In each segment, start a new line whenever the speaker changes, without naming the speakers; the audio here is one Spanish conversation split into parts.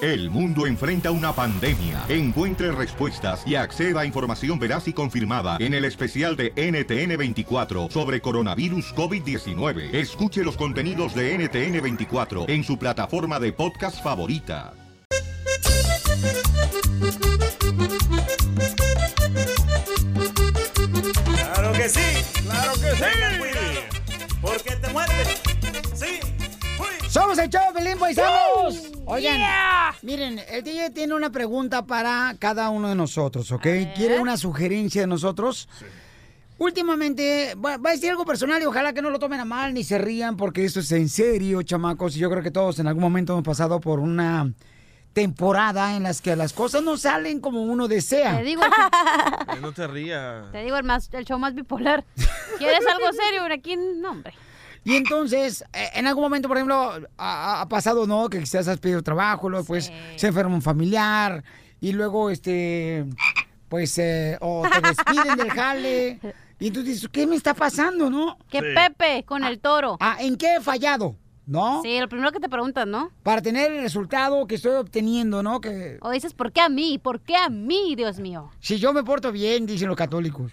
El mundo enfrenta una pandemia. Encuentre respuestas y acceda a información veraz y confirmada en el especial de NTN24 sobre coronavirus COVID-19. Escuche los contenidos de NTN24 en su plataforma de podcast favorita.
Claro que sí, claro que sí. porque te mueres. Sí.
Somos el show de Pelín Paisanos. Oigan, miren, el DJ tiene una pregunta para cada uno de nosotros, ¿ok? Quiere una sugerencia de nosotros. Últimamente, va, va a decir algo personal y ojalá que no lo tomen a mal ni se rían porque esto es en serio, chamacos. Y yo creo que todos en algún momento hemos pasado por una temporada en las que las cosas no salen como uno desea.
Te digo, el-
Ay, Eh, No te rías.
te digo el, más, el show más bipolar. ¿Quieres algo serio? Aquí, no, hombre.
Y entonces, eh, en algún momento, por ejemplo, ha, ha- ha pasado, ¿no? Que quizás has pedido trabajo, luego pues se enferma un familiar y luego, este, pues, eh, o te despiden del jale. Y tú dices, ¿qué me está pasando, no?
Que Pepe con el toro.
Ah, ¿en qué he fallado? ¿No?
Sí, lo primero que te preguntas, ¿no?
Para tener el resultado que estoy obteniendo, ¿no? Que
O dices, ¿por qué a mí? ¿Por qué a mí, Dios mío?
si yo me porto bien, dicen los católicos.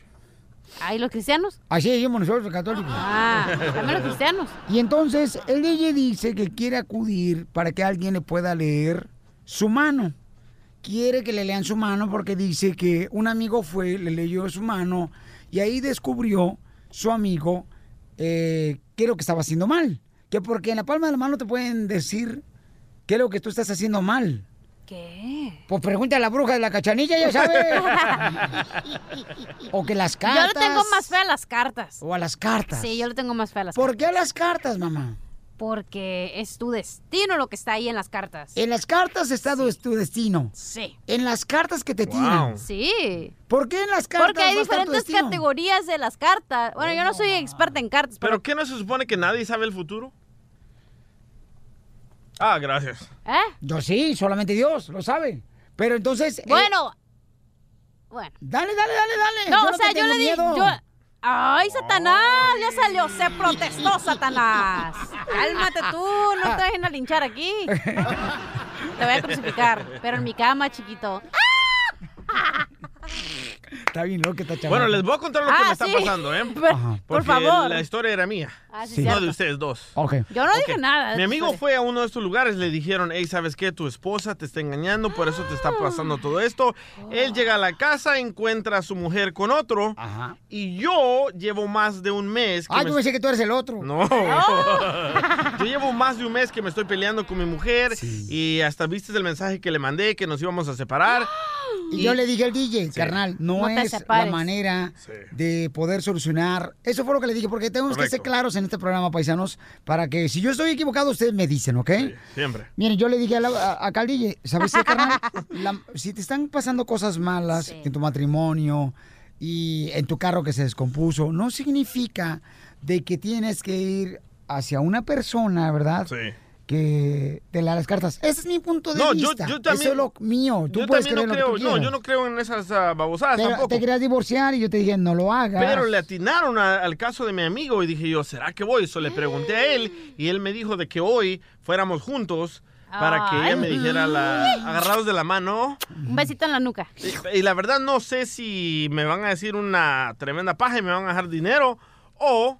Ay, los cristianos.
Así decimos nosotros los católicos.
Ah, también los cristianos.
Y entonces el DJ dice que quiere acudir para que alguien le pueda leer su mano. Quiere que le lean su mano porque dice que un amigo fue, le leyó su mano y ahí descubrió su amigo eh, qué es lo que estaba haciendo mal. Que porque en la palma de la mano te pueden decir qué es lo que tú estás haciendo mal.
¿Qué?
Pues pregunta a la bruja de la cachanilla, ya sabe. o que las cartas.
Yo le tengo más fe a las cartas.
O a las cartas.
Sí, yo le tengo más fe a las
¿Por
cartas.
qué a las cartas, mamá?
Porque es tu destino lo que está ahí en las cartas.
En las cartas está tu- tu destino.
Sí.
En las cartas que te tiran.
Sí.
¿Por qué en las cartas?
Porque hay
va a estar tu
diferentes
destino?
categorías de las cartas. Bueno, yo no soy experta en cartas, pero...
¿Pero qué no se supone que nadie sabe el futuro? Ah, gracias.
¿Eh?
Yo sí, solamente Dios lo sabe. Pero entonces. eh,
Bueno. Bueno.
dale, dale, dale, dale.
No, o
te
sea, yo
tengo
le dije...
miedo.
Yo... ¡Ay, Satanás! Ya salió. Se protestó, Satanás. Cálmate tú. No te dejen a linchar aquí. Te voy a crucificar. Pero en mi cama, chiquito.
Está bien loca esta chaval.
Bueno, les voy a contar lo que
Ah,
me está
sí.
pasando, ¿eh?
Por- Por
Porque
favor.
La historia era mía.
Ah, sí,
Sí.
No
cierto.
de ustedes dos.
Ok.
Yo no dije
Ok.
nada.
Mi amigo
Sorry.
fue a uno de estos lugares, le dijeron, hey, ¿sabes qué? Tu esposa te está engañando, por eso te está
Ah.
pasando todo esto. Él llega a la casa, encuentra a su mujer con otro,
Ajá.
y yo llevo más de un mes que
Ay,
me-
yo pensé que tú eres el otro.
No. Yo llevo más de un mes que me estoy peleando con mi mujer y hasta viste el mensaje que le mandé que nos íbamos a separar.
Y yo le dije al DJ, carnal, no,
No te
es la
separes.
manera de poder solucionar. Eso fue lo que le dije, porque tenemos que ser
Correcto.
claros en este programa, paisanos, para que si yo estoy equivocado, ustedes me dicen, ¿ok?
Siempre.
Miren, yo le dije a, la, a- acá al DJ, ¿sabes qué, carnal? La- si te están pasando cosas malas
Sí.
en tu matrimonio y en tu carro que se descompuso, no significa de que tienes que ir hacia una persona, ¿verdad?
Sí.
Que te la las cartas. Ese es mi punto de
No, yo-
vista.
yo también-
Eso es lo mío. Tú
yo
puedes creer
también
lo
no creo,
que tú
no,
quieras.
yo no creo en esas ah, babosadas
Pero
tampoco.
te querías divorciar y yo te dije, no lo hagas.
Pero le atinaron a- al caso de mi amigo y dije yo, ¿será que voy? Eso le pregunté a él y él me dijo de que hoy fuéramos juntos para que ella me dijera la, agarrados de la mano.
Un besito en la nuca.
Y, y la verdad no sé si me van a decir una tremenda paja y me van a dejar dinero o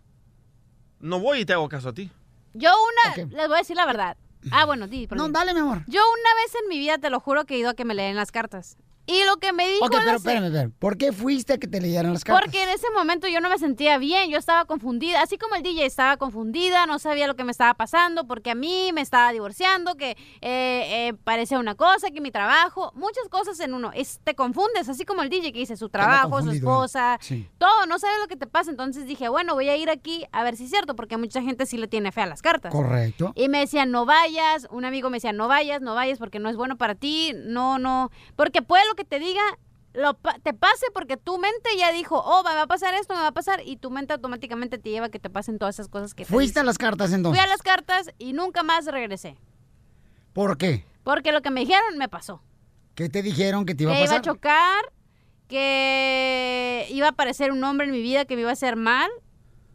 no voy y te hago caso a ti.
Yo una,
Ok.
les voy a decir la verdad. Ah, bueno, di,
No,
perdón.
dale, mi amor.
Yo una vez en mi vida, te lo juro, que he ido a que me leen las cartas. Y lo que me dijo...
Ok, pero
la-
espérame, espérame. ¿Por qué fuiste a que te leyeran las cartas?
Porque en ese momento yo no me sentía bien, yo estaba confundida, así como el DJ estaba confundida, no sabía lo que me estaba pasando, porque a mí me estaba divorciando, que eh, eh, parecía una cosa, que mi trabajo, muchas cosas en uno, es, te confundes, así como el DJ que dice su trabajo, su
confundido, ¿eh?
esposa,
sí.
todo, no sabes lo que te pasa, entonces dije, bueno, voy a ir aquí a ver si es cierto, porque mucha gente sí le tiene fe a las cartas.
Correcto.
Y me decían, no vayas, un amigo me decía, no vayas, no vayas porque no es bueno para ti, no, no, porque puede lo que te diga, lo pa- te pase porque tu mente ya dijo, oh, me va a pasar esto, me va a pasar, y tu mente automáticamente te lleva a que te pasen todas esas cosas que te
Fuiste a
dicen.
las cartas
Fui
entonces.
a las cartas y nunca más regresé,
¿Por qué?
porque lo que me dijeron me pasó,
¿Qué te dijeron que te iba a
que iba a
pasar?
chocar, que iba a aparecer un hombre en mi vida que me iba a hacer mal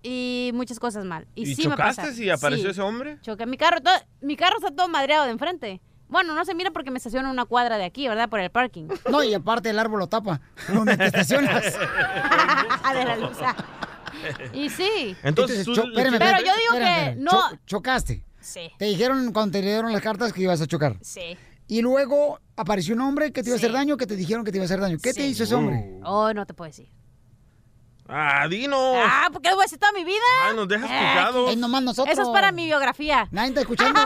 y muchas cosas mal. Y,
¿Y
sí me
chocaste
pasaron.
y apareció
Sí.
ese hombre?
Choqué mi carro, todo- mi carro está todo madreado de enfrente. Bueno, no se mira porque me estaciono en una cuadra de aquí, ¿verdad? Por el parking.
No, y aparte el árbol lo tapa. Donde te estacionas.
de la luz. Y sí.
Entonces,
tú
cho-
le-
espérame,
Pero
espérame,
yo digo
espérame,
que
espérame.
no.
Cho- chocaste.
Sí.
Te dijeron cuando te dieron las cartas que ibas a chocar.
Sí.
Y luego apareció un hombre que te iba a hacer daño, que te dijeron que te iba a hacer daño. ¿Qué te
Sí.
hizo ese hombre?
Oh, no te puedo decir.
Ah, dinos.
Ah, ¿por qué voy a decir toda mi vida? Eh,
Ay, Ah, nos dejas picados.
Es nomás nosotros.
Eso es para mi biografía.
Nadie está escuchando.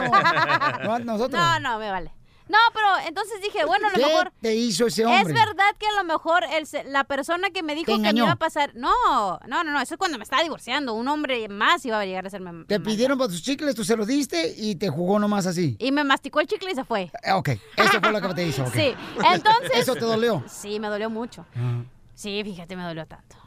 No, nosotros.
No, no, me vale. No, pero entonces dije, bueno, a lo
¿Qué
mejor...
te hizo ese
Es
hombre?
verdad que a lo mejor el se- la persona que me
Te
dijo que me
engañó.
iba a pasar... No, no, no, no, eso es cuando me estaba divorciando. Un hombre más iba a llegar a hacerme...
Te pidieron para tus chicles, tú se los diste y te jugó nomás así.
Y me masticó el chicle y se fue.
Eh, Ok, eso fue lo que te hizo. ok.
Sí, entonces...
¿Eso te dolió?
Sí, me dolió mucho. Sí, fíjate, me dolió tanto.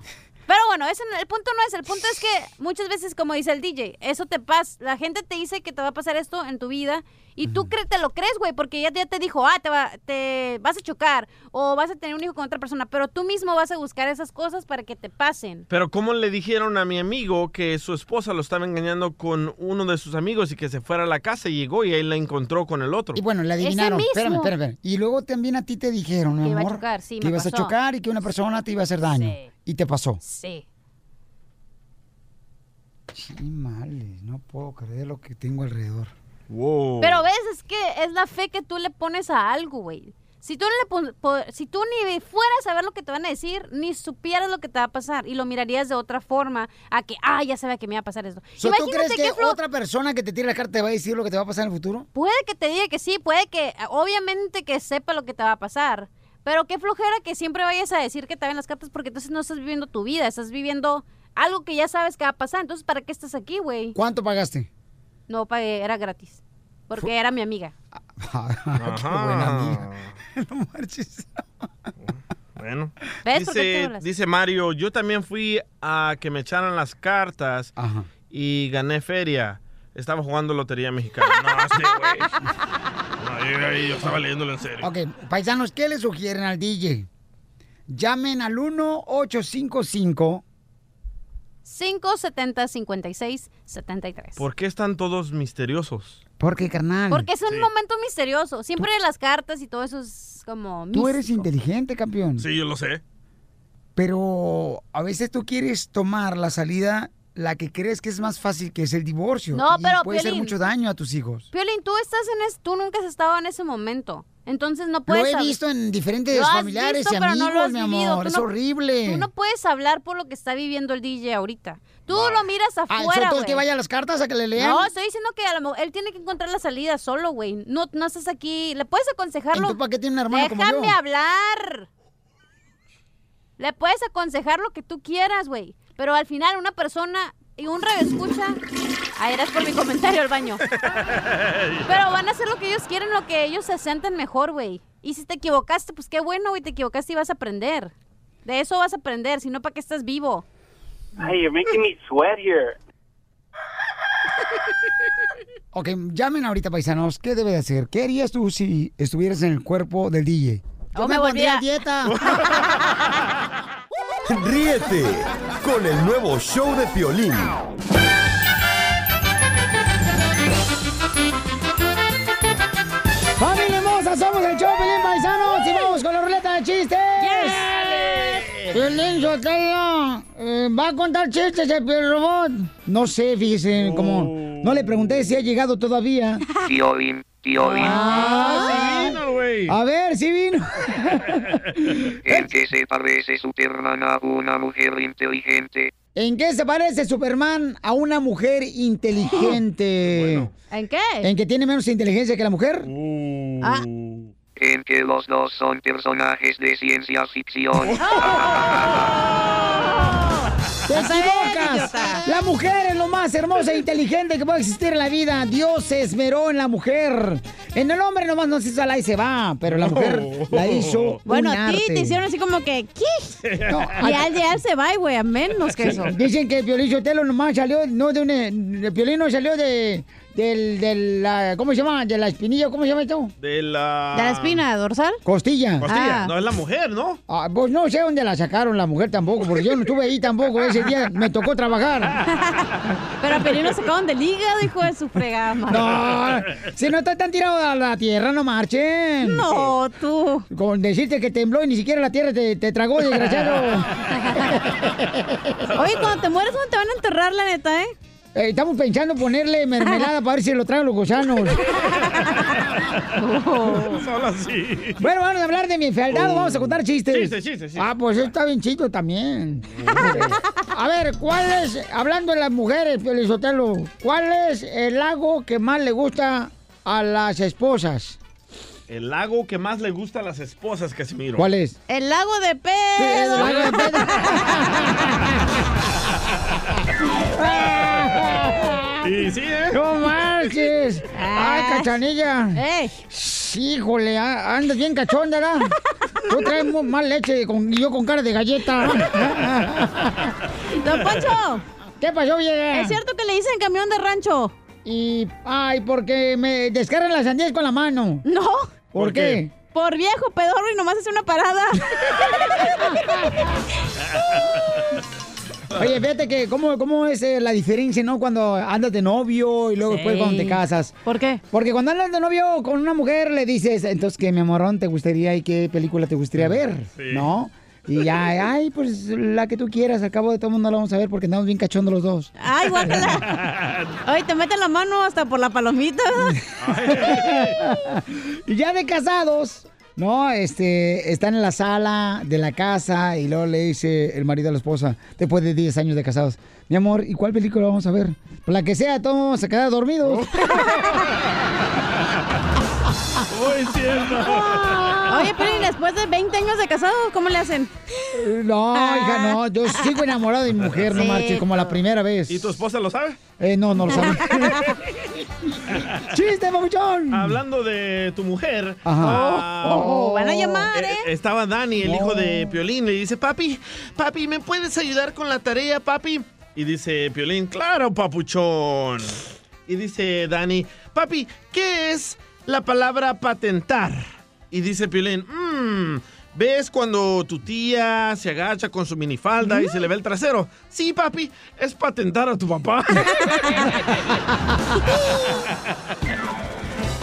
Pero bueno, ese, no- el punto no es, el punto es que muchas veces, como dice el DJ, eso te pasa, la gente te dice que te va a pasar esto en tu vida y tú cre- te lo crees, güey, porque ya, ya te dijo, ah, te, va- te vas a chocar o vas a tener un hijo con otra persona, pero tú mismo vas a buscar esas cosas para que te pasen.
Pero ¿cómo le dijeron a mi amigo que su esposa lo estaba engañando con uno de sus amigos y que se fuera a la casa y llegó y ahí la encontró con el otro?
Y bueno, le
Ese
adivinaron.
mismo.
Espérame, espérame, espérame. Y luego también a ti te dijeron, mi
Que iba a
amor,
chocar, sí,
que
me
ibas a
pasó.
chocar y que una persona te iba a hacer daño.
Sí.
Y te pasó.
Sí.
Chimales, no puedo creer lo que tengo alrededor.
Wow.
Pero ves, es que es la fe que tú le pones a algo, güey. Si tú, no le pon- po- si tú ni fueras a ver lo que te van a decir, ni supieras lo que te va a pasar y lo mirarías de otra forma a que, ah, ya sabía que me iba a pasar esto.
So, ¿Tú crees que,
qué flo-
otra persona que te tire la carta te va a decir lo que te va a pasar en el futuro?
Puede que te diga que sí, puede que, obviamente que sepa lo que te va a pasar. Pero qué flojera que siempre vayas a decir que te ven las cartas porque entonces no estás viviendo tu vida, estás viviendo algo que ya sabes que va a pasar. Entonces, ¿para qué estás aquí, güey?
¿Cuánto pagaste?
No pagué, era gratis. Porque era mi amiga.
Ah,
Qué buena amiga. No marches.
Bueno.
¿Ves por qué te
Dice,
burlas?
dice Mario, yo también fui a que me echaran las cartas
Ajá.
y gané feria. Estaba jugando lotería mexicana. No, sí, güey. No, yo, yo estaba leyéndolo en serio.
Ok, paisanos, ¿qué le sugieren al DJ? Llamen al 1-855.
570 56 73.
¿Por qué están todos misteriosos?
¿Por qué, carnal?
Porque es un
Sí.
momento misterioso. Siempre las cartas y todo eso es como.
Tú
místico.
eres inteligente, campeón.
Sí, yo lo sé.
Pero a veces tú quieres tomar la salida, la que crees que es más fácil, que es el divorcio.
No,
y
pero,
puede hacer
Piolín.
mucho daño a tus hijos.
Piolín, tú estás en es, tú nunca has estado en ese momento. Entonces no puedes.
lo he
sab-
visto en diferentes
Lo has
familiares
visto,
y
pero no
amigos,
lo has
mi
vivido.
amor.
Tú
Es
no-
horrible.
Tú no puedes hablar por lo que está viviendo el DJ ahorita. Tú lo miras
Ah,
afuera.
¿entonces
güey.
que vaya a las cartas a que le lean?
no, estoy diciendo que a lo mejor él tiene que encontrar la salida solo, güey. No, no estás aquí. ¿Le puedes aconsejarlo?
¿Entonces para qué tiene un hermano como yo?
Déjame hablar. Le puedes aconsejar lo que tú quieras, güey. Pero al final una persona y un radio escucha. Ahí eras por mi comentario al baño. Pero van a hacer lo que ellos quieren, lo que ellos se sienten mejor, güey. Y si te equivocaste, pues qué bueno, güey, te equivocaste y vas a aprender. De eso vas a aprender, si no, ¿para qué estás vivo?
Hey, you're making me sweat here.
Ok, llamen ahorita, paisanos. ¿Qué debe de hacer? ¿Qué harías tú si estuvieras en el cuerpo del DJ?
Yo me volvía-
pondría a dieta.
Ríete con el nuevo show de Piolín.
¡Familia hermosa! Somos el show, Pelín Paisanos. Y vamos con la ruleta de chistes. Piolín Sotelo eh, va a contar chistes el Piolín Robot. No sé, fíjese, como no le pregunté si ha llegado todavía.
Tío Bim, tío Bim,
Ah,
Adivina, güey.
a ver, si vino.
¿en qué se parece Superman a una mujer inteligente?
¿En qué se parece Superman a una mujer inteligente?
¿En qué?
¿En que tiene menos inteligencia que la mujer?
Ah.
¿En que los dos son personajes de ciencia ficción?
¡Te equivocas!
idiota.
La mujer es lo más hermosa e inteligente que puede existir en la vida. Dios se esmeró en la mujer. En el hombre nomás nos hizo la y se va, pero la mujer la hizo.
Bueno,
un
a ti
arte.
te hicieron así como que, ¿qué?
No,
Y al de él se va, güey, a menos que eso.
Dicen que Piolín Sotelo nomás salió, no de un... el Piolín no salió de, del, del, la- ¿cómo se llama? De la espinilla, ¿cómo se llama esto?
De la...
dorsal? Costilla.
Ah. Costilla. No, es la mujer, ¿no?
Ah, pues no sé dónde la sacaron la mujer tampoco, porque yo no estuve ahí tampoco. Ese día me tocó trabajar.
Pero a Pelín lo sacaron del hígado, hijo de su fregada madre.
No, si no está tan tirado a la tierra, no marchen.
No,
tú. Con decirte que tembló y ni siquiera la tierra te, te tragó, desgraciado.
Oye, cuando te mueres, ¿dónde te van a enterrar, la neta, eh?
Eh, estamos pensando ponerle mermelada para ver si lo traen los gusanos.
Solo así.
Bueno, vamos a hablar de mi fealdad,
Uh.
vamos a contar chistes.
Chistes, chistes, chistes.
Ah, pues está bien chido también. a ver, ¿cuál es, hablando de las mujeres, Pelizotelo, cuál es el lago que más le gusta a las esposas?
El lago que más le gusta a las esposas, Casimiro.
¿Cuál es?
El lago de pedo.
lago de
Y
sí, ¿eh?
¡No marches! ¡Ay, cachanilla!
¡Ey!
¡Híjole! a- Andas bien cachonda, ¿verdad? Tú traes mu- más leche con- y yo con cara de galleta.
Don Poncho.
¿Qué pasó, vieja?
Es cierto que le dicen camión de rancho.
Y, ay, porque me descargan las sandías con la mano.
No.
¿Por qué?
Por viejo, pedorro y nomás hace una parada.
Oye, fíjate que cómo, cómo es eh, la diferencia, ¿no? Cuando andas de novio y luego después
Sí.
cuando te casas.
¿Por qué?
Porque cuando andas de novio con una mujer le dices, entonces, ¿qué, mi amorón, te gustaría y qué película te gustaría ver?
Sí.
¿No? Y ya, ay, pues la que tú quieras, al cabo de todo el mundo la vamos a ver porque andamos bien cachondos los dos.
Ay, guácala. Ay, te meten la mano hasta por la palomita.
y ya de casados, ¿no? Este, están en la sala de la casa y luego le dice el marido a la esposa, después de 10 años de casados, mi amor, ¿y cuál película vamos a ver? Pues La que sea, todos vamos a quedar dormidos.
Muy cierto.
Oye, pero ¿y después de 20 años de casado, ¿cómo le hacen?
Eh,
Oh.
No,
Ah.
hija, no, yo sigo enamorado de mi mujer, no
Sí,
marches, como la primera vez.
¿Y tu esposa lo sabe?
Eh, no, no lo sabe. ¡Chiste, mamuchón!
Hablando de tu mujer.
Ajá.
ah,
Oh, oh, van a llamar, ¿eh?
Estaba Dani, el
No.
hijo de Piolín, le dice, papi, papi, ¿me puedes ayudar con la tarea, papi? Y dice Piolín, claro, papuchón. Y dice Dani, papi, ¿qué es la palabra patentar? Y dice Piolín, mmm, ¿ves cuando tu tía se agacha con su minifalda y se le ve el trasero? Sí, papi, es patentar a tu papá.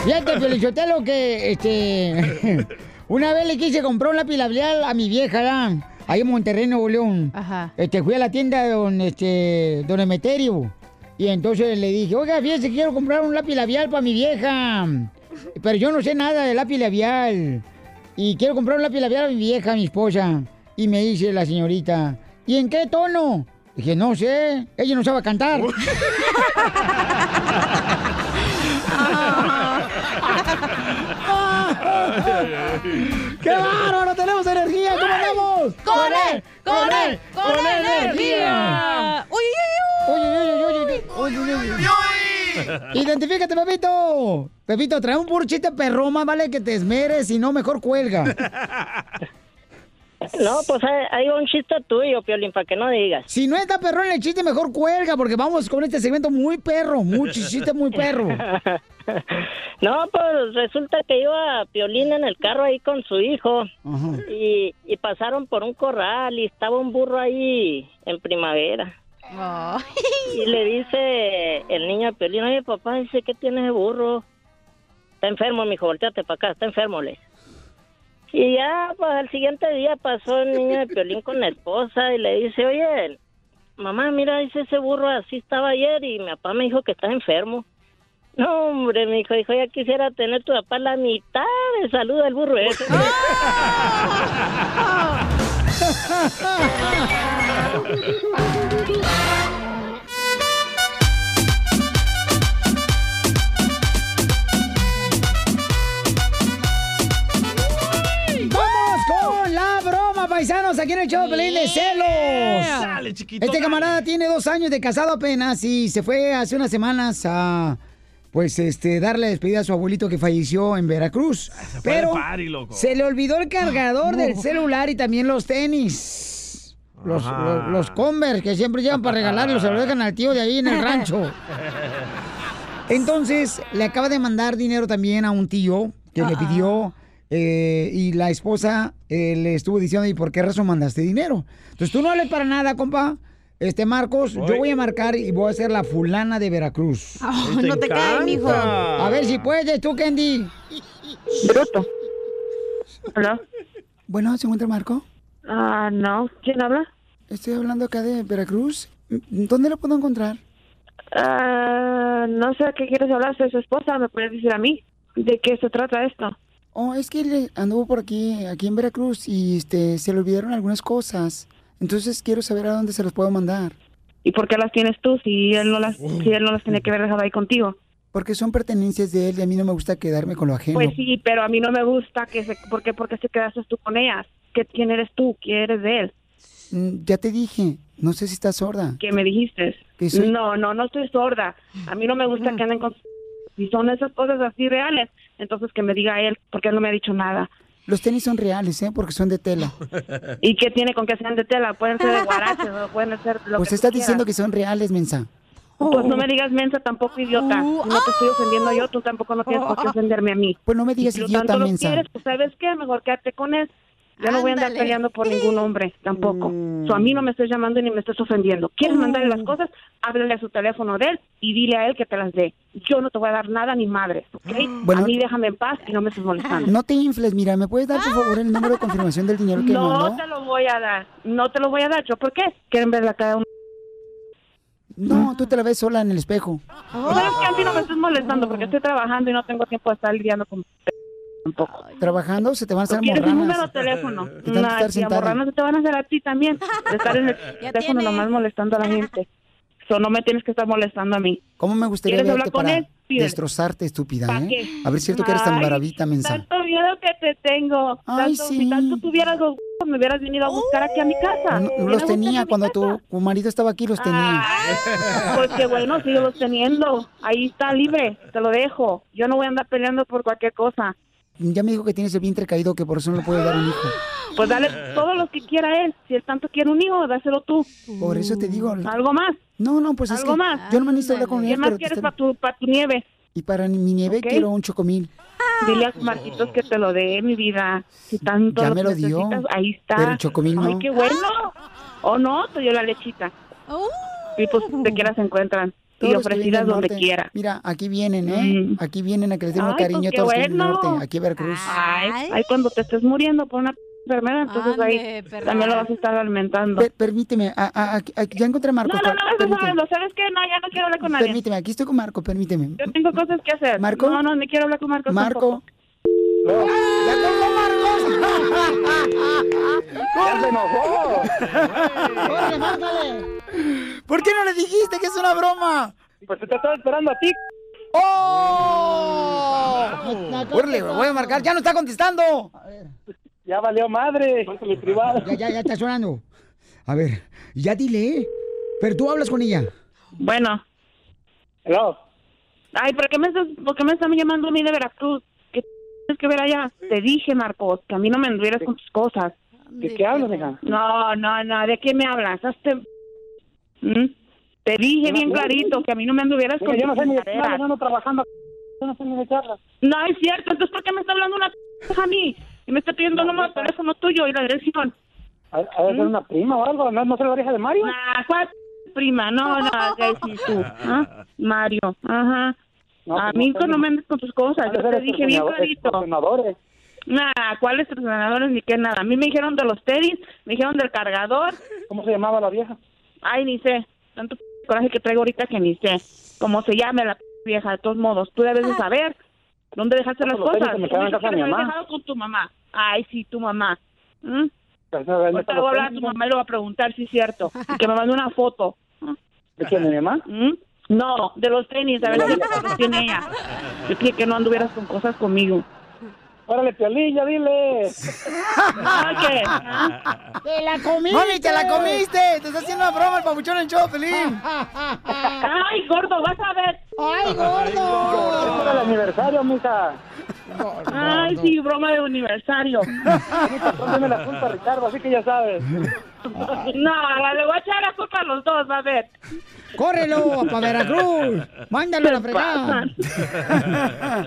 Fíjate, Felicitelo, que este, una vez le quise comprar un lápiz labial a mi vieja, ¿verdad? ahí en Monterrey, Nuevo León.
Ajá.
Este, fui a la tienda de don, este, don Emeterio. Y entonces le dije, oiga, fíjese, quiero comprar un lápiz labial para mi vieja. Pero yo no sé nada de lápiz labial. Y quiero comprar un lápiz labial a mi vieja, a mi esposa. Y me dice la señorita, ¿y en qué tono? Dije, no sé, ella no sabe cantar. ¡Qué bárbaro! ¡Tenemos energía! ¿Cómo andamos?
¡Con él! ¡Con él! ¡Con energía! ¡Uy,
uy, uy! ¡Uy, uy, uy! ¡Uy, uy, uy! Identifícate, Pepito. Pepito, trae un burchita perro, más vale que te esmeres, si no, mejor cuelga.
No, pues hay, hay un chiste tuyo, Piolín, para que no digas.
Si no está perro en el chiste, mejor cuelga, porque vamos con este segmento muy perro, muy chiste muy perro.
No, pues resulta que iba Piolín en el carro ahí con su hijo y, y pasaron por un corral y estaba un burro ahí en primavera. Y le dice el niño a Piolín, oye papá, dice, ¿qué tienes de burro? Está enfermo, mijo, volteate para acá, está enfermo, le. dice. Y ya, pues al siguiente día pasó el niño de Piolín con la esposa y le dice, oye, mamá, mira, dice ese burro así estaba ayer y mi papá me dijo que está enfermo. No, hombre, mi hijo, dijo, ya quisiera tener tu papá la mitad de salud del burro ese.
¡Vamos con la broma, paisanos! Aquí en el show de Pelín de celos.
Dale, chiquito,
Este
dale.
camarada tiene dos años de casado apenas y se fue hace unas semanas a, pues, este, darle despedida a su abuelito que falleció en Veracruz.
Ah, fue de
Pero
party, loco. Ah,
se le olvidó el cargador
No.
del celular y también los tenis. Los, los, los Converse que siempre llevan para regalarlos, se los dejan al tío de ahí en el rancho. Entonces, le acaba de mandar dinero también a un tío que le
Ah.
pidió eh, y la esposa eh, le estuvo diciendo, ¿y por qué razón mandaste dinero? Entonces, tú no hables para nada, compa. Este, Marcos, yo voy a marcar y voy a ser la fulana de Veracruz.
Oh, Te no te cae, encanta. mijo.
A ver si puedes, tú, Candy. Bruto.
¿Hola?
Bueno, ¿se encuentra Marco?
Ah, no. ¿Quién habla?
Estoy hablando acá de Veracruz. ¿Dónde lo puedo encontrar?
Ah, no sé a qué quieres hablar, soy su esposa, me puedes decir a mí de qué se trata esto.
Oh, es que le anduvo por aquí, aquí en Veracruz, y este, se le olvidaron algunas cosas. Entonces quiero saber a dónde se los puedo mandar.
¿Y por qué las tienes tú si él no las, si él no las tenía que haber dejado ahí contigo?
Porque son pertenencias de él y a mí no me gusta quedarme con lo ajeno.
Pues sí, pero a mí no me gusta que se, ¿por qué, por qué se quedaste tú con ellas? ¿Qué, ¿Quién eres tú? ¿Quién eres de él?
Mm, Ya te dije, no sé si estás sorda.
¿Qué me dijiste?
Que soy-
No, no, no estoy sorda. A mí no me gusta que anden con... Si son esas cosas así reales, entonces que me diga él, porque él no me ha dicho nada.
Los tenis son reales, ¿eh? Porque son de tela.
¿Y qué tiene con que sean de tela? Pueden ser de guaraches o pueden ser lo
pues
que
estás
tú quieras.
diciendo que son reales, mensa. Oh.
Pues no me digas mensa tampoco, idiota. Si no te estoy ofendiendo yo, tú tampoco no tienes por qué ofenderme a mí.
Oh. Pues no me digas
si tú
idiota,
tanto lo
mensa.
quieres, pues ¿sabes qué? Mejor quédate con él. Yo no voy a andar
Ándale.
peleando por ningún hombre, tampoco.
Mm.
So, a mí no me estés llamando ni me estés ofendiendo. ¿Quieres mandarle las cosas? Háblale a su teléfono de él y dile a él que te las dé. Yo no te voy a dar nada ni madres, ¿ok?
Ah. Bueno.
a mí déjame en paz y no me estés molestando.
No te infles, mira, ¿me puedes dar por favor el número de confirmación del dinero que
No
mandó?
te lo voy a dar, no te lo voy a dar. ¿Yo por qué? ¿Quieren ver la cara de un...
No, tú te la ves sola en el espejo. Oh.
¿Sabes qué? A mí no me estés molestando porque estoy trabajando y no tengo tiempo de estar lidiando con... Tampoco.
Trabajando se te van a hacer
¿Quieres un número
morranas.
de teléfono?
que estar
Nah, si
sentada.
amorranas te van a hacer a ti también. De estar en el teléfono nomás molestando a la gente. So, no me tienes que estar molestando a mí.
¿Cómo me gustaría
¿Quieres
verte
hablar con
para
él? Pídele.
destrozarte, estúpida,
¿Pa'
eh?
qué?
A ver, cierto que eres tan
Ay,
baravita, mensa.
Tanto miedo que te tengo.
Ay,
tanto,
sí.
Si tanto tuvieras los huevos, me hubieras venido a buscar aquí a mi
No,
casa. Me
Los
hubieras
tenía cuando tu, tu marido estaba aquí, los tenía.
Pues qué bueno, sigo los teniendo. Ahí está libre, te lo dejo. Yo no voy a andar peleando por cualquier cosa.
Ya me dijo que tienes el vientre caído, que por eso no le puedes dar un hijo.
Pues dale todo lo que quiera él. Si él tanto quiere un hijo, dáselo tú.
Por eso te digo.
¿Algo más?
No, no, pues es
¿Algo
que
más?
yo no me necesito hablar con
¿Qué
él,
más
pero te
quieres
está-
para tu, pa' tu nieve?
Y para mi nieve
Ok.
quiero un chocomil.
Dile a Marquitos que te lo dé, mi vida. Si tanto
Ya me lo dio,
necesitas, ahí está.
pero el chocomil no.
Ay, qué bueno. O no, te dio la lechita. Y pues donde quiera se encuentran.
Todos
y
los que vienen
ofrecidas
del
donde
norte.
quiera. Mm.
Mira, aquí vienen, ¿eh? Aquí vienen a que les den un
Ay, pues
cariño a
qué
todos los que vienen del
bueno. Ah.
norte, aquí a Veracruz.
Ay, ay, cuando te estés muriendo por una p- enfermedad, entonces ahí
Ande, perra.
también lo vas a estar alimentando.
Per- permíteme, a- a- a- a- ah, ya encontré a Marco.
No, no,
per-
no, estás
permíteme.
hablando. ¿Sabes qué? No, ya no quiero hablar con nadie.
Permíteme, aquí estoy con Marco, permíteme.
Yo tengo cosas que hacer.
Marco.
No, no, ni quiero hablar con Marcos.
Marco.
¡Ya se enojó!
¡Corre, mándale! ¿Por qué no le dijiste que es una broma?
Pues te estaba esperando a ti.
¡Oh! Órale, güey, voy a marcar. ¡Ya no está contestando!
Ya valió madre. Mi privado.
Ya, ya, ya está sonando. A ver, ya dile, ¿eh? Pero tú hablas con ella.
Bueno.
Hello.
Ay, ¿por qué me estás, por qué me están llamando a mí de Veracruz? ¿Qué tienes que ver allá? Te dije, Marcos, que a mí no me anduvieras con tus cosas.
¿De qué hablas, hija?
No, no, no, ¿de qué me hablas? Hazte- ¿Mm? Te dije
Mira,
bien
mira.
clarito que a mí no me anduvieras
Mira,
con
yo no sé ni de qué
chingaderas.
hablas, yo ando trabajando. Yo no sé ni de qué hablas.
No, es cierto, entonces ¿por qué me está hablando una c- a mí? Y me está pidiendo el número de teléfono tuyo y la dirección.
A, a ver, ¿es una prima o algo? ¿No, no sé la oreja de Mario?
¿Mm? Ah, ¿cuál prima? No, no, ¿qué decís tú? ¿Ah? Mario, ajá.
No,
a
pues
mí
no
no,
sé.
me andes con tus cosas, yo te dije bien clarito.
Entrenadores.
Nah, ¿cuáles entrenadores ni qué nada? A mí me dijeron de los tenis, me dijeron del cargador.
¿Cómo se llamaba la vieja?
Ay, ni sé. Tanto p- coraje que traigo ahorita que ni sé. Cómo se llame la p- vieja, de todos modos. Tú debes de saber dónde dejaste las
pues, los tenis
cosas.
que me quedaron en
Tú
casa de
me
mi
habías
mamá.
dejado con tu mamá. Ay, sí, tu mamá. ¿Mm?
Pues, no, ¿dónde
Ahorita
están
le voy a
los
hablar a tu
tenis?
mamá y le voy a preguntar si es cierto. Y que me mande una foto.
¿De quién, de mi mamá?
¿Mm? No, de los tenis, a ver si los tiene ella. Yo dije que no anduvieras con cosas conmigo.
Órale, Piolín, ya dile.
¿qué?
¡Te la comiste! ¡Mami, te la comiste! ¡Te está haciendo una broma el papuchón en show, Pelín!
¡Ay, gordo, vas a ver!
¡Ay, gordo!
Este era el aniversario, mija.
Ay, sí, broma de aniversario.
Tú me la culpa, Ricardo, así que ya sabes.
No, la- le voy a echar la culpa a los dos, va a ver.
¡Córrelo para Veracruz! ¡Mándalo a la fregada!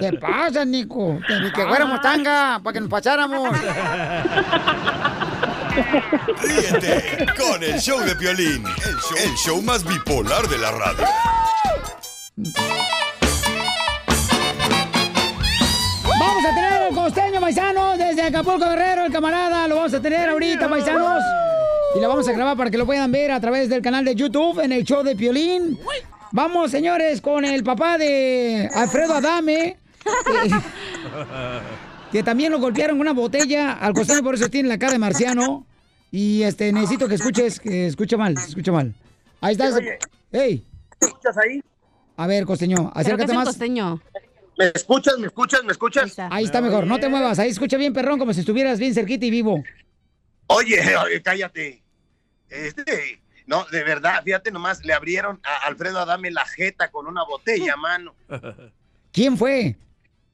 ¿Qué pasa, Nico? Que Ni que fuéramos tanga para que nos pasáramos.
Ríete con el show de Piolín, el show, el show más bipolar de la radio.
Vamos a tener al costeño paisano desde Acapulco Guerrero, el camarada. Lo vamos a tener ahorita, paisanos. Y lo vamos a grabar para que lo puedan ver a través del canal de YouTube en el show de Piolín. Vamos, señores, con el papá de Alfredo Adame. eh, que también lo golpearon con una botella al costeño, por eso tiene la cara de marciano. Y este necesito que escuches, que escucha mal, se escucha mal. Ahí está.
Oye.
¡Ey!
escuchas ahí?
A ver, costeño, acércate más.
¿Me escuchas? ¿Me escuchas? ¿Me escuchas? Ahí está,
Ahí está mejor, no te muevas, ahí escucha bien, perrón, como si estuvieras bien cerquita y vivo.
Oye, oye, cállate. Este, no, de verdad, fíjate nomás, le abrieron a Alfredo Adame la jeta con una botella, mano.
¿Quién fue?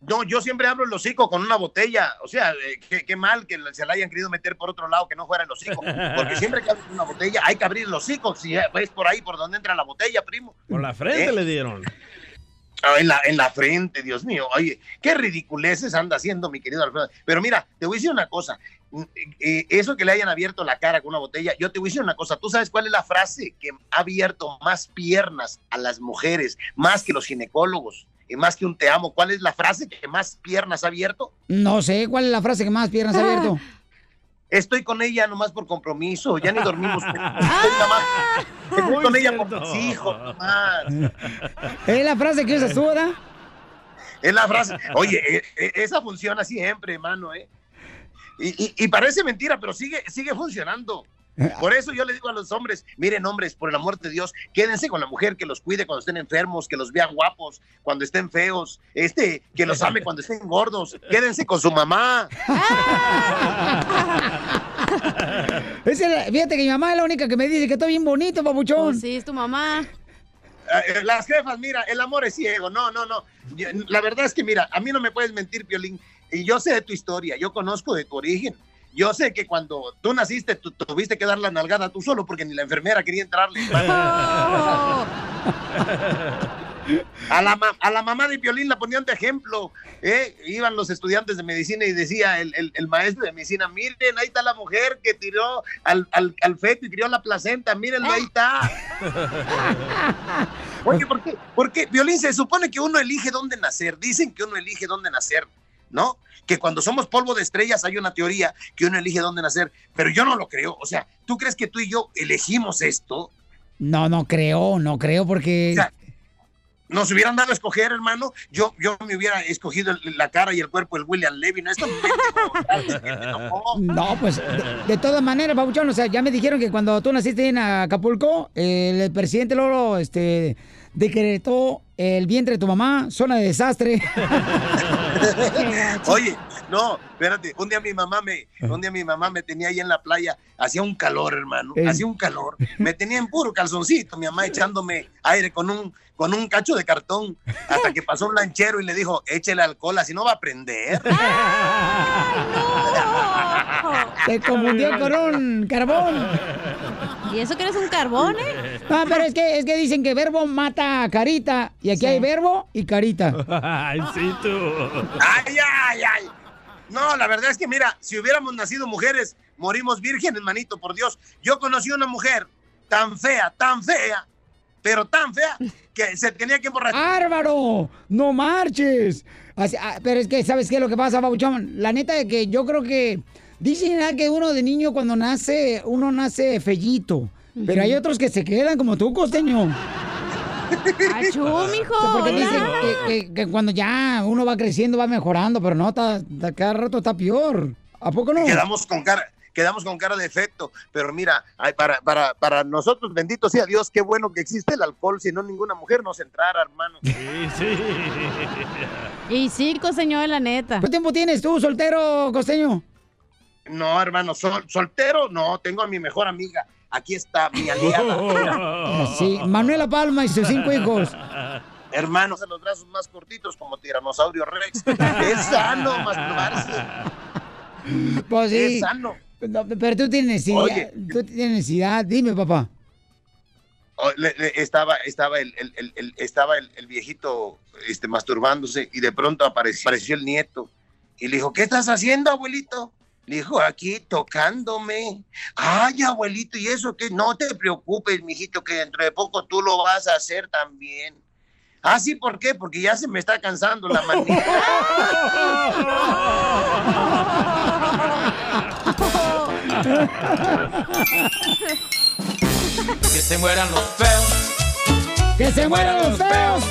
No, yo siempre abro el hocico con una botella. O sea, eh, qué, qué mal que se la hayan querido meter por otro lado que no fuera el hocico. Porque siempre que abres una botella hay que abrir el hocico. Si eh, ves por ahí por donde entra la botella, primo.
Por la frente
¿Eh?
le dieron.
Ah, en, la, en la frente, Dios mío. Oye, qué ridiculeces anda haciendo mi querido Alfredo. Pero mira, te voy a decir una cosa. Mm, eh, eso que le hayan abierto la cara con una botella, yo te voy a decir una cosa. ¿Tú sabes cuál es la frase que ha abierto más piernas a las mujeres, más que los ginecólogos y más que un te amo? ¿Cuál es la frase que más piernas ha abierto?
No sé, ¿cuál es la frase que más piernas ha abierto?
Estoy con ella nomás por compromiso, ya ni dormimos. Estoy nomás- Estoy con ella por mis hijos, nomás.
¿Es la frase que usas tú, ¿verdad?
Es la frase. Oye, e- e- esa funciona siempre, hermano, ¿eh? Y, y- y parece mentira, pero sigue, sigue funcionando. Por eso yo le digo a los hombres, miren hombres, por el amor de Dios, quédense con la mujer que los cuide cuando estén enfermos, que los vea guapos, cuando estén feos, este, que los ame cuando estén gordos, quédense con su mamá.
Esa es la- fíjate que mi mamá es la única que me dice que estoy bien bonito, papuchón.
Pues sí, es tu mamá.
Eh, eh, Las jefas, mira, el amor es ciego. No, no, no. Yo- La verdad es que, mira, a mí no me puedes mentir, Piolín. Y yo sé de tu historia, yo conozco de tu origen. Yo sé que cuando tú naciste, tú tuviste que dar la nalgada tú solo porque ni la enfermera quería entrarle. A la, ma- a la mamá de Piolín la ponían de ejemplo. ¿eh? Iban los estudiantes de medicina y decía el, el- el maestro de medicina, miren, ahí está la mujer que tiró al, al- al feto y crió la placenta, mírenlo, ahí está. Oye, ¿por qué? Porque, Violín, se supone que uno elige dónde nacer. Dicen que uno elige dónde nacer, ¿no? Que cuando somos polvo de estrellas hay una teoría que uno elige dónde nacer, pero yo no lo creo. O sea, ¿tú crees que tú y yo elegimos esto?
No, no creo, no creo, porque.
nos hubieran dado a escoger, hermano, yo, yo me hubiera escogido el- la cara y el cuerpo del William Levy, ¿no? Esto me-
No, pues, de, de todas maneras, papuchón, o sea, ya me dijeron que cuando tú naciste en Acapulco, el, el presidente Lolo, este, decretó el vientre de tu mamá, zona de desastre.
Oye, no, espérate, un día mi mamá me, un día mi mamá me tenía ahí en la playa, hacía un calor, hermano,
Eh.
hacía un calor, me tenía en puro calzoncito, mi mamá echándome aire con un, con un cacho de cartón, hasta que pasó un lanchero y le dijo, échele alcohol, así no va a prender.
Se confundió con un carbón.
¿Y eso que eres un carbón, eh?
Ah, pero es que, es que dicen que verbo mata a carita. Y aquí hay verbo y carita.
Ay, sí, tú.
Ay, ay, ay. No, la verdad es que mira, si hubiéramos nacido mujeres, morimos vírgenes, manito, por Dios. Yo conocí una mujer tan fea, tan fea, pero tan fea, que se tenía que emborrachar.
Ah, ¡Bárbaro! ¡No marches! Así- ah, pero es que, ¿sabes qué es lo que pasa, Babuchón? La neta de que yo creo que. Dicen ah, que uno de niño cuando nace, uno nace fellito. Pero hay otros que se quedan como tú, costeño.
Achú, mijo,
Porque
hola.
dicen que, que- que cuando ya uno va creciendo, va mejorando, pero no, ta- ta- cada rato está peor. ¿A poco no?
Quedamos con cara. Quedamos con cara de efecto, pero mira, ay, para, para, para nosotros, bendito sea Dios, qué bueno que existe el alcohol, si no ninguna mujer nos entrara, hermano.
Sí, sí.
Y sí, costeño, de la neta.
¿Cuánto tiempo tienes tú, soltero, costeño?
No, hermano, sol- soltero, no, tengo a mi mejor amiga. Aquí está mi aliada.
Oh.
Mira.
Sí, Manuela Palma y sus cinco hijos.
Hermanos de los brazos más cortitos como Tiranosaurio Rex. Es sano masturbarse.
Pues sí.
Es sano.
No, pero tú tienes necesidad.
Oye.
Tú tienes necesidad. Dime, papá.
O- Oh, le- le- estaba estaba el, el- el- el- estaba el, el viejito este masturbándose y de pronto apareció, apareció el nieto y le dijo qué estás haciendo abuelito le dijo aquí tocándome ay abuelito y eso que no te preocupes mijito que dentro de poco tú lo vas a hacer también ah sí por qué porque ya se me está cansando la manita
Que se mueran los feos.
¡Que se mueran los feos!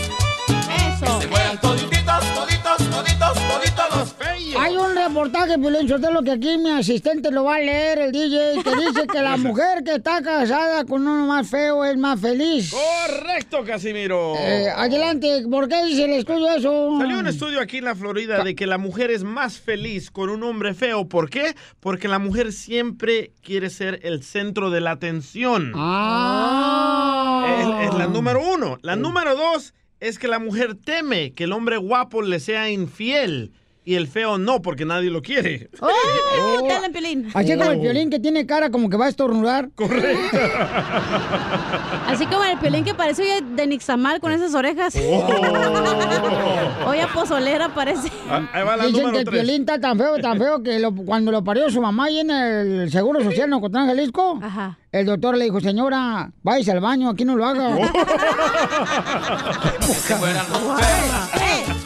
Eso. Que se mueran toditos, toditos, toditos, toditos los feos.
Hay un reportaje, Piolín lo que aquí mi asistente lo va a leer, el DJ, que dice que la mujer que está casada con uno más feo es más feliz.
Oh. Correcto, Casimiro.
Eh, adelante, ¿por qué dice el estudio eso? Oh.
Salió un estudio aquí en la Florida de que la mujer es más feliz con un hombre feo. ¿Por qué? Porque la mujer siempre quiere ser el centro de la atención.
Ah.
Es, es la número uno. La número dos es que la mujer teme que el hombre guapo le sea infiel y el feo no, porque nadie lo quiere.
Oh. Así como el violín que tiene cara como que va a estornudar.
Oh. Correcto.
Así como el pelín que parece hoy de Nixamal con esas orejas.
Oh.
hoy a pozolera parece.
Ah, ahí va la
Dicen que
número
el
tres.
violín está tan feo, tan feo, que lo- cuando lo parió su mamá ahí en el Seguro Social en Ocotlán, Jalisco, el doctor le dijo, señora, váyase al baño, aquí no lo haga.
Que se mueran los
eh,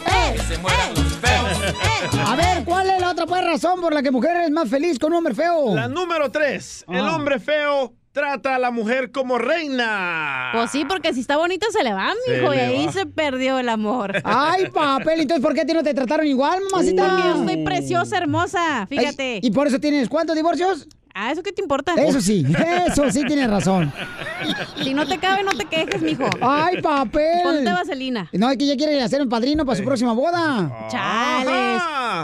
feos. Que se mueran los feos.
A ver, ¿cuál es la otra pues, razón por la que mujer es más feliz con un hombre feo? Ah.
La número tres, el hombre feo trata a la mujer como reina.
Pues sí, porque si está bonito se le va,
Se
mijo, y
le
ahí
va.
se perdió el amor.
Ay, papel, entonces ¿por qué a ti no te trataron igual, mamacita?
Porque yo soy preciosa, hermosa, fíjate.
Ay, ¿Y por eso tienes cuántos divorcios?
Ah, ¿eso qué te importa?
Eso sí, eso sí tienes razón.
Si no te cabe, no te quejes, mijo.
Ay, papel.
Ponte vaselina.
No, es que ya quiere hacer un padrino para su próxima boda.
Chales.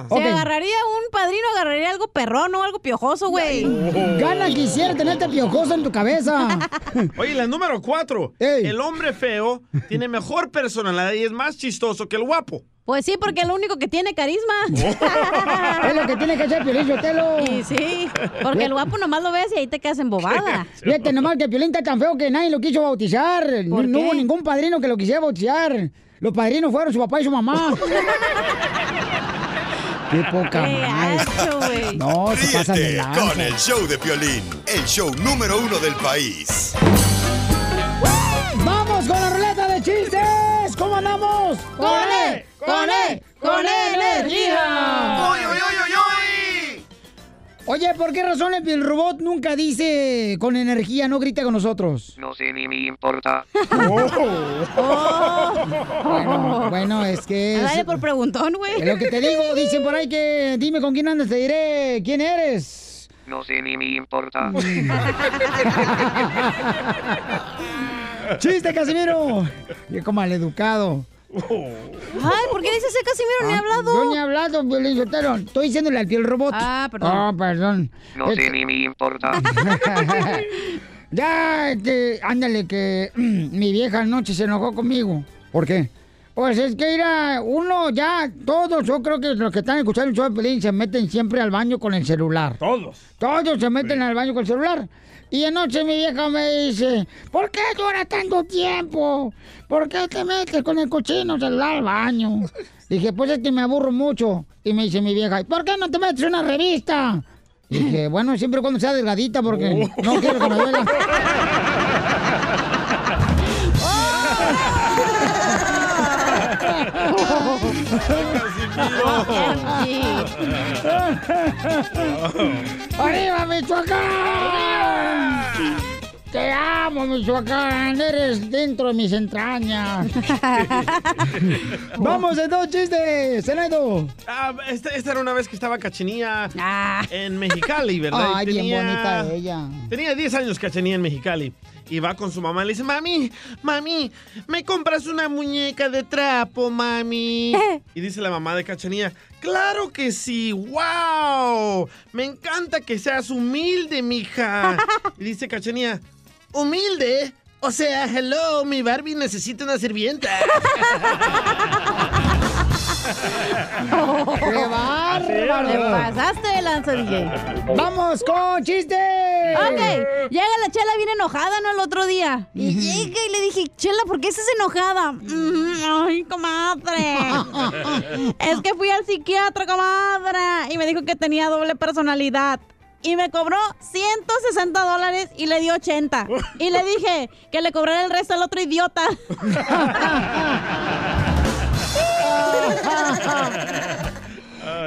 Se
Ok.
agarraría un padrino, agarraría algo perrón o algo piojoso, güey.
Gana quisiera tenerte piojoso en tu cabeza.
Oye, la número cuatro, el hombre feo tiene mejor personalidad y es más chistoso que el guapo.
Pues sí, porque es lo único que tiene carisma.
es lo que tiene que hacer Piolín Sotelo.
Y sí, porque el guapo nomás lo ves y ahí te quedas
Ah.
embobada.
Fíjate nomás que Piolín está tan feo que nadie lo quiso bautizar. No,
¿Por
no
qué?
hubo ningún padrino que lo quisiera bautizar. Los padrinos fueron su papá y su mamá. Qué poca
Qué
madre.
gacho, güey.
No, se pasan de
Ríete
lanza.
con el show de Piolín, el show número uno del país.
¡Vamos con la ruleta de chistes! ¿Cómo andamos?
¡Con E! ¡Con E! ¡Con E energía! ¡Uy, uy,
Oye, ¿por qué razón el Piel robot nunca dice con energía, no grita con nosotros?
No sé ni me importa.
Oh.
Bueno, bueno, es que... es-
Dale por preguntón, güey.
es lo que te digo, dicen por ahí que dime con quién andas, te diré quién eres.
No sé ni me importa.
¡Chiste, Casimiro! Qué como maleducado.
Ay, ¿por qué dices ese Casimiro? Ni he hablado.
Ah, Yo ni he hablado, Piolín Sotelo. Estoy diciéndole al piel robot.
Ah, perdón.
Ah, perdón.
No sé ni me importa.
ya, este, ándale, que mm, mi vieja anoche se enojó conmigo. ¿Por qué? Pues es que era uno ya, todos, yo creo que los que están escuchando el show de Piolín se meten siempre al baño con el celular.
Todos.
Todos se meten al baño con el celular. Y anoche mi vieja me dice, ¿por qué llora tanto tiempo? ¿Por qué te metes con el cochino celular al baño? Dije, pues es que me aburro mucho. Y me dice mi vieja, "¿Y ¿por qué no te metes una revista? Dije, bueno, siempre y cuando sea delgadita porque
Oh.
no quiero que me duela. ¡Arriba, Michoacán! Te amo, Michoacán. Eres dentro de mis entrañas. Vamos, en dos chistes, Zenedo.
Ah, esta, esta era una vez que estaba Cachenía en Mexicali, ¿verdad? Y
Ah. Ay, bien bonita ella.
Tenía 10 años Cachenía en Mexicali. Y va con su mamá y le dice, mami, mami, me compras una muñeca de trapo, mami. y dice la mamá de Cachenía, claro que sí, wow. Me encanta que seas humilde, mija. y dice Cachenía, humilde. O sea, hello, mi Barbie necesita una sirvienta.
¡Qué bárbaro!
Te pasaste de lanza, DJ.
¡Vamos con chistes!
Ok, llega la chela bien enojada, ¿no? El otro día. Y llega y le dije, chela, ¿por qué estás enojada? "Mm, Ay, comadre. es que fui al psiquiatra, comadre. Y me dijo que tenía doble personalidad. Y me cobró 160 dólares y le di 80. Y le dije que le cobrara el resto al otro idiota.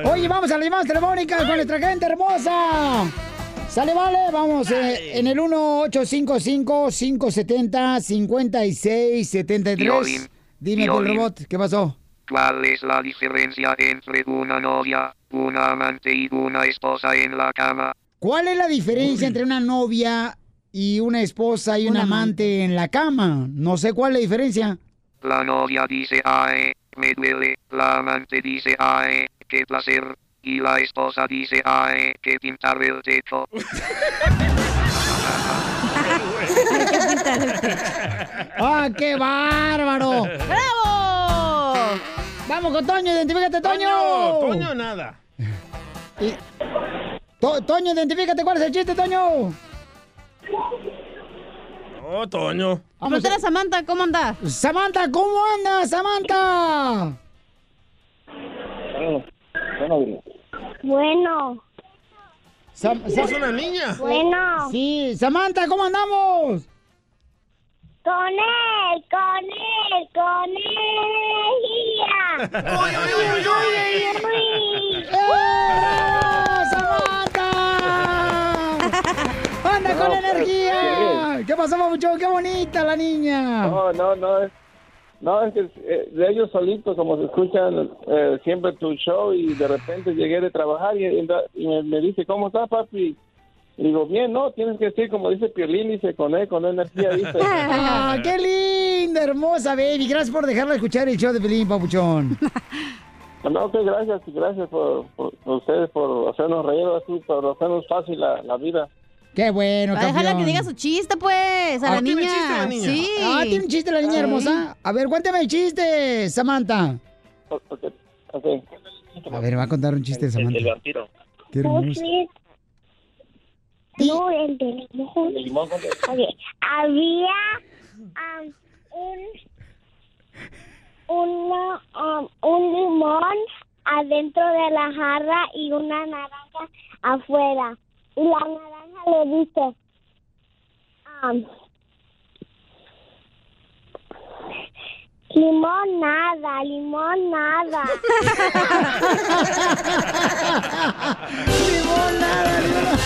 Oye, vamos a las llamadas telefónicas con nuestra gente hermosa. Sale, vale, vamos eh, en el 1-855-570-5673.
Violín.
Dime, el
Violín.
robot, ¿qué pasó?
¿Cuál es la diferencia entre una novia, una amante y una esposa en la cama?
¿Cuál es la diferencia entre una novia y una esposa y un, amante en la cama? No sé cuál es la diferencia.
La novia dice, ay, me duele. La amante dice, ay, qué placer. Y la esposa dice, ay, que pintar el techo.
¡Ah, qué bárbaro!
¡Bravo!
Vamos con Toño, identifícate, Toño.
Toño, nada.
Y- To- Toño, identifícate, ¿cuál es el chiste, Toño?
Oh, Toño.
Pregúntale a Samantha, ¿cómo anda?
Samantha, ¿cómo andas, Samantha?
Bueno.
Es una niña.
Bueno.
Sí, Samantha, ¿cómo andamos?
Con él, con él, con energía.
Uy, uy, uy, uy, uy.
¡Anda
No,
con
pero,
energía! ¿Qué pasó, mucho? ¡Qué bonita la niña!
No, no, no. es- No, es que eh, de ellos solitos, como se escuchan eh, siempre tu show, y de repente llegué de trabajar y, y me, me dice, ¿cómo estás, papi? Y digo, bien, no, tienes que decir, como dice Piolín, dice, con él, con energía, dice.
Ah, ¡Qué linda, hermosa baby! Gracias por dejarla escuchar el show de Pelín, papuchón.
No, que gracias, gracias por, por- por ustedes, por hacernos reír, así, por hacernos fácil la, la vida.
¡Qué bueno,
Va, Déjala
campeón!
que diga su chiste, pues, a
Ah,
la
tiene
niña.
chiste la niña.
Sí.
Ah, tiene un chiste la niña hermosa. A ver, cuéntame el chiste, Samantha. A ver, va a contar un chiste, Samantha. Pues, El
vampiro.
Qué hermoso.
No, el de limón. Oye, había am, un, una, am, un limón adentro de la jarra y una naranja afuera. Y la naranja le dice, um, am, limón nada, limón nada.
limón nada,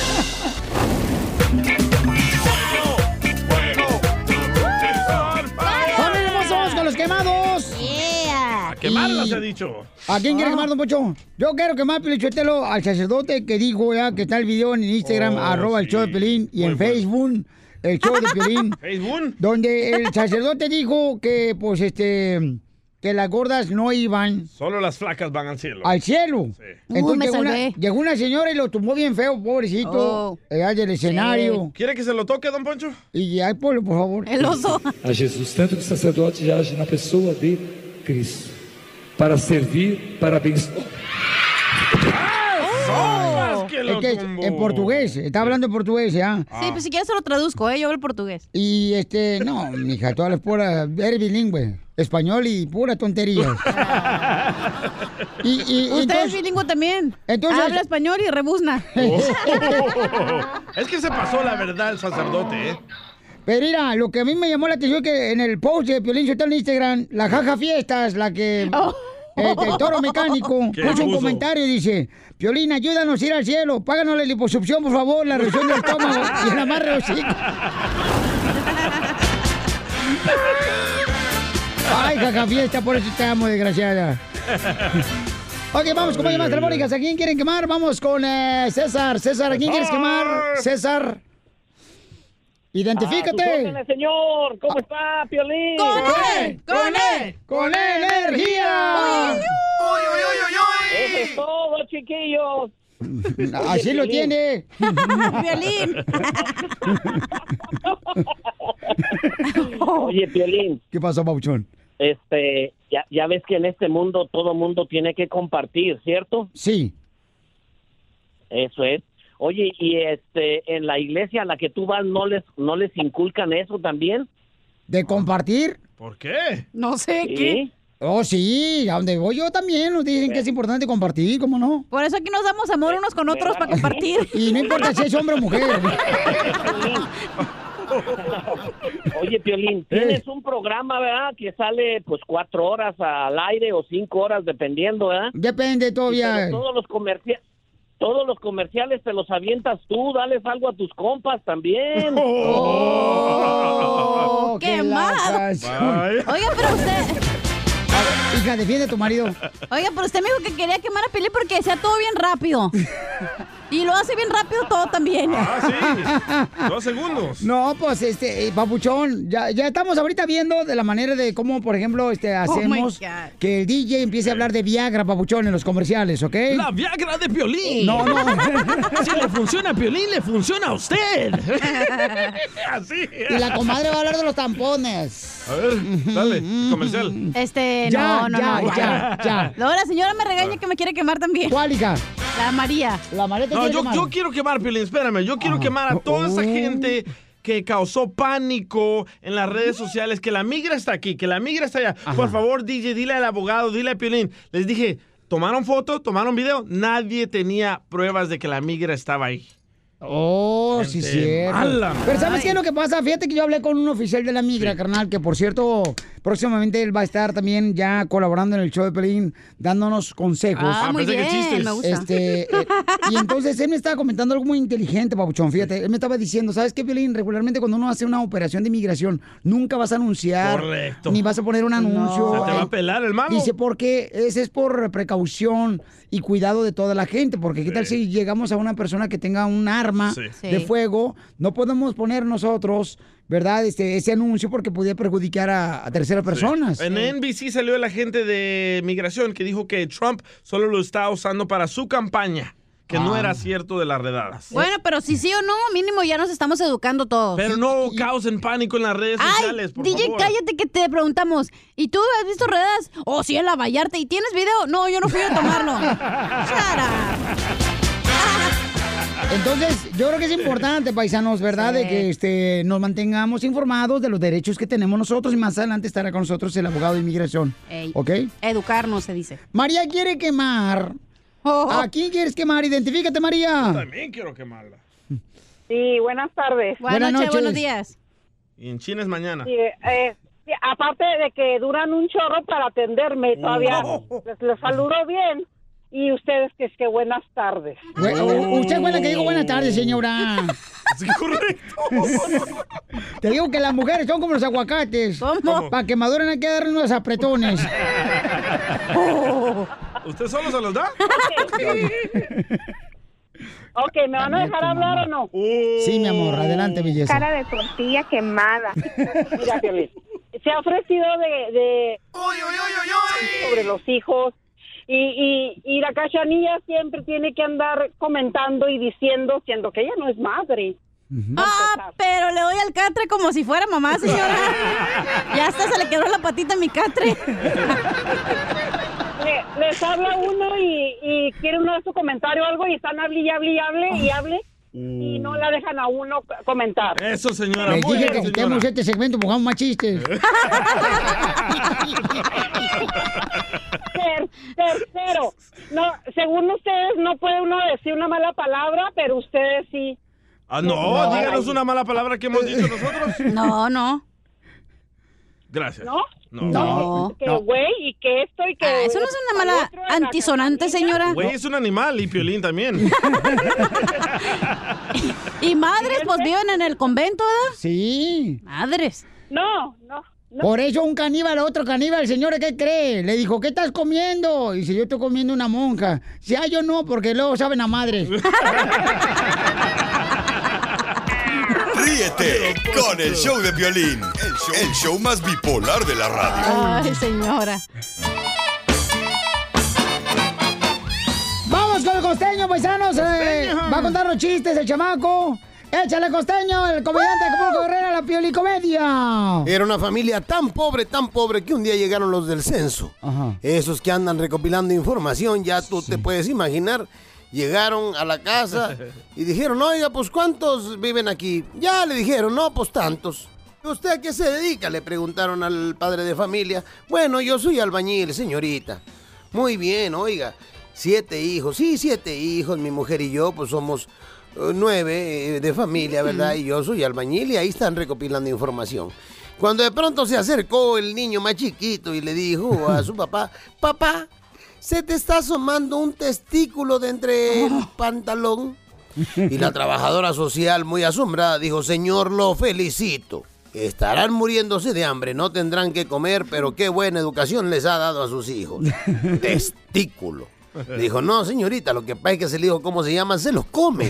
¡Familia hermosa, pues, vamos con los quemados!
¡Yeah!
A quemarla,
Y-
se ha dicho.
¿A quién quiere quemar, don Pocho? Yo quiero quemar, Pelichotelo, al sacerdote que dijo ya que está el video en Instagram,
Oh,
arroba el
sí.
show de Pelín, y en Facebook, el show de Pelín.
Facebook.
Donde el sacerdote dijo que, pues, este, que las gordas no iban
Solo las flacas van al cielo.
al cielo.
Uy, me
llegó, una,
salvé.
llegó una señora y lo tumbó bien feo, pobrecito,
Oh.
allá del escenario.
¿Quiere que se lo toque, don Poncho?
Y ay, ponlo, por favor.
El oso.
a Jesus, tanto que o sacerdote age na pessoa de Cristo para servir, para abençoar.
Es que es en portugués, está hablando en portugués, ¿ya?
Sí, pues si quieres se lo traduzco, ¿eh? Yo hablo portugués.
Y este, no, mija, todas las puras, eres bilingüe, español y pura tontería. y, y,
Usted es
entonces-
bilingüe también.
entonces-
Habla español y rebuzna.
Es que se pasó la verdad el sacerdote, ¿eh?
Pero mira, lo que a mí me llamó la atención que en el post de Piolín Sotelo en Instagram, la jaja fiestas, la que... eh, el toro mecánico
¿Qué
puso un
puso?
comentario y dice, Piolín, ayúdanos a ir al cielo, páganos la liposucción, por favor, la reducción del estómago y el amarre de hocico". Ay, jaja fiesta, por eso te amo, desgraciada. Ok, vamos con más llamadas telefónicas. ¿A quién quieren quemar? Vamos con eh, César. César, ¿a quién quieres quemar? César.
Ah, sus
Identifícate.
órdenes,
señor. ¿Cómo está, Piolín? Ah. ¡Con él! ¡Con él! ¡Con energía!
Eso es todo, chiquillos.
Así Ah, lo
Piolín.
tiene.
Piolín.
Oye, Piolín. ¿Qué pasó, Pauchón?
este, ya, ya ves que en este mundo todo mundo tiene que compartir, ¿cierto?
Sí.
Eso es. Oye, y este, en la iglesia a la que tú vas, ¿no les, no les inculcan eso también?
¿De compartir?
¿Por qué?
No sé
qué.
Oh, sí, a donde voy yo también nos dicen que es importante compartir, ¿cómo no?
Por eso aquí nos damos amor unos con otros para compartir.
Y no importa si es hombre o mujer.
Oye, Piolín, tienes un programa, ¿verdad? Que sale pues cuatro horas al aire o cinco horas, dependiendo, ¿verdad?
Depende todavía.
Pero todos los comerciales. Todos los comerciales te los avientas tú, dales algo a tus compas también.
¡Oh!
¡Qué mal! Oiga, pero usted,
Hija, defiende a tu marido.
oiga, pero usted me dijo que quería quemar a Pelín porque decía todo bien rápido. Y lo hace bien rápido todo también.
Ah, Dos segundos.
No, pues este, eh, papuchón, ya, ya estamos ahorita viendo de la manera de cómo, por ejemplo, este, hacemos
Oh, my God.
que el DJ empiece a hablar de Viagra, papuchón, en los comerciales, ¿ok?
La Viagra de Piolín.
No, no.
Si le funciona a Piolín, le funciona a usted. Así.
Y la comadre va a hablar de los tampones.
A ver, dale, comercial.
Este,
Ya,
no, no,
ya,
no.
ya, ya.
Luego la señora me regaña que me quiere quemar también.
¿Cuál, hija?
La María.
La María
No, yo, yo quiero quemar, Piolín, espérame. Yo
Ah.
quiero quemar a toda
Oh.
esa gente que causó pánico en las redes sociales, que la migra está aquí, que la migra está allá. Por favor, DJ, dile al abogado, dile a Piolín. Les dije, tomaron foto, tomaron video. Nadie tenía pruebas de que la migra estaba ahí.
Oh, sí,
Gente
cierto.
mala.
Pero ¿sabes qué es lo que pasa? Fíjate que yo hablé con un oficial de la migra, carnal, que por cierto, próximamente él va a estar también ya colaborando en el show de Pelín, dándonos consejos.
Ah, Ah, muy pensé que bien, chistes. me gusta.
Este, eh, y entonces él me estaba comentando algo muy inteligente, Papuchón, fíjate. Él me estaba diciendo, ¿sabes qué, Pelín? Regularmente cuando uno hace una operación de migración, nunca vas a anunciar.
Correcto.
Ni vas a poner un anuncio.
Se te va
eh,
a pelar el mago.
Dice, porque ese es por precaución y cuidado de toda la gente, porque qué tal si llegamos a una persona que tenga un arma
Sí. Sí.
de fuego, no podemos poner nosotros, ¿verdad? Este, ese anuncio porque podría perjudicar a, a terceras personas. Eh.
En NBC salió la gente de migración que dijo que Trump solo lo estaba usando para su campaña, que no
Ah.
era cierto de las redadas.
Bueno, pero si sí o no, mínimo ya nos estamos educando todos.
Pero no causen pánico en las redes sociales, por
DJ,
favor.
cállate que te preguntamos. ¿Y tú has visto redes? Oh, sí, en la Vallarta. ¿Y tienes video? No, yo no fui a tomarlo.
Entonces, yo creo que es importante, paisanos, ¿verdad? De que este, nos mantengamos informados de los derechos que tenemos nosotros y más adelante estará con nosotros el abogado de inmigración.
Ey.
¿Ok?
Educarnos, se dice.
María quiere quemar. ¿A quién quieres quemar? Identifícate, María.
También quiero quemarla.
Sí, buenas tardes.
Buenas Buenas noches, noches. buenos
días.
Y en China es mañana.
Sí, eh, sí, aparte de que duran un chorro para atenderme, todavía les, les saludo bien. Y ustedes, que es que buenas tardes.
Güe- u- oh, Usted fue la que dijo buenas tardes, señora.
Oh. Sí, correcto.
Te digo que las mujeres son como los aguacates. Para que maduren hay que darle unos apretones.
¿Usted solo se los da?
Ok, ¿me van a dejar hablar o no?
Sí, mi amor, adelante, belleza.
Cara de tortilla quemada. Mira, Piolín, se ha ofrecido de, de- sobre los hijos y, y, y la cachanilla siempre tiene que andar comentando y diciendo, siendo que ella no es madre.
Ah, pero le doy al catre como si fuera mamá, señora. ya hasta se le quebró la patita a mi catre.
Le- les habla uno y, y quiere uno de su comentario o algo y están hable y hable y hable y hable y no la dejan a uno c- comentar.
Eso, señora.
Les
muy
dije
bien,
que
señora.
quitemos este segmento, pongamos más chistes.
Ter- tercero, no, según ustedes no puede uno decir una mala palabra, pero ustedes sí.
Ah, no,
No.
díganos una mala palabra que hemos dicho nosotros.
No, no.
Gracias.
¿No?
No.
Que güey y que esto y que...
Ah, eso no es una mala antisonante, señora.
Güey, es un animal y Piolín también.
Y madres, pues viven en el convento, ¿verdad?
Sí.
Madres.
No, no.
Por eso un caníbal, otro caníbal, señora, ¿qué cree? Le dijo, ¿qué estás comiendo? Y dice, yo estoy comiendo una monja. Si ah, yo no, porque luego saben a madre.
Ríete con el show de violín, el show, el show más bipolar de la radio.
Ah.
Ay, señora.
Vamos con el costeño, paisanos. eh, va a contar los chistes el chamaco. Échale costeño, el comediante de Acapulco Guerrero, la piolicomedia.
Era una familia tan pobre, tan pobre, que un día llegaron los del censo. Esos que andan recopilando información, ya tú te puedes imaginar. Llegaron a la casa y dijeron, oiga, pues ¿cuántos viven aquí? Ya le dijeron, no, pues tantos. "¿Y ¿Usted a qué se dedica? Le preguntaron al padre de familia. Bueno, yo soy albañil, señorita. Muy bien, oiga. Siete hijos, sí, siete hijos, mi mujer y yo, pues somos eh, nueve eh, de familia, ¿verdad? Y yo soy albañil y ahí están recopilando información. Cuando de pronto se acercó el niño más chiquito y le dijo a su papá, papá, se te está asomando un testículo de entre el
Oh.
pantalón. Y la trabajadora social, muy asombrada, dijo, señor, lo felicito. Estarán muriéndose de hambre, no tendrán que comer, pero qué buena educación les ha dado a sus hijos. Testículo. Dijo, no, señorita, lo que pasa es que se le dijo cómo se llaman, se los comen.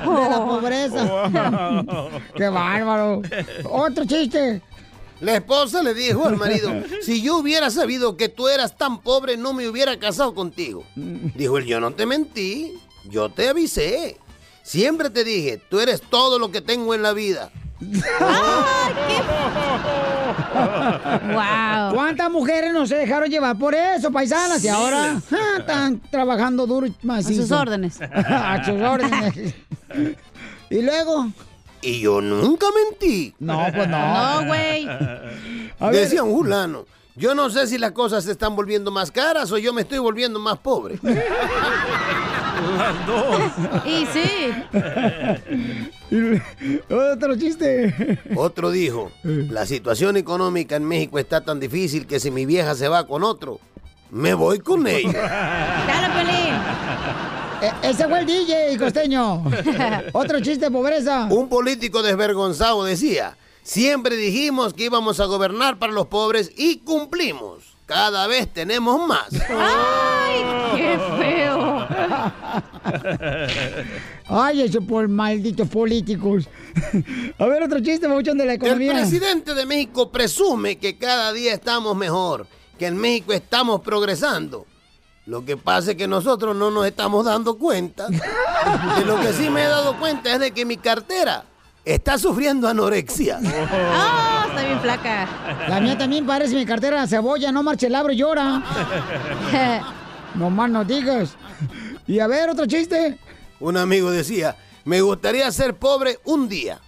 De la pobreza. Qué bárbaro. Otro chiste.
La esposa le dijo al marido, si yo hubiera sabido que tú eras tan pobre, no me hubiera casado contigo. Dijo él, yo no te mentí, yo te avisé. Siempre te dije, tú eres todo lo que tengo en la vida.
Wow. ¿Cuántas mujeres no se dejaron llevar por eso, paisanas?
Sí.
Y ahora ah, están trabajando duro y macizo.
A sus órdenes.
A sus órdenes. y luego.
Y yo nunca mentí.
No, pues no. No, güey. A ver.
Decía un fulano, yo no sé si las cosas se están volviendo más caras o yo me estoy volviendo más pobre.
Las dos.
Y sí.
Otro chiste.
Otro dijo, la situación económica en México está tan difícil que si mi vieja se va con otro, me voy con ella.
Dale, Pelín.
E- ese fue el DJ, costeño. Otro chiste, pobreza.
Un político desvergonzado decía, siempre dijimos que íbamos a gobernar para los pobres y cumplimos. Cada vez tenemos más.
¡Ay,
qué feo!
Ay, esos por malditos políticos. A ver, otro chiste, mucho de la
El
economía.
presidente de México presume que cada día estamos mejor, que en México estamos progresando. Lo que pasa es que nosotros no nos estamos dando cuenta. De lo que sí me he dado cuenta es de que mi cartera está sufriendo anorexia.
Ah, está bien flaca.
La mía también parece mi cartera de cebolla, no marche el labro y llora. No más no digas. Y a ver, otro chiste.
Un amigo decía, me gustaría ser pobre un día.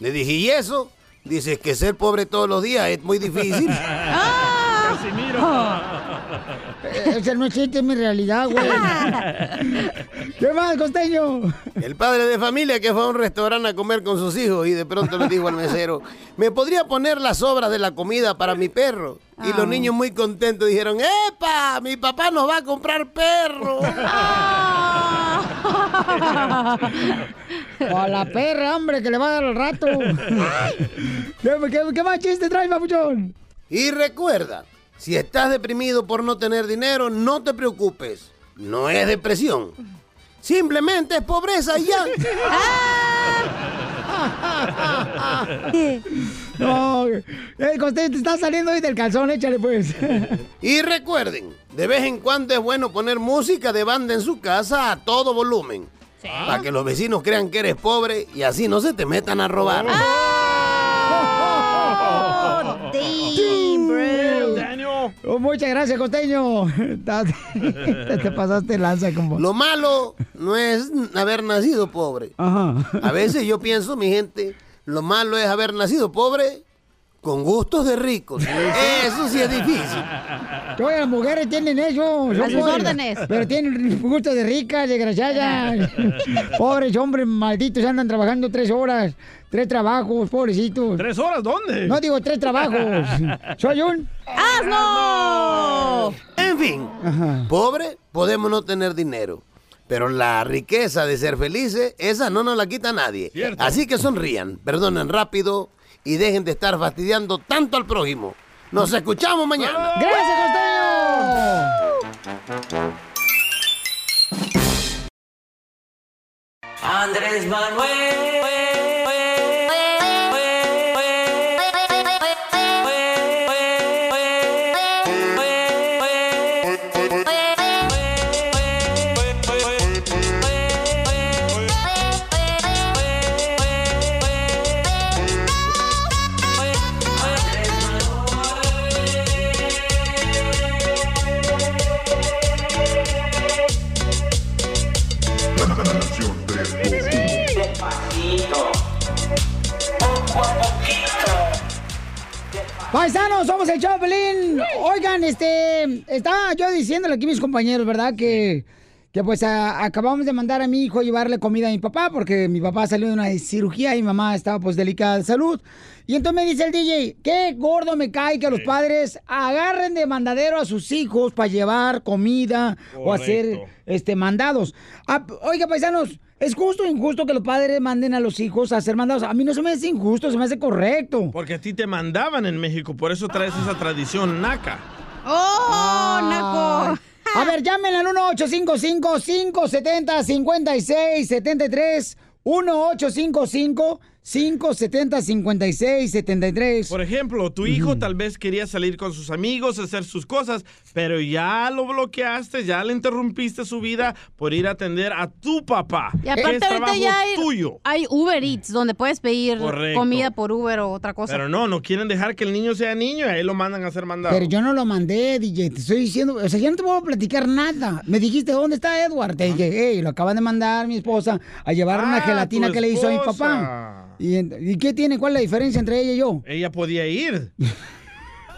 Le dije, ¿y eso? Dices que ser pobre todos los días es muy difícil.
Ah. Casimiro.
Eh, Ese no es chiste, es mi realidad, güey. ¿Qué más, costeño?
El padre de familia que fue a un restaurante a comer con sus hijos y de pronto le dijo al mesero, ¿me podría poner las sobras de la comida para mi perro? Y
Ah.
los niños muy contentos dijeron, ¡epa! Mi papá nos va a comprar perro.
Ah. O a la perra, hombre, que le va a dar al rato. ¿Qué, qué- qué más chiste trae, papuchón?
Y recuerda, si estás deprimido por no tener dinero, no te preocupes. No es depresión. Simplemente es pobreza y ya.
No, el costeño te está saliendo hoy del calzón, échale pues.
Y recuerden, de vez en cuando es bueno poner música de banda en su casa a todo volumen.
Ah.
Para que los vecinos crean que eres pobre y así no se te metan a robar.
Oh, muchas gracias, costeño. Te, te pasaste lanza como.
Lo malo no es haber nacido pobre. A veces yo pienso, mi gente, lo malo es haber nacido pobre con gustos de ricos. Eso sí es difícil.
Todas las mujeres tienen eso.
A
son
sus
pobres,
órdenes.
Pero tienen gusto de ricas, desgraciadas. pobres hombres malditos andan trabajando tres horas. Tres trabajos, pobrecitos.
¿Tres horas dónde?
No digo tres trabajos. Soy un.
¡Hazlo! En fin, pobre podemos no tener dinero. Pero la riqueza de ser felices, esa no nos la quita nadie.
Cierto.
Así que sonrían, perdonen rápido y dejen de estar fastidiando tanto al prójimo. Nos escuchamos mañana.
Andrés Manuel.
Paisanos, somos el Choplin. Oigan, este, estaba yo diciéndole aquí a mis compañeros, ¿verdad? Que, que pues a- acabamos de mandar a mi hijo a llevarle comida a mi papá porque mi papá salió de una cirugía y mi mamá estaba pues delicada de salud. Y entonces me dice el DJ, qué gordo me cae que los padres agarren de mandadero a sus hijos para llevar comida o hacer
Correcto.
este mandados. Ah, oiga, paisanos, es justo o injusto que los padres manden a los hijos a hacer mandados. A mí no se me hace injusto, se me hace correcto.
Porque a ti te mandaban en México, por eso traes esa tradición naca.
¡Oh, Naco! A ver, llamen al 1-855-570-5673. 1-855-570-5673.
Por ejemplo, tu hijo tal vez quería salir con sus amigos, hacer sus cosas, pero ya lo bloqueaste, ya le interrumpiste su vida por ir a atender a tu papá.
Y aparte
es
ahorita
trabajo
ya hay,
tuyo.
hay Uber Eats donde puedes pedir
Correcto.
comida por Uber o otra cosa.
Pero no, no quieren dejar que el niño sea niño y ahí lo mandan a hacer mandado.
Pero yo no lo mandé, DJ. Te estoy diciendo, o sea, ya no te puedo platicar nada. Me dijiste, ¿dónde está Edward? Te dije, hey, lo acaban de mandar mi esposa a llevar una
Ah,
gelatina
tu
que le hizo a mi
esposa.
papá. ¿Y, en- ¿Y qué tiene? ¿Cuál es la diferencia entre ella y yo?
Ella podía ir.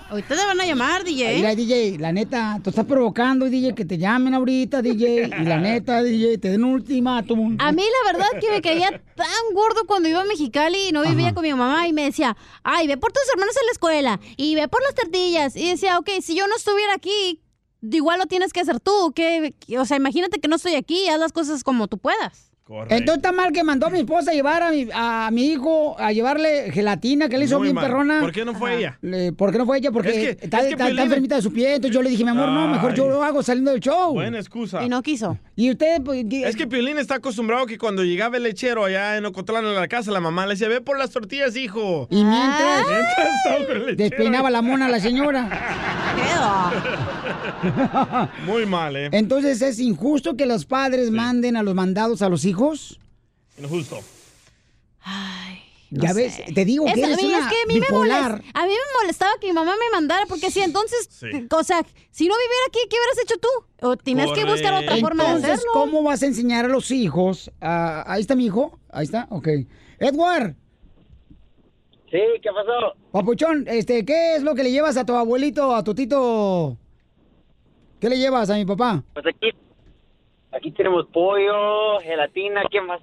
Ahorita te van a llamar, DJ.
Mira, DJ, la neta, tú estás provocando, DJ, que te llamen ahorita, DJ. Y la neta, DJ, te den un ultimátum.
A mí la verdad que me caía tan gordo cuando iba a Mexicali y no vivía con mi mamá y me decía, ay, ve por tus hermanos en la escuela y ve por las tortillas. Y decía, ok, si yo no estuviera aquí, igual lo tienes que hacer tú. ¿qué? O sea, imagínate que no estoy aquí, haz las cosas como tú puedas.
Entonces está mal que mandó a mi esposa a llevar a mi, a mi hijo, a llevarle gelatina que le hizo
Muy
bien
mal.
perrona.
¿Por qué no fue ella?
Le- ¿Por qué no fue ella? Porque
Es que-
está,
es que
está- está
Piolín-
enfermita de su pie. Entonces yo le dije, mi amor, no, mejor yo
Ay.
lo hago saliendo del show.
Buena excusa.
Y no quiso.
Y usted, pues, ¿qué-
Es que Piolín está acostumbrado que cuando llegaba el lechero allá en Ocotlán a la casa, la mamá le decía, ve por las tortillas, hijo.
Y mientras-
Mientras estaba con el lechero.
despeinaba la mona a la señora.
Muy mal, ¿eh?
Entonces es injusto que los padres manden a los mandados a los hijos.
Injusto.
ya ves, te digo que
Es-
eres
a mí,
una
es que a mí, me
bipolar.
molest- a mí me molestaba que mi mamá me mandara, porque si entonces,
Sí.
o sea, si no viviera aquí, ¿qué hubieras hecho tú? O tienes que buscar otra forma de
Entonces,
hacerlo.
¿cómo vas a enseñar a los hijos? Ah, ahí está mi hijo. Ahí está, ok. Edward,
Sí, ¿qué pasó?
papuchón, este, ¿qué es lo que le llevas a tu abuelito, a tu tito? ¿Qué le llevas a mi papá?
Pues aquí, aquí tenemos pollo, gelatina, ¿qué más?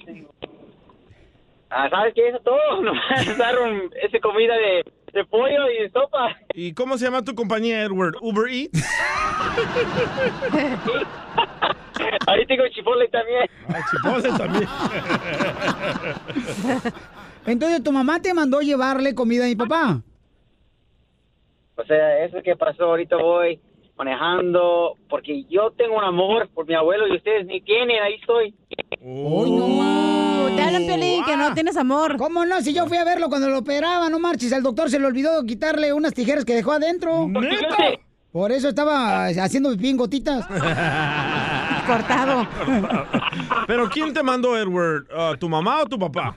Ah, ¿sabes qué? Eso todo. Nomás daron ese comida de, de pollo y de sopa.
¿Y cómo se llama tu compañía, Edward? ¿Uber Eats?
Ahí tengo chipotle también.
Chipotle también.
Entonces, tu mamá te mandó llevarle comida a mi papá.
O sea, eso que pasó ahorita voy manejando, porque yo tengo un amor por mi abuelo y ustedes ni tienen, ahí estoy.
Te hablan, Piolín, que no tienes amor.
¿Cómo no? Si yo fui a verlo cuando lo operaba, no marches. Al doctor se le olvidó quitarle unas tijeras que dejó adentro.
¿Neta?
Por eso estaba haciendo pipí en gotitas.
Cortado.
¿Pero quién te mandó, Edward? Ah, ¿Tu mamá o tu papá?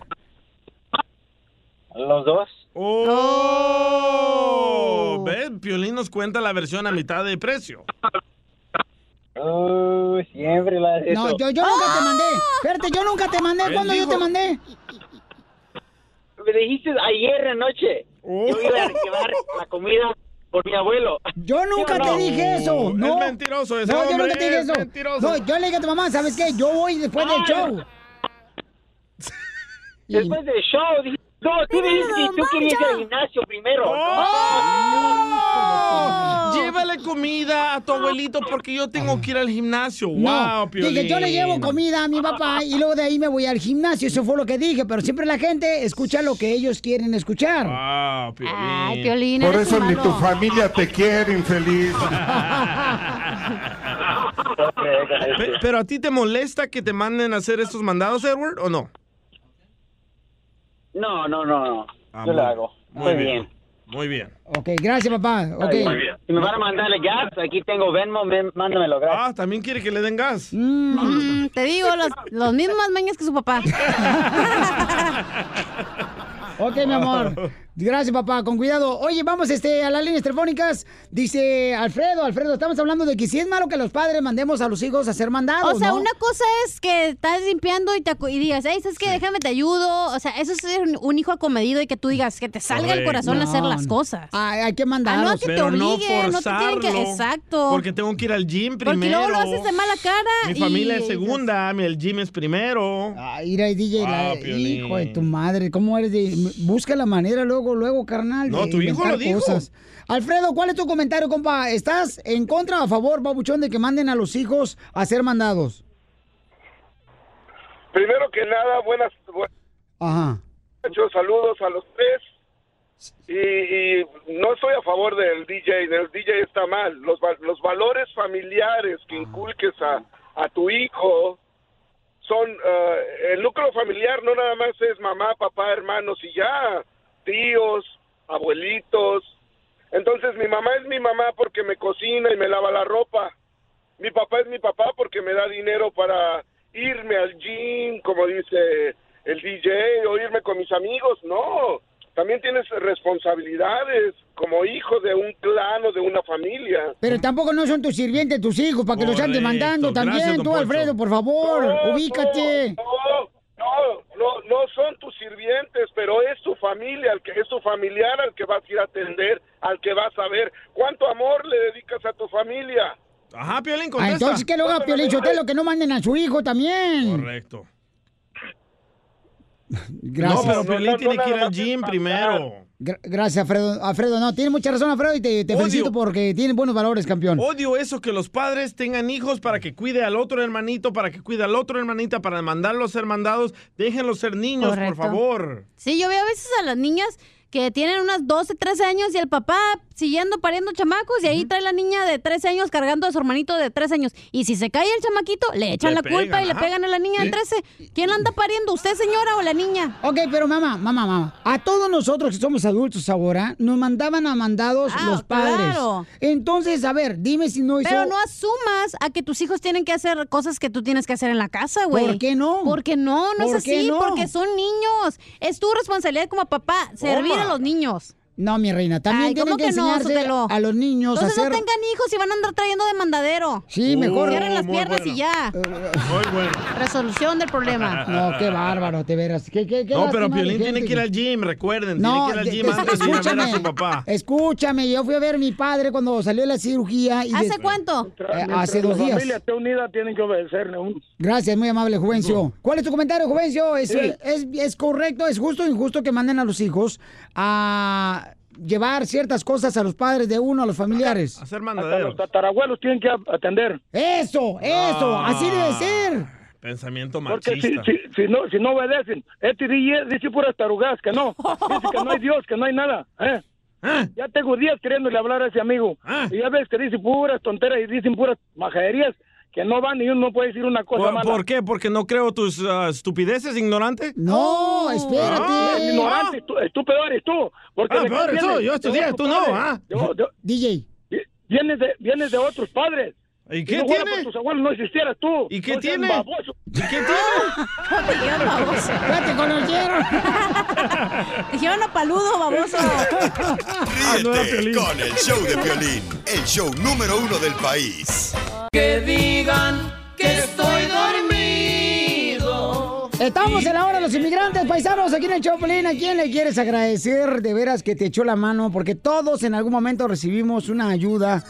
Los dos.
¡Oh! ¿Ves? Piolín nos cuenta la versión a mitad de precio.
Oh, siempre la haces
No, yo, yo nunca
¡Ah!
te mandé. Espérate, yo nunca te mandé.
Él
¿Cuándo yo
dijo-
te mandé?
Me dijiste ayer anoche. Yo iba a llevar la comida por mi abuelo.
Yo nunca
¿Sí o no?
te dije eso.
Es
No.
mentiroso ese
No, yo
hombre,
nunca te dije
es
eso.
mentiroso.
No, yo le dije a tu mamá, ¿sabes qué? Yo voy después del show.
Después del show, dije, no, tú me dijiste que tú querías ir al gimnasio primero. Ah,
Oh, Llévale comida a tu abuelito porque yo tengo que ir al gimnasio.
No,
¡Wow, Piolín!
dije, yo le llevo comida a mi papá y luego de ahí me voy al gimnasio. Eso fue lo que dije, pero siempre la gente escucha lo que ellos quieren escuchar.
¡Wow, Piolín!
Ay, Piolín,
Por
eres
eso
un
ni tu
malo.
familia te quiere, infeliz.
Pe- ¿Pero a ti te molesta que te manden a hacer estos mandados, Edward, o no?
No, no, no, no.
Ah,
yo
muy-
lo hago.
Muy
Estoy
bien. Muy bien.
Ok, gracias, papá. Ok.
Está bien. Si me van a mandar el gas, aquí tengo Venmo, me- mándamelo, gracias.
Ah, también quiere que le den gas.
Mm, te digo, los, los mismas mañas que su papá.
Ok, mi amor. Gracias, papá, con cuidado. Oye, vamos este, a las líneas telefónicas. Dice Alfredo, Alfredo, estamos hablando de que si es malo que los padres mandemos a los hijos a ser mandados.
O sea,
¿no?
una cosa es que estás limpiando y, te acu- y digas, hey, ¿sabes qué? Déjame te ayudo. O sea, eso es ser un- un hijo acomedido y que tú digas que te salga el
Correcto.
corazón hacer
No,
las
no.
cosas.
Ay, hay que
Ah, no,
mandarlos.
que te
Pero no
obliguen, no te tienen que...
forzarlo,
Exacto.
Porque tengo que ir al gym primero.
Porque luego lo haces de mala cara
Mi
y-
familia es segunda, mi- el gym es primero.
Ay, mira, DJ, la-
Ah, Piolín.
hijo de tu madre, ¿cómo eres? de- busca la manera luego, luego, carnal.
No,
de
tu hijo
inventar
lo dijo.
Alfredo, ¿cuál es tu comentario, compa? ¿Estás en contra o a favor, babuchón, de que manden a los hijos a ser mandados?
Primero que nada, buenas, bu-
Ajá.
muchos saludos a los tres. Y, y no estoy a favor del DJ, del DJ está mal. Los, va- los valores familiares que inculques a, a tu hijo son... eh, el núcleo familiar no nada más es mamá, papá, hermanos y ya, tíos, abuelitos. Entonces mi mamá es mi mamá porque me cocina y me lava la ropa. Mi papá es mi papá porque me da dinero para irme al gym, como dice el DJ, o irme con mis amigos. No, también tienes responsabilidades como hijo de un clan o de una familia.
Pero tampoco no son tus sirvientes, tus hijos, para que los
Correcto.
anden mandando también.
Gracias, don
tú,
Poncho.
Alfredo, por favor,
No,
ubícate.
No, no, no, no son tus sirvientes, pero es tu familia, al que, es tu familiar al que vas a ir a atender, al que vas a ver. ¿Cuánto amor le dedicas a tu familia?
Ajá, Piolín,
Ah,
contesta.
entonces que lo haga Piolín Sotelo, que no manden a su hijo también.
Correcto.
Gracias.
No, pero Piolín tiene que ir al gym primero.
Gra- Gracias, Alfredo. Alfredo, no, tiene mucha razón, Alfredo, y te, te
Odio. Oh,
felicito porque tienes buenos valores, campeón.
Odio eso que los padres tengan hijos para que cuide al otro hermanito, para que cuide al otro hermanita, para mandarlos ser mandados. Déjenlos ser niños,
Correcto.
por favor.
Sí, yo veo a veces a las niñas que tienen unas 12, 13 años y el papá siguiendo pariendo chamacos y ahí trae la niña de 13 años cargando a su hermanito de 13 años. Y si se cae el chamaquito, le echan
Le
la culpa
pegan,
y le
ajá.
pegan a la niña de
Sí.
13. ¿Quién la anda pariendo, usted señora o la niña?
Ok, pero mamá, mamá, mamá. A todos nosotros que somos adultos ahora, nos mandaban a mandados los padres.
Ah, claro.
Entonces, a ver, dime si no hizo.
Pero no asumas a que tus hijos tienen que hacer cosas que tú tienes que hacer en la casa, güey.
¿Por qué no?
Porque no, no
¿Por
es
qué
así,
no?
porque son niños. Es tu responsabilidad como papá servir
Toma.
a los niños.
No, mi reina, también
Ay,
tienen
¿cómo
que,
que no,
enseñarse
Sotelo?
a los niños
Entonces
a
no
hacer.
tengan hijos y van a andar trayendo de mandadero.
Sí, mejor. Eh,
Cierren las
Uh, Muy
piernas y
bueno.
ya.
Muy bueno.
Resolución del problema.
No, qué bárbaro, te verás. ¿Qué, qué, qué
No, pero
lástima de
Piolín tiene
gente
que ir al gym, recuerden.
No,
tiene que
de-
ir al gym antes de ir a ver a su papá.
Escúchame, yo fui a ver a mi padre cuando salió de la cirugía. Y des- Eh, hace dos
La
días.
familia esté unida, tienen que obedecerle. uno.
Gracias, muy amable, Juvencio. ¿Cuál es tu comentario, Juvencio? ¿Es,
Sí.
es, es correcto, es justo o injusto que manden a los hijos a llevar ciertas cosas a los padres de uno, a los familiares?
Hacer
Hasta los
mandaderos.
tatarabuelos tienen que atender.
Eso, eso,
Ah.
así debe ser.
Pensamiento
Porque si,
machista.
si, si no, si no obedecen, este DJ dice puras tarugas, que no. Dice que no hay Dios, que no hay nada. ¿eh? Ya tengo días queriéndole hablar a ese amigo.
¿Eh?
Y ya ves que dice puras tonteras y dicen puras majaderías que no van y uno no puede decir una cosa
¿Por,
mala.
por qué? ¿Porque no creo tus ah, estupideces, ignorante?
No, espérate.
Ah, ignorante, tú- estúpido eres tú. Porque
Ah,
de-
peor eres tú,
vienes-
yo estudié,
de otros
tú no,
padres.
ah.
Yo- yo-
DJ.
vi- Vienes de, vienes de otros padres.
¿Y
Si
qué
no fuera
tiene?
por tus abuelos no existieras tú.
¿Y qué
No seas
tiene?
baboso.
¿Y qué tiene?
Ah, Ya te conocieron.
Dijeron a paludo, baboso.
Ríete con el show de Piolín, el show número uno del país.
Que digan que estoy dormido.
Estamos en la hora de los inmigrantes, paisanos, aquí en el Choplin. ¿A quién le quieres agradecer de veras que te echó la mano? Porque todos en algún momento recibimos una ayuda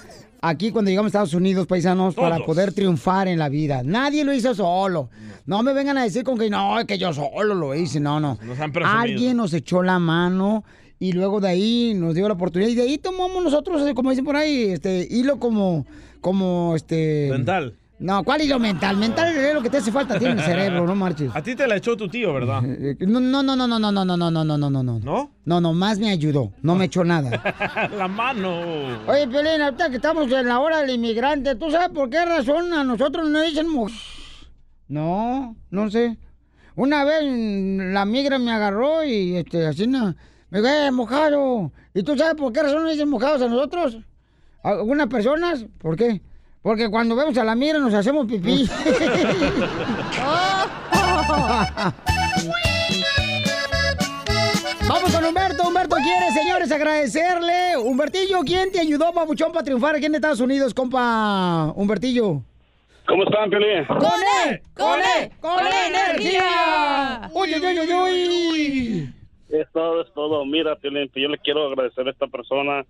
aquí cuando llegamos a Estados Unidos, paisanos, para
Todos.
poder triunfar en la vida. Nadie lo hizo solo. No me vengan a decir con que no, que yo solo lo hice. No, no.
Nos han presumido.
Alguien nos echó la mano y luego de ahí nos dio la oportunidad. Y de ahí tomamos nosotros, eh, como dicen por ahí, este hilo como, como este.
Mental.
No, ¿cuál hilo mental? Mental es lo que te hace falta, tiene el cerebro, no marches.
A ti te la echó tu tío, ¿verdad?
No, no, no, no, no, no, no, no, no, no, no, no, no, no.
¿No?
No, no, más me ayudó, no me echó nada.
la mano.
Oye, Piolín, ahorita que estamos en la hora del inmigrante, ¿tú sabes por qué razón a nosotros no dicen mu- No, no sé. Una vez mm, la migra me agarró y este, así na- me dijo, "Eh, mojado. ¿Y tú sabes por qué razón no dicen mojados a nosotros? A algunas personas, ¿por qué? Porque cuando vemos a la migra nos hacemos pipí. Vamos con Humberto, Humberto, ¿a quién quiere, señores, agradecerle. Humbertillo, ¿quién te ayudó, Pabuchón, para triunfar aquí en Estados Unidos, compa Humbertillo?
¿Cómo están, Piolín?
¡Con él! ¡Con él! ¡Con energía! ¡Uy, uy, uy, uy, uy!
Es todo, es todo. Mira, Piolín, yo le quiero agradecer a esta persona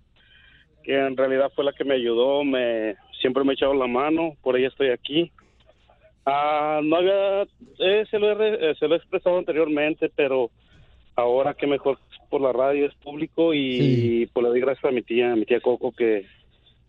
que en realidad fue la que me ayudó, me siempre me ha echado la mano, por ella estoy aquí. Ah, no había, eh, se, lo he, re- eh, se lo he expresado anteriormente, pero ahora que mejor por la radio es público y, por la doy gracias a mi tía, a mi tía Coco, que,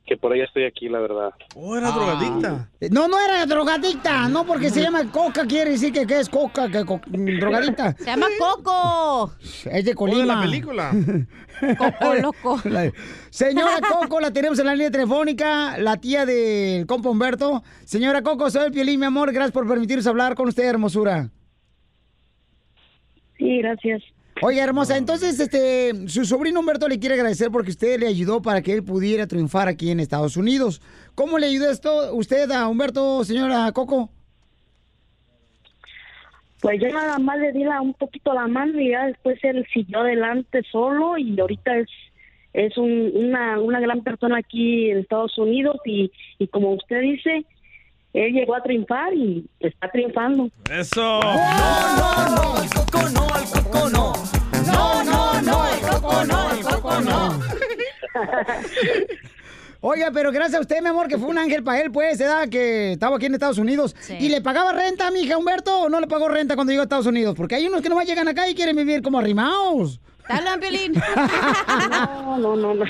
que por ella estoy aquí, la verdad.
Oh, era drogadicta.
Ah. No, no era drogadicta, no porque se llama coca, quiere decir que, que es coca, que co- mm, drogadicta.
Se llama Coco.
Es de Colima.
O de la película. Coco loco.
La- Señora Coco, la tenemos en la línea telefónica, la tía del compa Humberto. Señora Coco, soy el Piolín, mi amor, gracias por permitirnos hablar con usted, hermosura.
Sí, gracias.
Oye, hermosa, entonces, este, su sobrino Humberto le quiere agradecer porque usted le ayudó para que él pudiera triunfar aquí en Estados Unidos. ¿Cómo le ayudó esto usted a Humberto, señora Coco?
Pues yo nada más le di la- un poquito la mano y ya después él siguió adelante solo y ahorita es es un- una, una gran persona aquí en Estados Unidos y, y como usted dice, él llegó a triunfar y está triunfando.
Eso.
No, no, no, el coco no, el coco no. Oiga, pero gracias a usted, mi amor, que fue un ángel para él, pues, edad que estaba aquí en Estados Unidos. ¿Y le pagaba renta, mi hija Humberto, o no le pagó renta cuando llegó a Estados Unidos? Porque hay unos que nomás llegan acá y quieren vivir como arrimados.
Dale, Piolín.
No, no, no, no.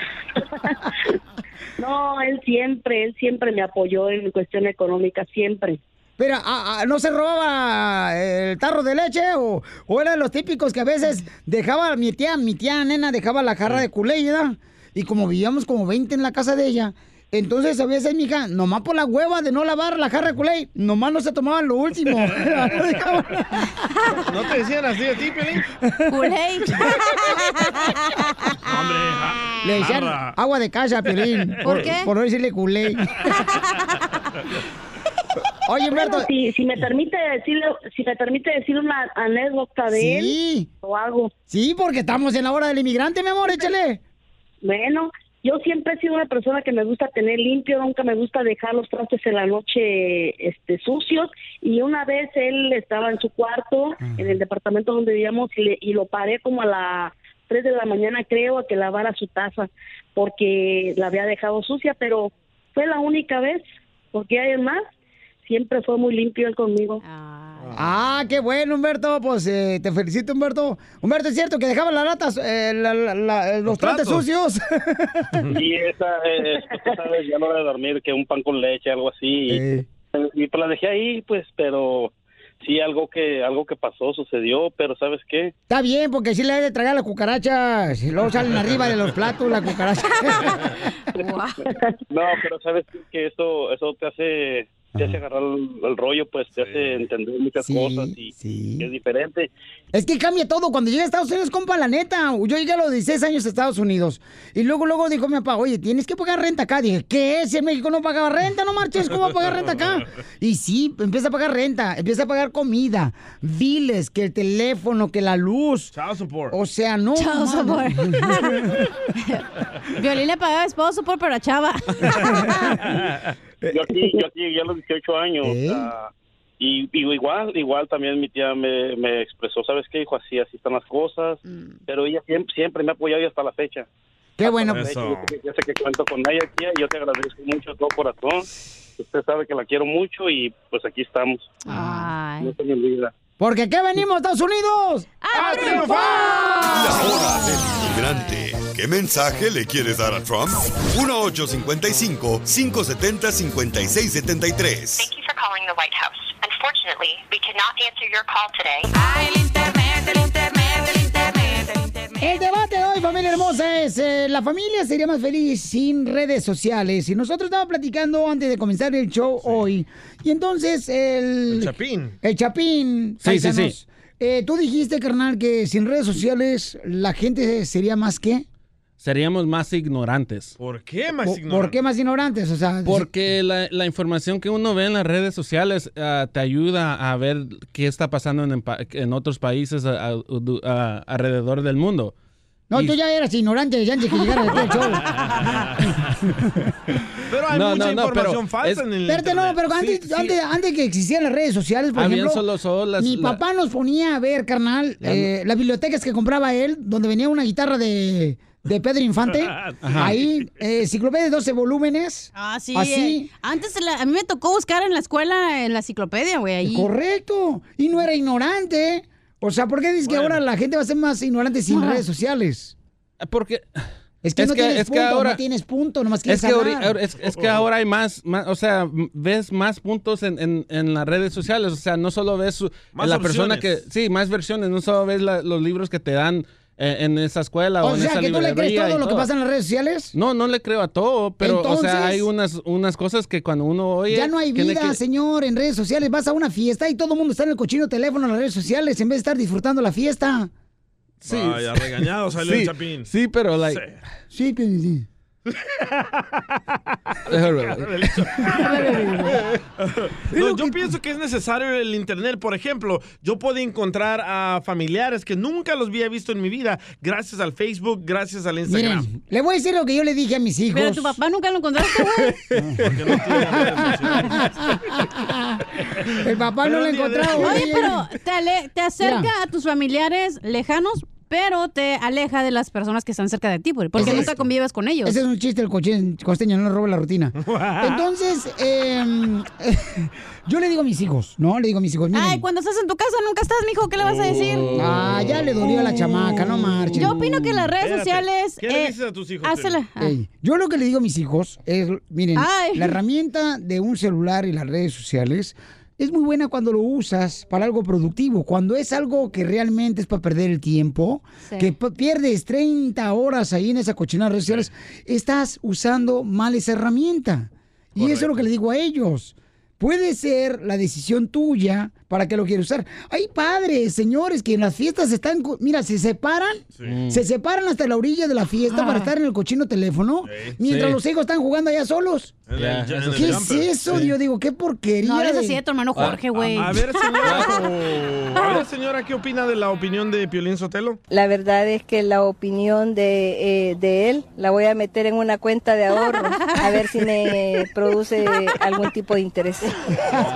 No, él siempre, él siempre me apoyó en cuestión económica, siempre.
Pero ah, ah, no se robaba el tarro de leche o, o eran los típicos que a veces dejaba mi tía, mi tía nena dejaba la jarra de culé, ¿verdad? Y como vivíamos como 20 en la casa de ella, entonces a veces mi hija, nomás por la hueva de no lavar la jarra de culé, nomás no se tomaban lo último.
¿No te decían así a ti, Pelín?
Culé.
Hombre, ja-
Le decían
jarra.
agua de casa, Piolín.
¿Por qué?
Por no decirle culé. Oye,
Humberto. si, si me permite decirle, si me permite decir una anécdota de
Sí.
él, lo hago.
Sí, porque estamos en la hora del inmigrante, mi amor, échale.
Bueno, yo siempre he sido una persona que me gusta tener limpio, nunca me gusta dejar los trastes en la noche este, sucios. Y una vez él estaba en su cuarto, en el departamento donde vivíamos, y, le- y lo paré como a las 3 de la mañana, creo, a que lavara su taza, porque la había dejado sucia, pero fue la única vez, porque hay más, ah, siempre fue muy limpio él conmigo.
Ah, qué bueno, Humberto. Pues eh, te felicito, Humberto. Humberto, es cierto que dejaba las latas, eh, la- la- la- los, trastes
platos.
sucios.
Y esa, eh, tú sabes, ya a la hora de dormir, que un pan con leche, algo así. Y, y pues la dejé ahí, pues, pero sí, algo que algo que pasó, sucedió, pero ¿sabes qué?
Está bien, porque si le hay de tragar las cucarachas. Y luego salen arriba de los platos las cucarachas.
No, pero ¿sabes qué? que eso, eso te hace te hace agarrar el, el rollo, pues, te hace entender muchas cosas y, y es diferente.
Es que cambia todo. Cuando llegué a Estados Unidos, compa, la neta. Yo llegué a los 16 años a Estados Unidos. Y luego, luego dijo mi papá, oye, tienes que pagar renta acá. Dije, ¿qué? Si en México no pagaba renta, no marches, ¿cómo va a pagar renta acá? Y sí, empieza a pagar renta, empieza a pagar comida, biles, que el teléfono, que la luz. O sea, no.
Chao,
mames.
sabor. Violín le pagaba esposo por pero a chava.
Yo aquí, yo aquí llegué a los 18 años. ah, y, y igual, igual también mi tía me, me expresó, ¿sabes qué, hijo? Así, así están las cosas. Pero ella siempre, siempre me ha apoyado y hasta la fecha.
Qué bueno. pues,
Hasta la fecha, Yo, sé que, yo sé que cuento con ella, tía, y yo te agradezco mucho de todo corazón. Usted sabe que la quiero mucho y pues aquí estamos. No se me olvida.
Porque aquí venimos, Estados Unidos. ¡A
Hora del inmigrante. ¿Qué mensaje le quieres dar a Trump? 1855-570-5673.
for calling the White House. Unfortunately, we cannot answer your call today.
El debate de hoy, familia hermosa, es eh, la familia sería más feliz sin redes sociales. Y nosotros estábamos platicando antes de comenzar el show hoy. Y entonces el... El
Chapín.
El Chapín.
Sí, sí, sí.
paisanos, eh, tú dijiste, carnal, que sin redes sociales la gente sería más que...
Seríamos más ignorantes.
¿Por qué
¿Por- ¿Por qué más ignorantes? O sea,
Porque la, la información que uno ve en las redes sociales ah, te ayuda a ver qué está pasando en, en pa- en otros países a- a- du- a- alrededor del mundo.
No,
Y-
tú ya eras ignorante desde antes que llegara aquí al show.
Pero hay
No,
mucha
no, no, pero
información falsa
es-
en el
Espérate, no, pero
internet. Sí,
antes,
sí.
antes, antes que existían las redes sociales, por
Habían
ejemplo,
solo- solo las-
mi
la-
papá nos ponía a ver, carnal,
La-
eh, las bibliotecas que compraba él, donde venía una guitarra de, de Pedro Infante,
Ah,
Ajá.
ahí, eh, enciclopedia de 12 volúmenes.
Ah, sí.
Así.
eh. Antes la- a mí me tocó buscar en la escuela, en la enciclopedia, güey. ahí.
Correcto. Y no era ignorante. O sea, ¿por qué dices que ahora la gente va a ser más ignorante sin
Ajá.
redes sociales?
Porque...
Es que
Es
no
que-
tienes
es que
punto,
ahora-
no tienes punto, nomás quieres
Es que, ahori-
hablar.
ahora- es, es que ahora hay más, más- o sea, m- ves más puntos en, en- en las redes sociales, o sea, no solo ves su-
Más
la persona que,
opciones.
sí, más versiones, no solo ves la- los libros que te dan eh, en esa escuela o,
O
en
sea,
esa
que tú le crees
librería
todo
y
lo que
todo.
pasa en las redes sociales.
No, no le creo a todo, pero o
Entonces-
sea, hay unas unas cosas que cuando uno oye
ya no hay
tiene
vida,
que-
señor, en redes sociales. Vas a una fiesta y todo el mundo está en el cochino teléfono en las redes sociales en vez de estar disfrutando la fiesta.
sí.
Vaya, Ah, regañado salió
sí,
el Chapín.
Sí, pero like
Sí, pero sí.
No, yo pienso que es necesario el internet. Por ejemplo, yo puedo encontrar a familiares que nunca los había visto en mi vida, gracias al Facebook, gracias al Instagram.
Miren, le voy a decir lo que yo le dije a mis hijos.
Pero tu papá nunca lo encontraste, güey.
Ah, El papá no lo ha encontrado.
Oye,
güey.
pero te, ale- te acerca
Mira.
a tus familiares lejanos, pero te aleja de las personas que están cerca de ti, güey, porque
Correcto.
nunca convives con ellos.
este, Ese es un chiste del coche- costeño, no le robe la rutina. Entonces, em, yo le digo a mis hijos, ¿no? Le digo a mis hijos, miren.
Ay, cuando estás en tu casa nunca estás, mijo, ¿qué le vas a decir?
Ah, ya le dolió a la chamaca, no marchen.
Yo opino que las redes sociales...
¿Qué le dices
a tus hijos?
Hazla. ah.
Ey, yo lo que le digo a mis hijos es, miren,
Ay.
la herramienta de un celular y las redes sociales es muy buena cuando lo usas para algo productivo, cuando es algo que realmente es para perder el tiempo,
Sí.
que p- pierdes 30 horas ahí en esa cochina de redes sociales, estás usando mal esa herramienta. Y eso es lo que le digo a ellos. Puede ser la decisión tuya para que lo quieras usar. Hay padres, señores, que en las fiestas están, co- mira, se separan,
Sí.
se separan hasta la orilla de la fiesta para
Ah.
estar en el cochino teléfono mientras
Sí.
los hijos están jugando allá solos.
En el- en el
¿Qué es
jumper.
eso?
Sí.
Yo digo, qué porquería.
No hables
de-
así de tu hermano Jorge, güey.
Ah, A ver, señora, a ver, señora, ¿qué opina de la opinión de Piolín Sotelo?
La verdad es que la opinión de, eh, de él la voy a meter en una cuenta de ahorro, a ver si me produce algún tipo de interés.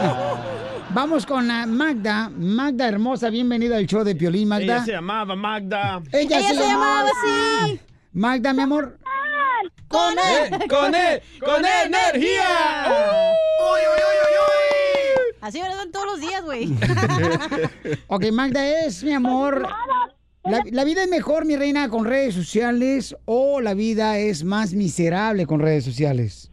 Vamos con la Magda, Magda hermosa, bienvenida al show de Piolín, Magda.
Ella se llamaba Magda.
Ella se llamaba
así.
Magda, mi amor. E,
Con E,
él, con él, con energía.
Así me lo dan todos los días, güey.
Uh. Ok, Magda es, mi amor. La, la vida es mejor, mi reina, con redes sociales o la vida es más miserable con redes sociales?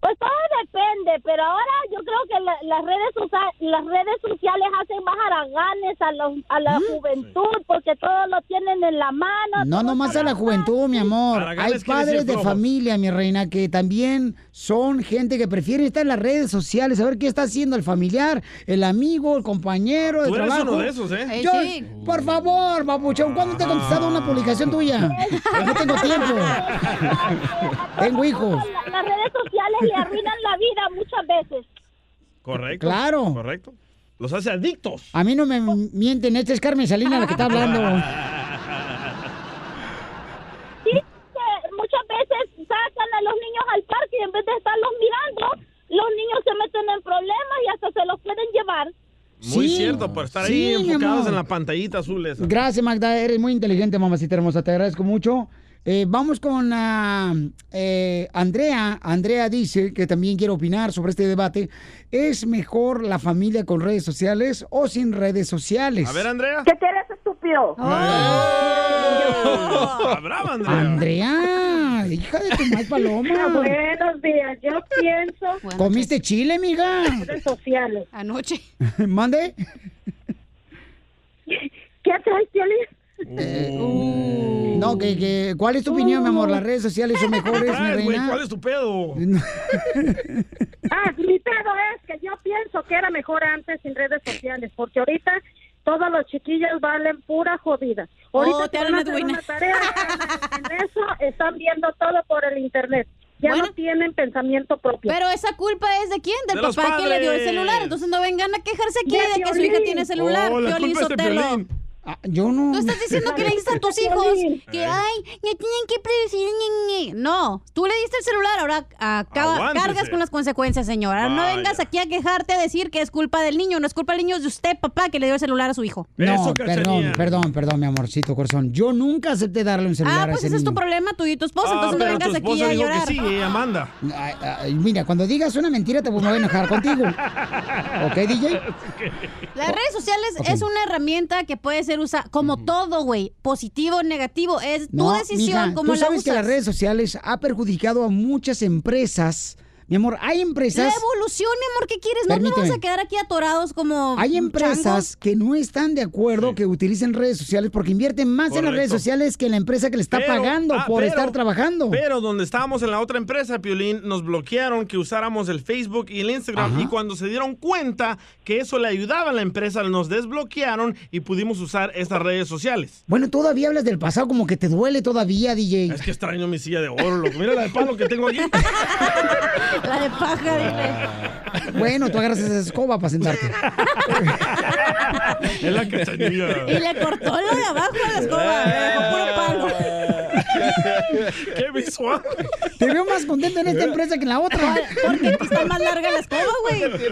Pues todo depende, pero ahora yo creo que la- las redes socia- las redes sociales hacen más haraganes a, los- a la juventud porque todos lo tienen en la mano.
Mm, No, nomás a la juventud, mi amor. Hay
Haraganes quiere
padres
decir
de
flojos.
familia, mi reina, que también son gente que prefiere estar en las redes sociales, a ver qué está haciendo el familiar, el amigo, el compañero de
Tú eres
trabajo.
uno de esos, ¿eh?
Yo-
Ey, sí.
Por favor, babuchón, ¿cuándo te he contestado una publicación tuya? No tengo tiempo. Tengo hijos.
La- las redes sociales le arruinan la vida muchas veces.
Correcto.
Claro.
Correcto. Los hace adictos.
A mí no me mienten, esta es Carmen Salinas la que está hablando.
Sí, que muchas veces sacan a los niños al parque y en vez de estarlos mirando, los niños se meten en problemas y hasta se los pueden llevar.
Muy
Sí.
cierto, por estar
Sí,
ahí
mi
enfocados
amor.
en la pantallita azul esa.
Gracias, Magda. Eres muy inteligente, mamacita hermosa. Te agradezco mucho. Eh, vamos con ah, eh, Andrea. Andrea dice que también quiere opinar sobre este debate. ¿Es mejor la familia con redes sociales o sin redes sociales?
A ver, Andrea.
¿Qué eres estúpido?
Oh.
Ah, brava, Andrea.
Andrea, hija de tu mal paloma.
Buenos días, yo pienso...
¿Comiste chile, amiga?
redes sociales.
Anoche.
¿Mande?
¿Qué traes, Piolín?
Uh.
Uh.
No, que, que- ¿cuál es tu opinión, mi amor? ¿Las redes sociales son mejores, mi
Ay, güey,
reina?
¿Cuál es tu pedo?
Ah, mi pedo es que yo pienso que era mejor antes sin redes sociales, porque ahorita todos los chiquillos valen pura jodida. Ahorita
Oh, te
si van
hablan
a
de
hacer
Edwina.
una tarea, en eso están viendo todo por el internet. Ya no tienen pensamiento propio.
Pero esa culpa es de quién? Del
De los
papá que le dio el
padres.
celular. Entonces no vengan a quejarse aquí
De
de que su hija
Piolín.
tiene celular.
Oh, la
Piolín
culpa es de
Sotelo.
Piolín.
Ah, yo no.
Tú estás diciendo que le diste a tus hijos que, ay, ya tienen que predecir. ñe, ñe. No, tú le diste el celular, ahora acaba-
Aguántese.
cargas con las consecuencias, señora. no
Vaya.
vengas aquí a quejarte a decir que es culpa del niño. No es culpa del niño, es de usted, papá, que le dio el celular a su hijo.
No, perdón, perdón, perdón, mi amorcito corazón. Yo nunca acepté darle un celular
Ah,
a
pues
ese
ese es tu
niño. Ah,
problema, tú y tu esposa. entonces no vengas aquí a llorar.
Amanda. mira, cuando digas una mentira te voy me voy a enojar contigo. ¿Ok, DJ?
Las redes sociales
Ok.
es una herramienta que puede ser usada como todo, güey. Positivo, negativo. Es tu decisión
mija,
como
tú
la
sabes
usas.
que las redes sociales ha perjudicado a muchas empresas. Mi amor, hay
La
empresas...
evolución, mi amor, ¿qué quieres? No nos vamos
Permíteme.
a quedar aquí atorados como.
Hay
changos.
empresas que no están de acuerdo que utilicen redes sociales porque invierten más en las
Correcto.
redes sociales que en la empresa que le está
Pero-
pagando
ah,
por
pero-
estar trabajando.
Pero donde estábamos en la otra empresa, Piolín, nos bloquearon que usáramos el Facebook y el Instagram.
Ajá.
Y cuando se dieron cuenta que eso le ayudaba a la empresa, nos desbloquearon y pudimos usar estas redes sociales.
Bueno, todavía hablas del pasado como que te duele todavía, DJ.
Es que extraño mi silla de oro, loco. Mira la de palo que tengo aquí. Ah.
La de paja,
Bueno, tú agarras esa escoba para sentarte.
Es la cachanilla.
Y le cortó lo de abajo a la escoba. le dejó puro palo.
¡Qué visual!
Te veo más contento en esta empresa que en la otra.
Porque aquí está más larga la escoba,
güey.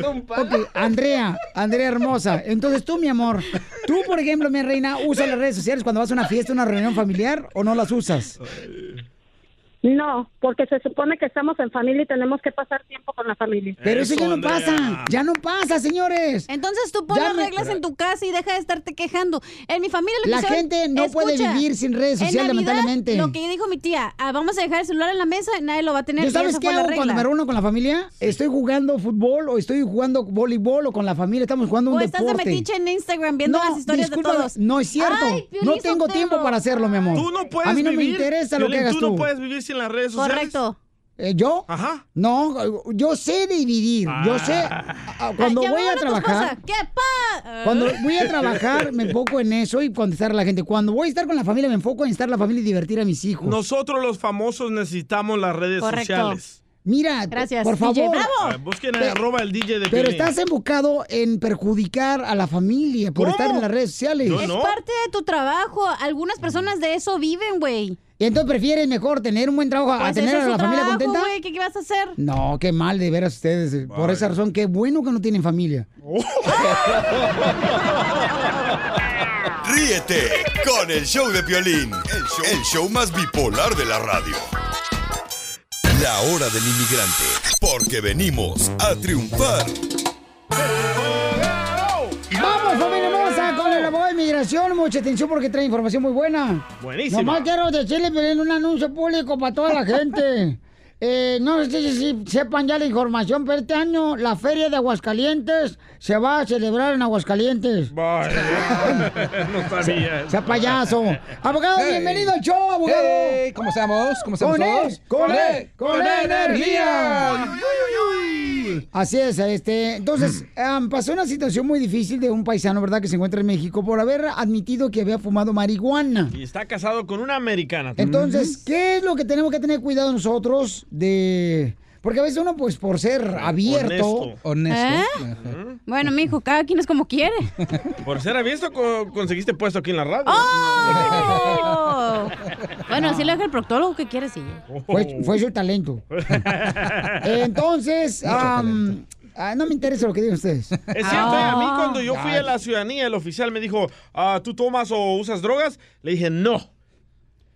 Ok, Andrea, Andrea hermosa. Entonces tú, mi amor, tú, por ejemplo, mi reina, ¿usas las redes sociales cuando vas a una fiesta, una reunión familiar o no las usas?
No, porque se supone que estamos en familia y tenemos que pasar tiempo con la familia.
Pero eso, ya no pasa, ya no pasa, señores.
Entonces tú pones
Ya me-
reglas en tu casa y deja de estarte quejando. En mi familia lo que
La
hicieron-
gente no puede vivir sin redes
en
sociales,
Navidad,
lamentablemente.
Lo que dijo mi tía, ah, vamos a dejar el celular en la mesa, nadie lo va a tener.
¿Yo
y
sabes
esa
qué
fue la
hago
regla.
cuando me reúno con la familia? Estoy jugando fútbol o estoy jugando voleibol o con la familia, estamos jugando un
O estás de
deporte.
metiche en Instagram viendo las historias de
discúlpame,
todos.
No es cierto.
Ay, Piolín
no tengo
Sotelo.
tiempo para hacerlo, mi amor.
Tú no puedes
A mí no
vivir-
me interesa lo que
Piolín,
hagas
tú
tú.
no puedes vivir sin las redes sociales.
Correcto.
Eh, ¿Yo? Ajá. No, yo sé dividir. Yo sé.
Ah.
a- a- Cuando
Ya me
voy a
habla tu
trabajar.
esposa. Ah. ¿Qué pa?
Cuando voy a trabajar, me enfoco en eso y contestar a la gente. Cuando voy a estar con la familia, me enfoco en estar la familia y divertir a mis hijos.
Nosotros los famosos necesitamos las redes sociales.
Mira,
Gracias,
por
DJ.
favor.
Ah, Busquen
Pe-
arroba el DJ de
Pero
Piolín.
estás enfocado en perjudicar a la familia por
¿Cómo?
estar en las redes sociales.
es parte de tu trabajo. Algunas personas de eso viven, güey.
Y entonces prefieres mejor tener un buen trabajo a
Pues
tener
ese
a
es
la
su
familia
trabajo,
contenta.
güey, ¿Qué, qué vas a hacer?
No, qué mal de veras ustedes. Por esa razón, qué bueno que no tienen familia.
Ríete con el show de Piolín, el show, el show más bipolar de la radio. La hora del inmigrante, porque venimos a triunfar.
Vamos, familia hermosa, con el abogado de inmigración. Mucha atención porque trae información muy buena.
Buenísima.
Nomás quiero decirle, Piolín, un anuncio público para toda la gente. Eh, no sé si, si sepan ya la información, pero este año la Feria de Aguascalientes se va a celebrar en Aguascalientes.
no sabía.
Sea payaso. Abogado,
Hey.
bienvenido al show, abogado.
Hey, ¿Cómo estamos? ¿Cómo estamos
Con él,
todos?
con él, con él, energía.
energía!
Así es, este. Entonces, em, pasó una situación muy difícil de un paisano, ¿verdad?, que se encuentra en México por haber admitido que había fumado marihuana.
Y está casado con una americana.
Entonces, ¿qué es lo que tenemos que tener cuidado nosotros de. Porque a veces uno, pues, por ser abierto.
Honesto. Honesto.
¿Eh? Bueno, mijo, cada quien es como quiere.
Por ser abierto co- conseguiste puesto aquí en la radio.
¡Oh! bueno, así lo deja el proctólogo que quiere, sí.
Oh.
Fue, fue su talento. ¿Eh? Entonces,
Mucho
am, ah, no me interesa lo que digan ustedes.
Es cierto, eh,
Ah.
a mí cuando yo fui a la ciudadanía, el oficial me dijo, "Ah, ¿tú tomas o usas drogas? Le dije, no.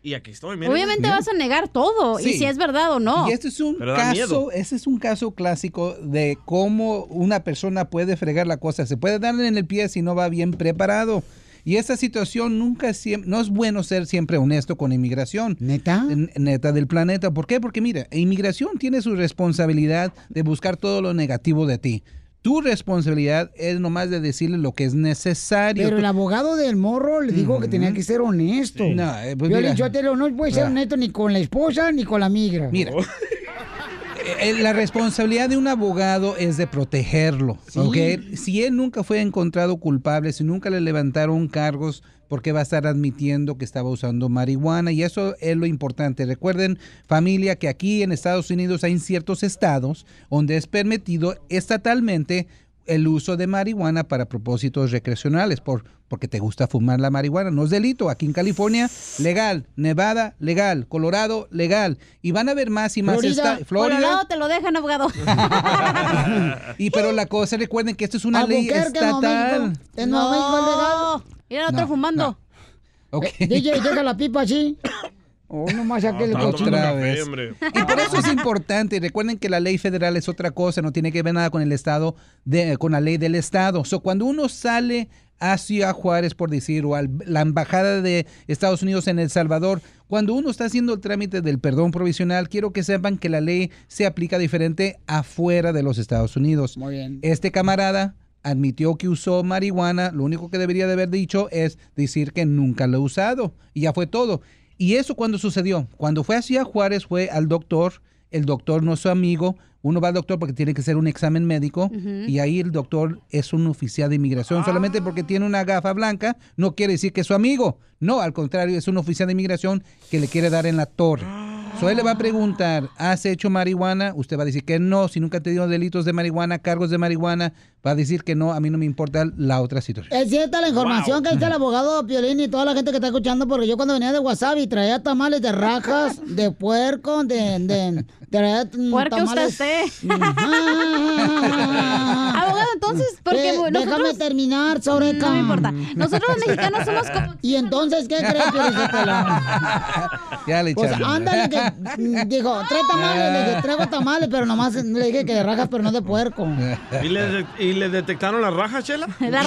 Y aquí estoy, mira.
Obviamente vas a negar todo y
Sí.
si es verdad o no.
Y esto es un
Pero da miedo.
caso, ese es un caso clásico de cómo una persona puede fregar la cosa. Se puede dar en el pie si no va bien preparado. Y esa situación nunca es siem- no es bueno ser siempre honesto con inmigración.
¿Neta?
Neta del planeta. ¿Por qué? Porque mira, inmigración tiene su responsabilidad de buscar todo lo negativo de ti. Tu responsabilidad es nomás de decirle lo que es necesario.
Pero
Tú-
el abogado del morro le dijo que tenía que ser honesto.
Sí. No, eh, pues
Yo le
mira.
dije, yo te lo- no puede ser
Ah.
honesto ni con la esposa ni con la migra. Oh.
Mira. Eh, La responsabilidad de un abogado es de protegerlo, ¿ok? Si él nunca fue encontrado culpable, si nunca le levantaron cargos, ¿por qué va a estar admitiendo que estaba usando marihuana? Y eso es lo importante. Recuerden, familia, que aquí en Estados Unidos hay ciertos estados donde es permitido estatalmente el uso de marihuana para propósitos recreacionales, por, porque te gusta fumar la marihuana. No es delito. Aquí en California, legal. Nevada, legal. Colorado, legal. Y van a ver más y más.
Florida,
esta-
Colorado te lo dejan, abogado.
Y pero la cosa, recuerden que esto es una ley
Albuquerque, Nuevo
estatal.
México. En Nuevo México es legal. Mira, otro
No,
fumando.
no. Ok.
DJ, llega la pipa así. Oh, nomás ya que le
Otra
cochino.
vez. Y por eso es importante. Recuerden que la ley federal es otra cosa, no tiene que ver nada con el estado, de, con la ley del estado. So, cuando uno sale hacia Juárez, por decir, o a la embajada de Estados Unidos en El Salvador, cuando uno está haciendo el trámite del perdón provisional, quiero que sepan que la ley se aplica diferente afuera de los Estados Unidos.
Muy bien.
Este camarada admitió que usó marihuana. Lo único que debería de haber dicho es decir que nunca lo ha usado. Y ya fue todo. ¿Y eso cuando sucedió? Cuando fue hacia Juárez fue al doctor. El doctor no es su amigo. Uno va al doctor porque tiene que hacer un examen médico.
Ujú.
Y ahí el doctor es un oficial de inmigración. Solamente porque tiene una gafa blanca no quiere decir que es su amigo. No, al contrario, es un oficial de inmigración que le quiere dar en la torre. So, él le va a preguntar, ¿has hecho marihuana? Usted va a decir que no, si nunca te dio delitos de marihuana, cargos de marihuana, va a decir que no, a mí no me importa la otra situación.
Es cierta la información que dice el abogado Piolín y toda la gente que está escuchando, porque yo cuando venía de Wasabi traía tamales de rajas, de puerco, de... de traía mm,
Puerco
tamales...
usted, sí.
Ajá.
Abogado, entonces, porque
Eh,
nosotros...
Déjame terminar, sobre No me importa.
Nosotros los mexicanos somos como-
¿Y entonces qué crees, Piolín? Sotelo?
Ya le
Pues
echaron.
ándale que... mm, Dijo, trae tamales, le dije, traigo tamales, pero nomás le dije que de rajas, pero no de puerco.
¿Y le, de- y le detectaron la raja, Chela?
La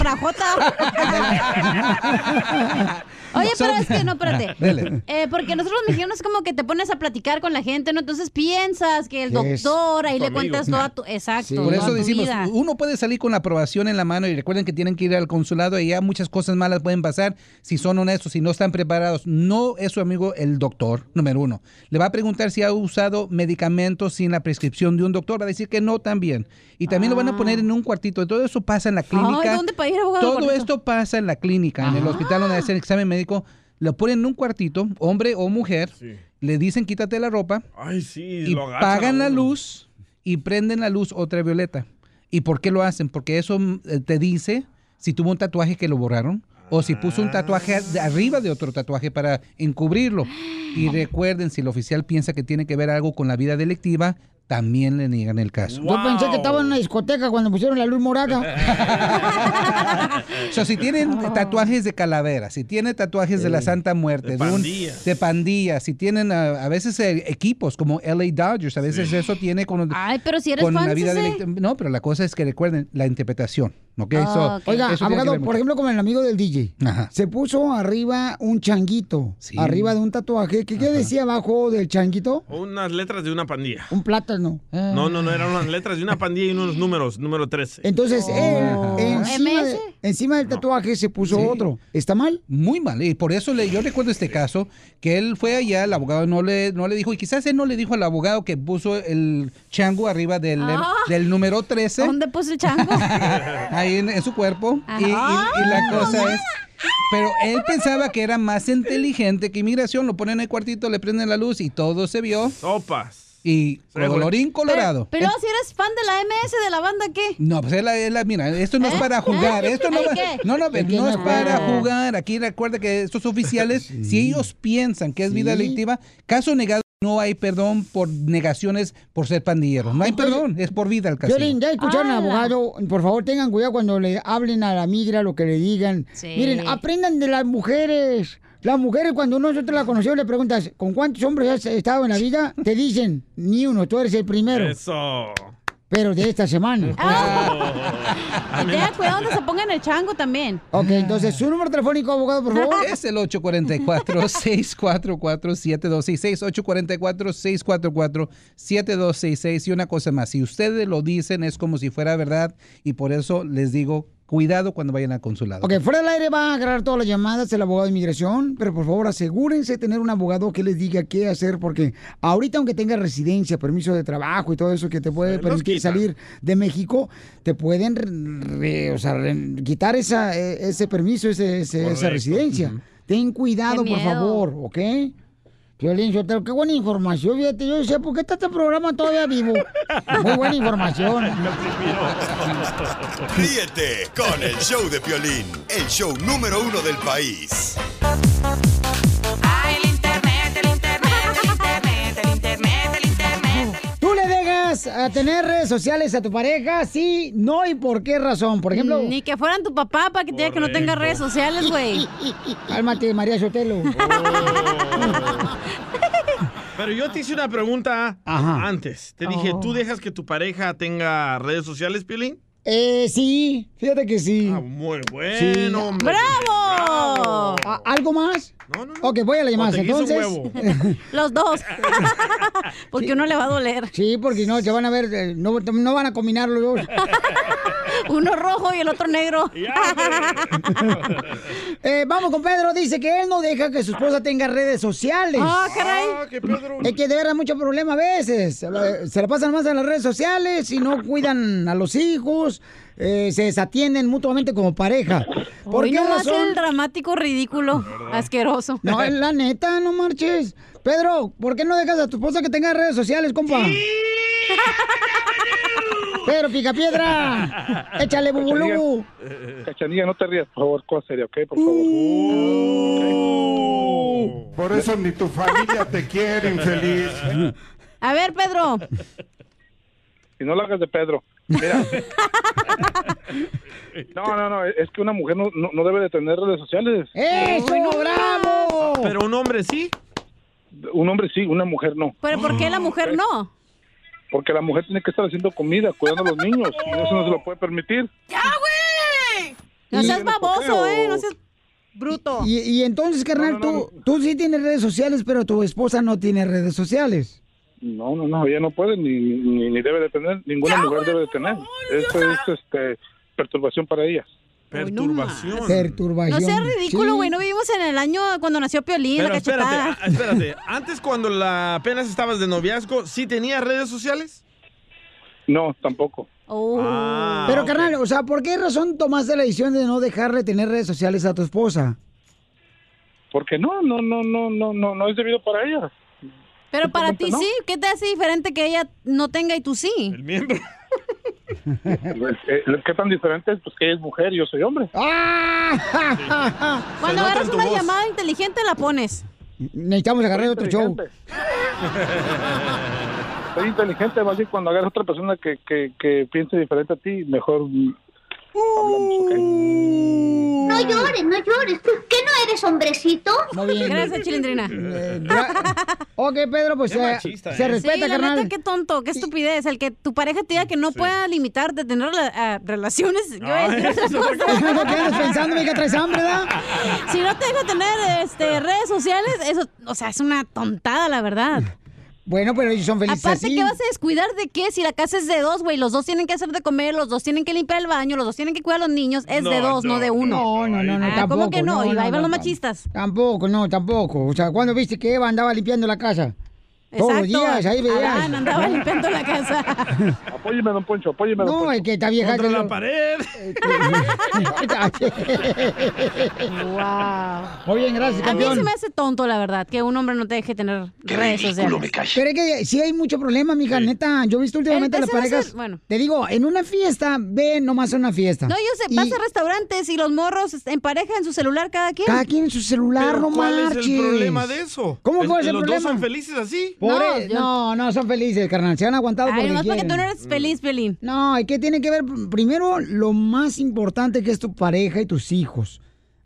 rajota. Oye, pero es que no, espérate.
Dele.
Eh, porque nosotros los mexicanos como que te pones a platicar con la gente, ¿no? Entonces piensas que el
Que es
doctor, ahí
tu
le
amigo.
cuentas toda tu... Exacto,
Por
toda
eso
tu
decimos,
vida.
uno puede salir con la aprobación en la mano y recuerden que tienen que ir al consulado y ya muchas cosas malas pueden pasar si son honestos, si no están preparados. No es su amigo el doctor, número uno. Le va a preguntar si ha usado medicamentos sin la prescripción de un doctor. Va a decir que no también. Y también lo van a poner en un cuartito. Todo eso pasa en la clínica.
Ay, ¿dónde para ir, abogado?
Todo
Cuartito. Ah.
esto pasa en la clínica, en el hospital donde hacen el examen médico. Lo ponen en un cuartito, hombre o mujer. Le dicen quítate la ropa
Ay, sí,
y
lo agachan.
pagan la luz y prenden la luz otra violeta. ¿Y por qué lo hacen? Porque eso mm, eh, te dice si tuvo un tatuaje que lo borraron o si puso un tatuaje de arriba de otro tatuaje para encubrirlo. Y recuerden, si el oficial piensa que tiene que ver algo con la vida delictiva, también le niegan el caso.
Yo pensé que estaba en una discoteca cuando pusieron la luz morada.
O sea, si tienen
Oh.
tatuajes de calavera, si tienen tatuajes de la Santa Muerte, de, un-
pandilla.
de pandilla, si tienen a, a veces eh, equipos como LA Dodgers, a veces eso tiene con,
Ay, pero si eres
con
fan,
la
sí
vida
sé.
delictiva. No, pero la cosa es que recuerden la interpretación. ¿ok?
Ah,
So,
ok. Oiga,
eso tiene que
abogado,
ver mucho.
por ejemplo, como el amigo del DJ, se puso arriba un changuito, arriba de un tatuaje. ¿Qué, qué decía abajo del changuito?
Unas letras de una pandilla.
Un plátano.
No, no, no, eran unas letras de una pandilla y unos números, número 13.
Entonces, eh, él, encima, de- encima del tatuaje se puso
Sí.
otro. ¿Está mal?
Muy mal. Y por eso le, yo recuerdo este caso, que él fue allá, el abogado no le, no le dijo, y quizás él no le dijo al abogado que puso el chango arriba del,
Ah.
del número 13.
¿Dónde puso el chango?
ahí en, en su cuerpo. Y, y-
Ajá.
y la cosa es. Pero él pensaba que era más inteligente que inmigración. Lo ponen en el cuartito, le prenden la luz y todo se vio.
Sopas.
Y colorín colorado.
Pero, pero si eres fan de la MS, de la banda, ¿qué?
No, pues es la, es la- mira, esto no es para jugar, esto no,
¿El
va-
qué?
no, no,
¿El qué
no es
no?
para
Ah.
jugar. Aquí recuerda que estos oficiales, si ellos piensan que es vida
Sí.
delictiva, caso negado, no hay perdón por negaciones por ser pandillero. No hay perdón, es por vida el caso.
Violín, ya escucharon al abogado. Por favor, tengan cuidado cuando le hablen a la migra lo que le digan.
Sí.
Miren, aprendan de las mujeres. Las mujeres, cuando nosotros las conocemos, le preguntas, ¿con cuántos hombres has estado en la vida? Te dicen, ni uno, tú eres el primero.
Eso.
Pero de esta semana.
Tengan cuidado donde se pongan el chango también.
Ok, entonces su número telefónico, abogado, por favor.
Ah. Es el 844-644-7266. 844-644-7266. Y una cosa más, si ustedes lo dicen es como si fuera verdad y por eso les digo, cuidado cuando vayan al consulado.
Ok, fuera del aire van a agarrar todas las llamadas el abogado de inmigración, pero por favor asegúrense de tener un abogado que les diga qué hacer, porque ahorita aunque tenga residencia, permiso de trabajo y todo eso que te puede permitir salir de México, te pueden re- re- o sea, re- quitar esa, eh, ese permiso, ese- ese- esa
Correcto.
residencia. Ten cuidado,
Qué
por
miedo.
favor, ¿ok? Violín Sotelo, qué buena información, fíjate, yo sé, ¿por qué está este programa todavía vivo? Muy buena información.
Ríete con el show de Piolín, el show número uno del país.
¿Tú le dejas a tener redes sociales a tu pareja? Sí, no y por qué razón. Por ejemplo.
Ni que fueran tu papá para que te diga que no tenga redes sociales, güey.
Cálmate, María Sotelo.
Pero yo te hice una pregunta antes. Te dije,
Oh.
¿tú dejas que tu pareja tenga redes sociales, Piolín?
Eh, sí, fíjate que sí.
Muy bueno.
Sí.
hombre.
¡Bravo!
¿A- ¿Algo más? No, no, Ok, voy a la llamada.
te guiso
Entonces.
huevo. Los dos. Porque uno le va a doler.
Sí, porque no, se van a ver, eh, no, no van a combinar los dos.
Uno rojo y el otro negro.
Eh, vamos con Pedro, dice que él no deja que su esposa tenga redes sociales.
Ah, caray. Ah, que Pedro.
Es que de verdad mucho problema a veces. Se la- Se la pasan más en las redes sociales y no cuidan a los hijos, eh, se desatienden mutuamente como pareja. ¿Por
Hoy
qué
nomás
razón?
el dramático ridículo, asqueroso.
No, es la neta, no marches. Pedro, ¿por qué no dejas a tu esposa que tenga redes sociales, compa? Pedro Picapiedra, échale bubulú.
Cachanilla, Cachanilla, no te rías, por favor, cosa seria, ¿ok? Por favor.
Uh. Por eso ni tu familia te quiere, infeliz.
A ver, Pedro.
Y no lo hagas de Pedro. Mira. no, no, no, es que una mujer no, no- no debe de tener redes sociales.
¡Eso, bravo!
Pero un hombre sí.
Un hombre sí, una mujer no.
¿Pero por qué la mujer no?
Porque la mujer tiene que estar haciendo comida, cuidando a los niños. Y eso no se lo puede permitir.
¡Ya, güey! No
Y-
seas baboso, ¿eh? No seas
Bruto.
bruto.
Y, y entonces, carnal, tú, tú sí tienes redes sociales, pero tu esposa no tiene redes sociales.
No, no, no, ella no puede ni, ni, ni debe de tener, ninguna mujer debe de tener. Esto es este, perturbación para ella.
Perturbación.
No
Perturbación.
seas ridículo,
Sí.
güey. No vivimos en el año cuando nació Piolín,
Pero
la
espérate,
cachetada.
ah,
a- espérate. Antes, cuando la- apenas estabas de noviazgo, ¿sí tenías redes sociales?
No, tampoco.
Oh.
Ah,
pero,
ok.
carnal, o sea, ¿por qué razón tomaste la decisión de no dejarle tener redes sociales a tu esposa?
Porque no, no, no, no, no, no, no es debido para ella.
Pero para ti
¿no?
sí, ¿qué te hace diferente que ella no tenga y tú sí? El
miembro.
Pues, eh, ¿Qué tan diferente es? Pues que ella es mujer y yo soy hombre.
Ah,
Cuando
Se nota
agarras
en tu
una
voz.
llamada inteligente la pones.
Necesitamos agarrar otro show.
Soy inteligente, más bien cuando agarras a otra persona que, que, que piense diferente a ti, mejor mm,
No llores, no llores. ¿Tú ¿Qué no eres hombrecito?
Uh. Muy bien. Eh,
Gracias, Chilindrina.
ok, Pedro, pues
Eh, Qué
eh,
machista,
se
¿eh?
respeta,
Sí, la
carnal.
neta, qué tonto, qué estupidez. El que tu pareja te diga que no pueda limitarte a tener rela- a relaciones. Yo voy a decir otra cosa.
¿Qué andas pensando, mija? ¿Traes hambre, da?
Si no te deja tener este, redes sociales, eso, o sea, es una tontada, la verdad.
Bueno, pero ellos son felices
Aparte,
así.
¿qué vas a descuidar de qué? Si la casa es de dos, güey, los dos tienen que hacer de comer, los dos tienen que limpiar el baño, los dos tienen que cuidar a los niños. Es de dos, no, de uno.
No, no, no, no,
Ah,
tampoco.
¿Cómo que no? y ahí van los
no,
machistas.
Tampoco, no, tampoco. O sea, ¿cuándo viste que Eva andaba limpiando la casa? Todos los
Exacto.
días, ahí veías.
Adán andaba limpiando la casa.
Apóyeme, don Poncho, apóyeme, don
No,
Poncho.
es que está vieja.
Contra
que
la
lo-
pared.
Muy bien, gracias,
A mí
campeón.
se me hace tonto, la verdad, que un hombre no te deje tener redes sociales.
Pero es que sí hay mucho problema, mija, neta. Yo he visto últimamente las
Empecé a hacer-
parejas.
bueno.
Te digo, en una fiesta, ve nomás a una fiesta.
No, yo sé,
Y
vas a restaurantes y los morros este, en pareja en su celular cada quien.
Cada quien en su celular, no
¿Cuál es el
marches.
problema de eso?
¿Cómo
El-
cuál es el
los
problema?
dos son felices así?
Por
No,
e-
yo-
no, no son felices, carnal. Se han aguantado
Ay,
porque
nomás porque
quieren.
tú no eres feliz, Pelín.
No, ¿y qué tiene que ver? Primero, lo más importante que es tu pareja y tus hijos.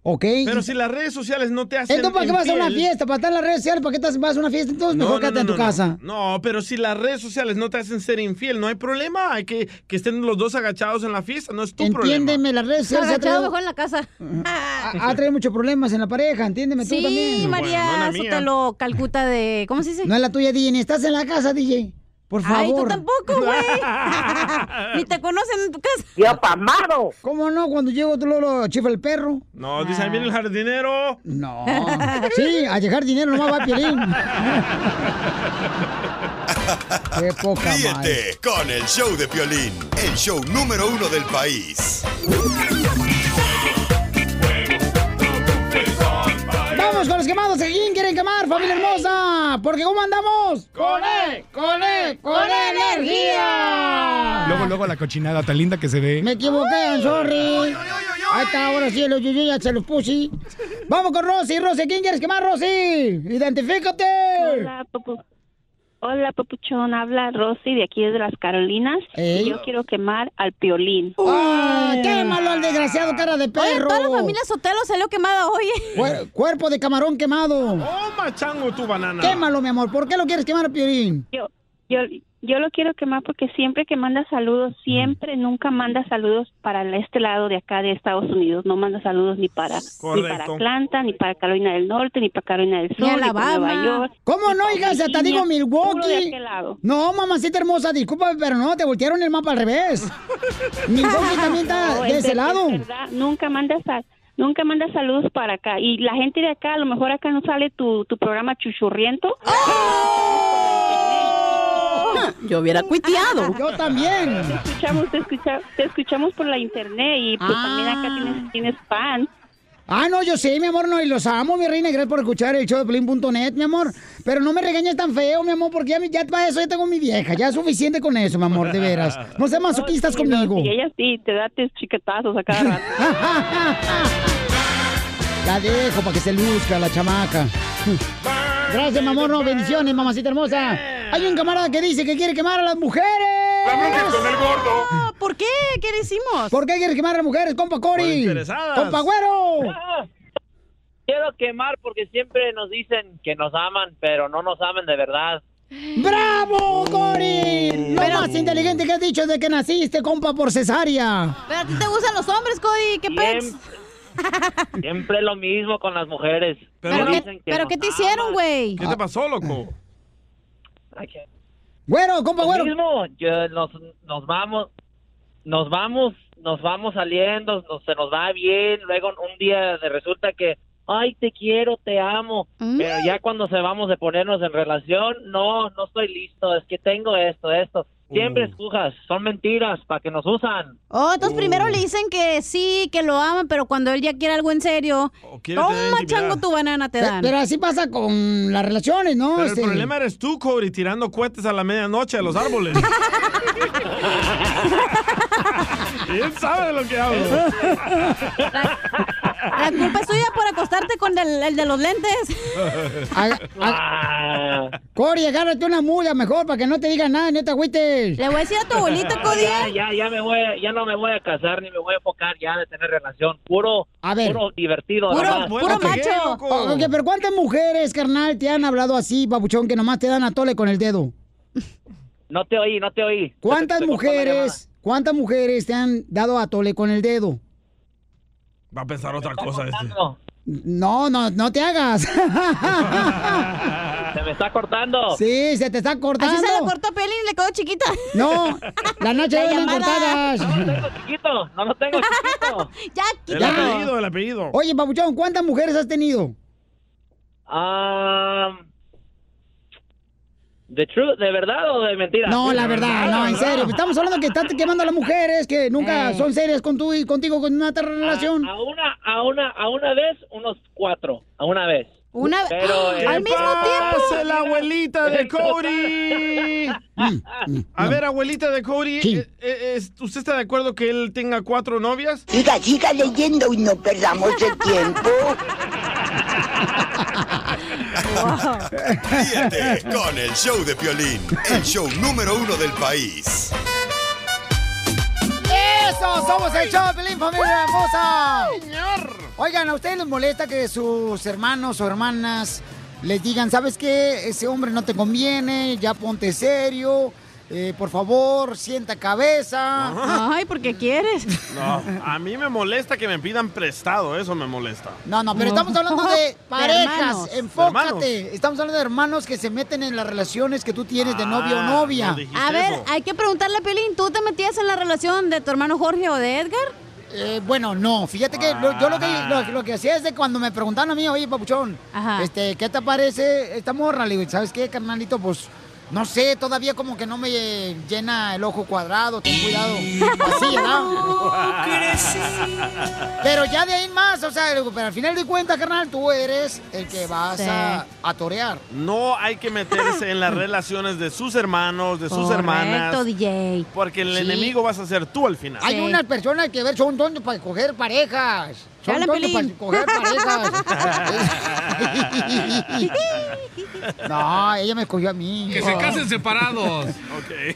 ¿Ok?
Pero si las redes sociales no te hacen.
Entonces, ¿para qué vas a una
infiel-
fiesta? ¿Para estar en las redes sociales? ¿Para qué te vas a una fiesta? Entonces,
No,
mejor
no,
quédate
no,
en tu
no, no.
casa.
No, pero si las redes sociales no te hacen ser infiel, no hay problema. Hay que, que estén los dos agachados en la fiesta, no es tu problema.
Entiéndeme, las redes sociales.
Agachado mejor en la casa.
Ha, ha traído muchos problemas en la pareja, entiéndeme tú también.
Sí, María Sotelo, Calcuta de... ¿Cómo se dice?
No es la tuya, DJ. ni Estás en la casa, DJ. Por favor.
Ay, tú tampoco, güey. Ni te conocen en tu casa.
¡Yo apamado! ¿Cómo no? Cuando llego tú lo, lo chifa el perro.
No, dice, ahí viene el jardinero.
Ah. No. Sí, a dejar dinero nomás va Piolín. Qué poca madre.
Ríete con el show de Piolín, el show número uno del país.
Vamos con los quemados. ¿A quién quieren quemar, familia hermosa? Porque ¿cómo andamos?
¡Con él!
¡Con él!
¡Con energía!
Luego, luego la cochinada tan linda que se ve.
Me equivoqué, sorry. Ahí está, ahora sí, los yuyos ya se los puse. Vamos con Rosy, Rosy, ¿quién quieres quemar, Rosy? ¡Identifícate!
Hola, papu- Hola, papuchón. Habla Rosy de aquí de las Carolinas.
Ey.
Y yo quiero quemar al piolín.
¡Ah! ¡Quémalo al desgraciado, cara de perro!
Oye, toda la familia
Sotelo salió quemada hoy. cuerpo de camarón quemado.
Toma, chango, tu banana.
Quémalo, mi amor. ¿Por qué lo quieres quemar, Piolín?
Yo, yo, yo lo quiero quemar porque siempre que manda saludos, siempre,
Mm.
nunca manda saludos para el- este lado de acá de Estados Unidos. No manda saludos ni para, ni
Correcto.
para Atlanta, ni para Carolina del Norte, ni para Carolina del Sur,
Ni
ni, para
Alabama.
Nueva York.
¿Cómo no, hija? Se te digo
Puro de
Milwaukee.
aquel lado.
No, mamacita hermosa, discúlpame, pero no, te voltearon el mapa al revés. Milwaukee también está
No,
de
es
ese
ver-
lado.
es verdad, nunca mandas a- nunca mandas saludos para acá y la gente de acá, a lo mejor acá no sale tu, tu programa chuchurriento.
¡Oh!
Yo hubiera cuiteado.
Yo también.
Te escuchamos, te, escucha- te escuchamos por la internet y pues también acá tienes, tienes fan.
Ah, no, yo sé, mi amor, no, y los amo, mi reina, gracias por escuchar el show de Plin.net, mi amor. Pero no me regañes tan feo, mi amor, porque ya, me- ya para eso ya tengo mi vieja, ya es suficiente con eso, mi amor, de veras. No seas masoquistas conmigo.
Y ella sí, te da tus chiquetazos a cada rato.
La dejo para que se luzca la chamaca. Gracias, mi amor, no, bendiciones, mamacita hermosa. Hay un camarada que dice que quiere quemar a las mujeres.
con el
Ah,
gordo!
¿Por qué? ¿Qué le hicimos? ¿Por qué quieres quemar a las mujeres, compa Cori?
Pues interesadas.
¡Compa Güero!
Quiero quemar porque siempre nos dicen que nos aman, pero no nos aman de verdad.
¡Bravo, Cori! Lo más inteligente que has dicho desde que naciste, compa, por cesárea.
Pero a ti te gustan los hombres, Cody. ¿Qué pens?
Siempre lo mismo con las mujeres.
¿Pero,
Nos
qué,
dicen que
pero
nos
qué te
aman.
hicieron, güey?
¿Qué te
pasó, loco?
Güero, compa,
güero. mismo, yo- nos, nos vamos, nos vamos, nos vamos saliendo, nos- se nos va bien, luego un día de- resulta que, ay, te quiero, te amo,
Mm.
pero ya cuando se vamos de ponernos en relación, no, no estoy listo, es que tengo esto, esto. Siempre
Uh.
escujas, son mentiras para que nos usan.
Oh, entonces primero le dicen que sí, que lo aman, pero cuando él ya quiere algo en serio,
quiere tener
toma
intimidad.
chango tu banana, te
Pe-
dan.
pero
así pasa con las relaciones, ¿no?
Pero
Este-
el problema eres tú, Cody, tirando cohetes a la medianoche a los árboles. Y Él sabe de lo que hablo.
La culpa es tuya por acostarte con el, el de los lentes.
Aga-
Ah.
Cori, agárrate una mula mejor para que no te digan nada, no te agüites.
Le voy a decir a tu abuelita, ¿eh?
Ya, ya, ya me voy, ya no me voy a casar ni me voy a enfocar ya de tener relación. Puro,
ver.
puro divertido.
Puro-
nada más.
O- ok, pero ¿cuántas mujeres, carnal, te han hablado así, papuchón, que nomás te dan a tole con el dedo?
No te oí, no te oí.
¿Cuántas
Se te cortó la
mujeres, cuántas mujeres te han dado a tole con el dedo?
Va a pensar otra cosa este.
No, no, no te hagas.
llamada. Se me está cortando.
sí, se te está cortando.
Así se la cortó Pelín y le quedó chiquita.
No, las nachas
La
ya están
llamada.
cortadas.
Chiquito, no lo tengo chiquito.
ya,
El
Ya.
apellido, el apellido.
Oye, papuchón, ¿cuántas mujeres has tenido?
Ah, ¿De true, de verdad o de mentira? Ah,
No, la verdad, no, en serio. Estamos hablando que estás quemando a las mujeres que nunca
Eh. ah.
son serias con tú y contigo con una otra relación.
A una, a una, a una vez, unos cuatro, a una vez.
Una-
Pero,
¡Ah!
eh,
¡Al mismo tiempo! Mm.
¡Pase la abuelita de Cody! A ver, abuelita de Cody,
Sí.
eh, eh, es- ¿usted está de acuerdo que él tenga cuatro novias?
Siga, siga leyendo y no perdamos el tiempo.
Ríete con el show de Piolín, el show número uno del país.
¡Eso! ¡Somos el show, de Pelín, familia hermosa! ¡Señor! Oigan, ¿a ustedes les molesta que sus hermanos o hermanas les digan, ¿sabes qué? Ese hombre no te conviene, ya ponte serio, eh, por favor, sienta cabeza. Ay, porque quieres.
No, a mí me molesta que me pidan prestado, eso me molesta.
No, no, pero estamos hablando
De
de parejas.
hermanos.
Enfócate.
Hermanos.
Estamos hablando de hermanos que se meten en las relaciones que tú tienes de novio o
Ah,
novia.
no dijiste
A ver, hay que preguntarle a Pelín, ¿tú te metías en la relación de tu hermano Jorge o de Edgar?
Eh, bueno, no, fíjate que lo- yo lo que,
Ah.
lo, lo que hacía es de cuando me preguntaban a mí, oye, papuchón, este, ¿qué te parece esta morra? Le digo, ¿sabes qué, carnalito? Pues No sé, todavía como que no me llena el ojo cuadrado, ten cuidado. Así, ¿verdad? Pero ya de ahí en más, o sea, pero al final de cuentas, carnal, tú eres el que vas a, a torear.
No hay que meterse en las relaciones de sus hermanos, de sus
Correcto,
hermanas.
DJ.
Porque el
Sí.
enemigo vas a ser tú al final.
Hay unas personas que ver son tontos para coger parejas. Son
Dale,
tontos para
Pelín.
coger parejas. No, ella me escogió a mí.
Que se casen separados.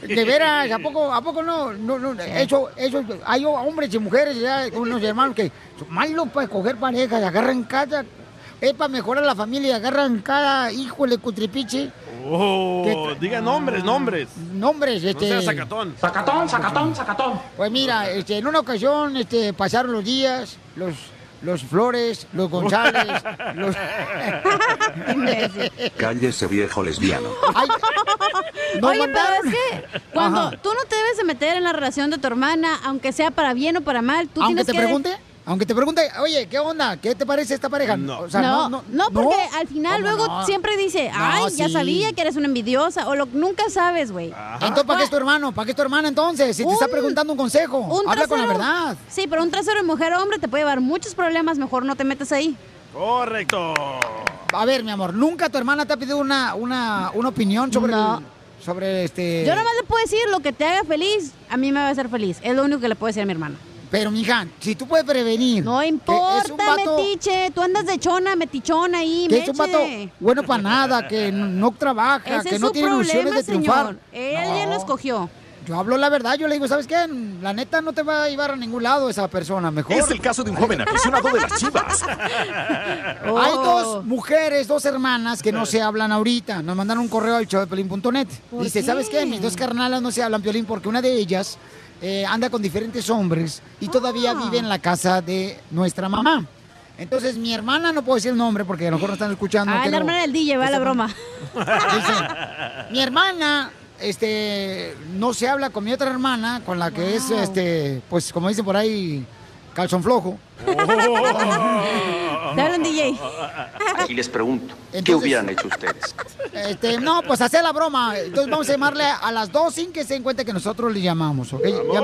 De veras, ¿a poco, a poco no? no, no eso, eso, hay hombres y mujeres, ya, unos hermanos que son malos para escoger parejas, agarran cada... Es para mejorar la familia, agarran cada hijo de cutripiche.
Oh,
¿Qué-
digan nombres, nombres.
Nombres,
No
este...
seas sacatón.
Sacatón, sacatón, sacatón. Pues mira, este, en una ocasión este, pasaron los días, los, los Flores, los González, los...
Cállese viejo lesbiano.
Ay, no
Oye,
mandaron.
pero es que cuando
Ajá.
tú no te debes de meter en la relación de tu hermana, aunque sea para bien o para mal, tú
Aunque
tienes
te
que...
pregunte, aunque te pregunte, oye, ¿qué onda? ¿Qué te parece esta pareja?
No.
O sea,
no, no, porque
no.
al final
¿Cómo
luego
no?
siempre dice,
No,
ay, ya
sí.
sabía que eres una envidiosa, o lo nunca sabes, güey.
Entonces, ¿para qué es tu hermano? ¿Para qué es tu hermana entonces? Si te está preguntando un consejo, habla con la verdad.
Sí, pero un trasero de mujer o hombre te puede llevar muchos problemas, mejor no te metas ahí.
Correcto.
A ver, mi amor, ¿nunca tu hermana te ha pedido una, una, una opinión sobre, el- sobre este...?
Yo nomás le puedo decir lo que te haga feliz, a mí me va a hacer feliz. Es lo único que le puedo decir a mi hermana.
Pero, mija, si tú puedes prevenir...
No importa, metiche. Tú andas de chona, metichona ahí,
Que es un
meche.
vato bueno para nada, que no, no trabaja,
Ese
que
es
no
su
tiene ilusiones
problema,
de triunfar.
señor. Él ya lo escogió.
Yo hablo la verdad, yo le digo, ¿sabes qué? La neta no te va a llevar a ningún lado esa persona, mejor.
Es el caso de un joven aficionado de las chivas.
Oh. Hay dos mujeres, dos hermanas que no se hablan ahorita. Nos mandaron un correo al showdepiolín.net.
¿Por
Dice,
qué?
¿sabes qué? Mis dos carnalas no se hablan, Piolín, porque una de ellas eh, anda con diferentes hombres y todavía
Ah.
vive en la casa de nuestra mamá. Entonces, mi hermana, no puedo decir el nombre porque a lo mejor no están escuchando.
Ah,
que no-
la hermana del DJ, va la broma.
mi hermana, este, no se habla con mi otra hermana, con la que es, este, pues como dicen por ahí, calzón flojo.
Oh.
hablan, DJ.
Y les pregunto, ¿qué
Entonces-
hubieran hecho ustedes?
Este, no, pues hacer la broma. Entonces vamos a llamarle a las dos sin que se den cuenta que nosotros le llamamos, ¿ok? Ya,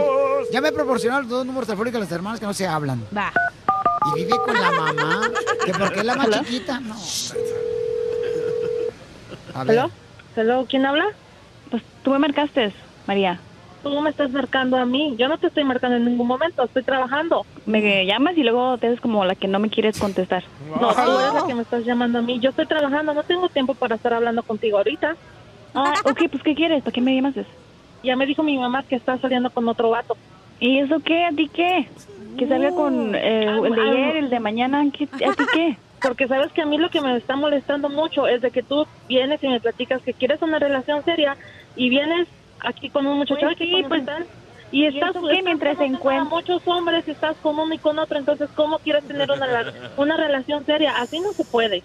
ya me proporcionaron los dos números telefónicos de las hermanas que no se hablan.
Va.
Y vive con la mamá, que porque es la más chiquita, no. A ver.
¿Hello? ¿Hello? ¿Quién habla? Pues tú me marcaste, María. Tú me estás marcando a mí. Yo no te estoy marcando en ningún momento. Estoy trabajando. Me llamas y luego te haces como la que no me quieres contestar. No, tú eres la que me estás llamando a mí. Yo estoy trabajando. No tengo tiempo para estar hablando contigo ahorita. Ah, ok, pues ¿qué quieres? ¿Para qué me llamas? Ya me dijo mi mamá que está saliendo con otro vato. ¿Y eso qué? ¿A ti qué?
Que salga con, eh, el de ayer, el
de mañana. ¿A ti qué? Porque sabes que a mí lo que me está molestando mucho es de que tú vienes y me platicas que quieres una relación seria y vienes aquí con un muchacho
Pues
"Ay, qué
sí,
bonito
pues,
estás", y estás,
eso qué, mientras se
encuentran muchos hombres estás con uno y con otro entonces cómo quieres tener una la- una relación seria así no se puede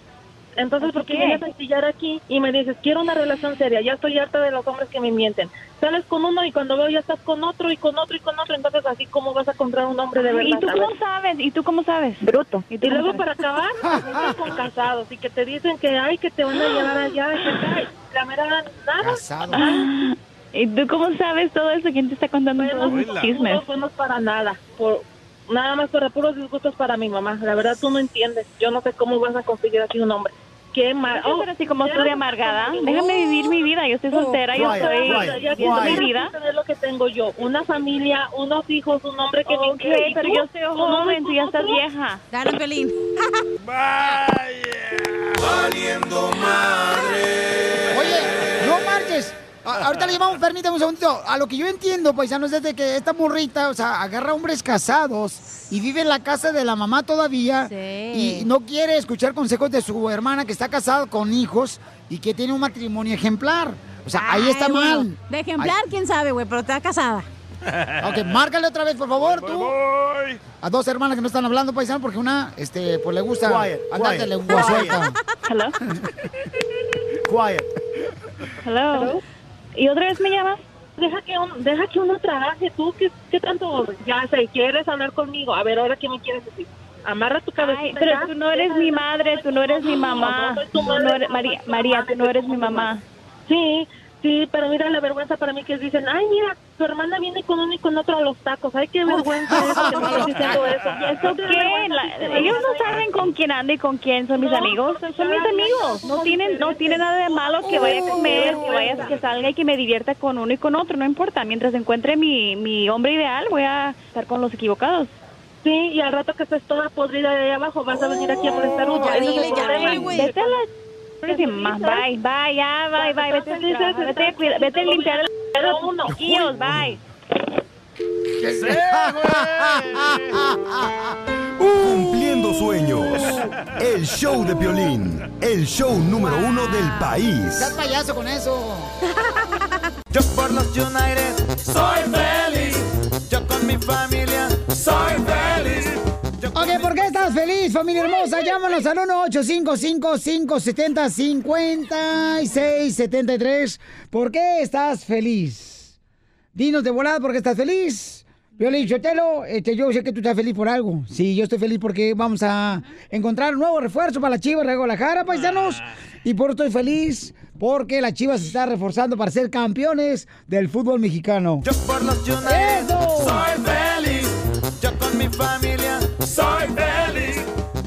entonces,
¿Así
¿por qué
qué?
vienes a chillar aquí y me dices, quiero una relación seria? Ya estoy harta de los hombres que me mienten. Sales con uno y cuando veo ya estás con otro y con otro y con otro. Entonces, así cómo vas a comprar un hombre de
Ay,
verdad.
¿y tú cómo
sabes? ¿Y tú cómo sabes? Bruto. Y,
tú cómo sabes?
luego, para acabar, estás con casados y que te dicen que hay que te van a llevar allá. Que, ay, la mera nada.
Casados.
¿Y tú cómo sabes todo eso? ¿Quién te está contando todos esos chismes?
No fuimos para nada. Por, nada más para puros disgustos para mi mamá. La verdad, tú no entiendes. Yo no sé cómo vas a conseguir aquí un hombre. Qué mal.
Yo siempre así como estoy de amargada. Déjame vivir mi vida. Yo estoy soltera, yo estoy viviendo mi vida.
Es lo que tengo yo. Una familia, unos hijos, un hombre que
Ok,
me quiere. ¿Y
pero
tú?
yo soy
¿Tú no
joven,
ves
tú ya estás
nosotros?
vieja.
Dale, Pelín.
Oye, no marches. A- ahorita le llamamos, permítame un segundito. A lo que yo entiendo, paisanos, es de que esta morrita, o sea, agarra hombres casados y vive en la casa de la mamá todavía y no quiere escuchar consejos de su hermana que está casada con hijos y que tiene un matrimonio ejemplar. O sea, ahí está
Ay, güey.
mal.
De ejemplar, quién sabe, güey, pero está casada.
Ok, márcale otra vez, por favor, tú. A dos hermanas que no están hablando, paisano, porque una, este, pues le gusta
Quiet,
andar
quiet,
de lengua
quiet.
suelta.
Hello.
Quiet.
Hello. ¿Y otra vez me llamas?
Deja que, un- deja que uno trabaje. ¿Tú qué, qué tanto? Ya sé, ¿quieres hablar conmigo? A ver, ¿ahora qué me quieres decir? Amarra tu cabeza.
Ay, pero tú no eres mi madre, tú no eres mi mamá. Tú no eres- María, María, tú no eres mi mamá.
Sí,
Sí, pero mira la vergüenza para mí que dicen, ay, mira, tu hermana viene con uno y con otro a los tacos. Ay, qué vergüenza eso que me estés diciendo eso.
¿Eso qué? La- ellos no saben con quién anda y con quién son mis
No,
amigos.
pues,
Son mis
claro,
amigos.
son
No tienen, no tiene nada de malo que vaya a
Oh,
comer,
qué
que vaya,
vergüenza.
que salga y que me divierta con uno y con otro. No importa. Mientras encuentre mi, mi hombre ideal, voy a estar con los equivocados.
Sí, y al rato que estés toda podrida de ahí abajo, vas a venir aquí a molestar uno.
Oh, Ya
Ese es el
dile, ya
problema.
dile, güey. Vete a la- Más,
¿eh?
Bye, bye, ya, bye, bye. Vete a trabajar, vete a cuidar- vete a limpiar el a uno. Guíos, bye.
Cumpliendo sueños. El show de Piolín. El show número uno del país.
Estás payaso con eso.
Yo por los United soy feliz. Yo con mi familia soy feliz.
Ok, ¿por qué estás feliz, familia hermosa? Llámanos al 1-855-570-5673. ¿Por qué estás feliz? Dinos de volada por qué estás feliz. Violín Chotelo, este, yo sé que tú estás feliz por algo. Sí, yo estoy feliz porque vamos a encontrar un nuevo refuerzo para la Chivas de Guadalajara, paisanos. Y por eso estoy feliz porque la Chivas se está reforzando para ser campeones del fútbol mexicano.
Por los United soy feliz. Yo con mi familia soy feliz.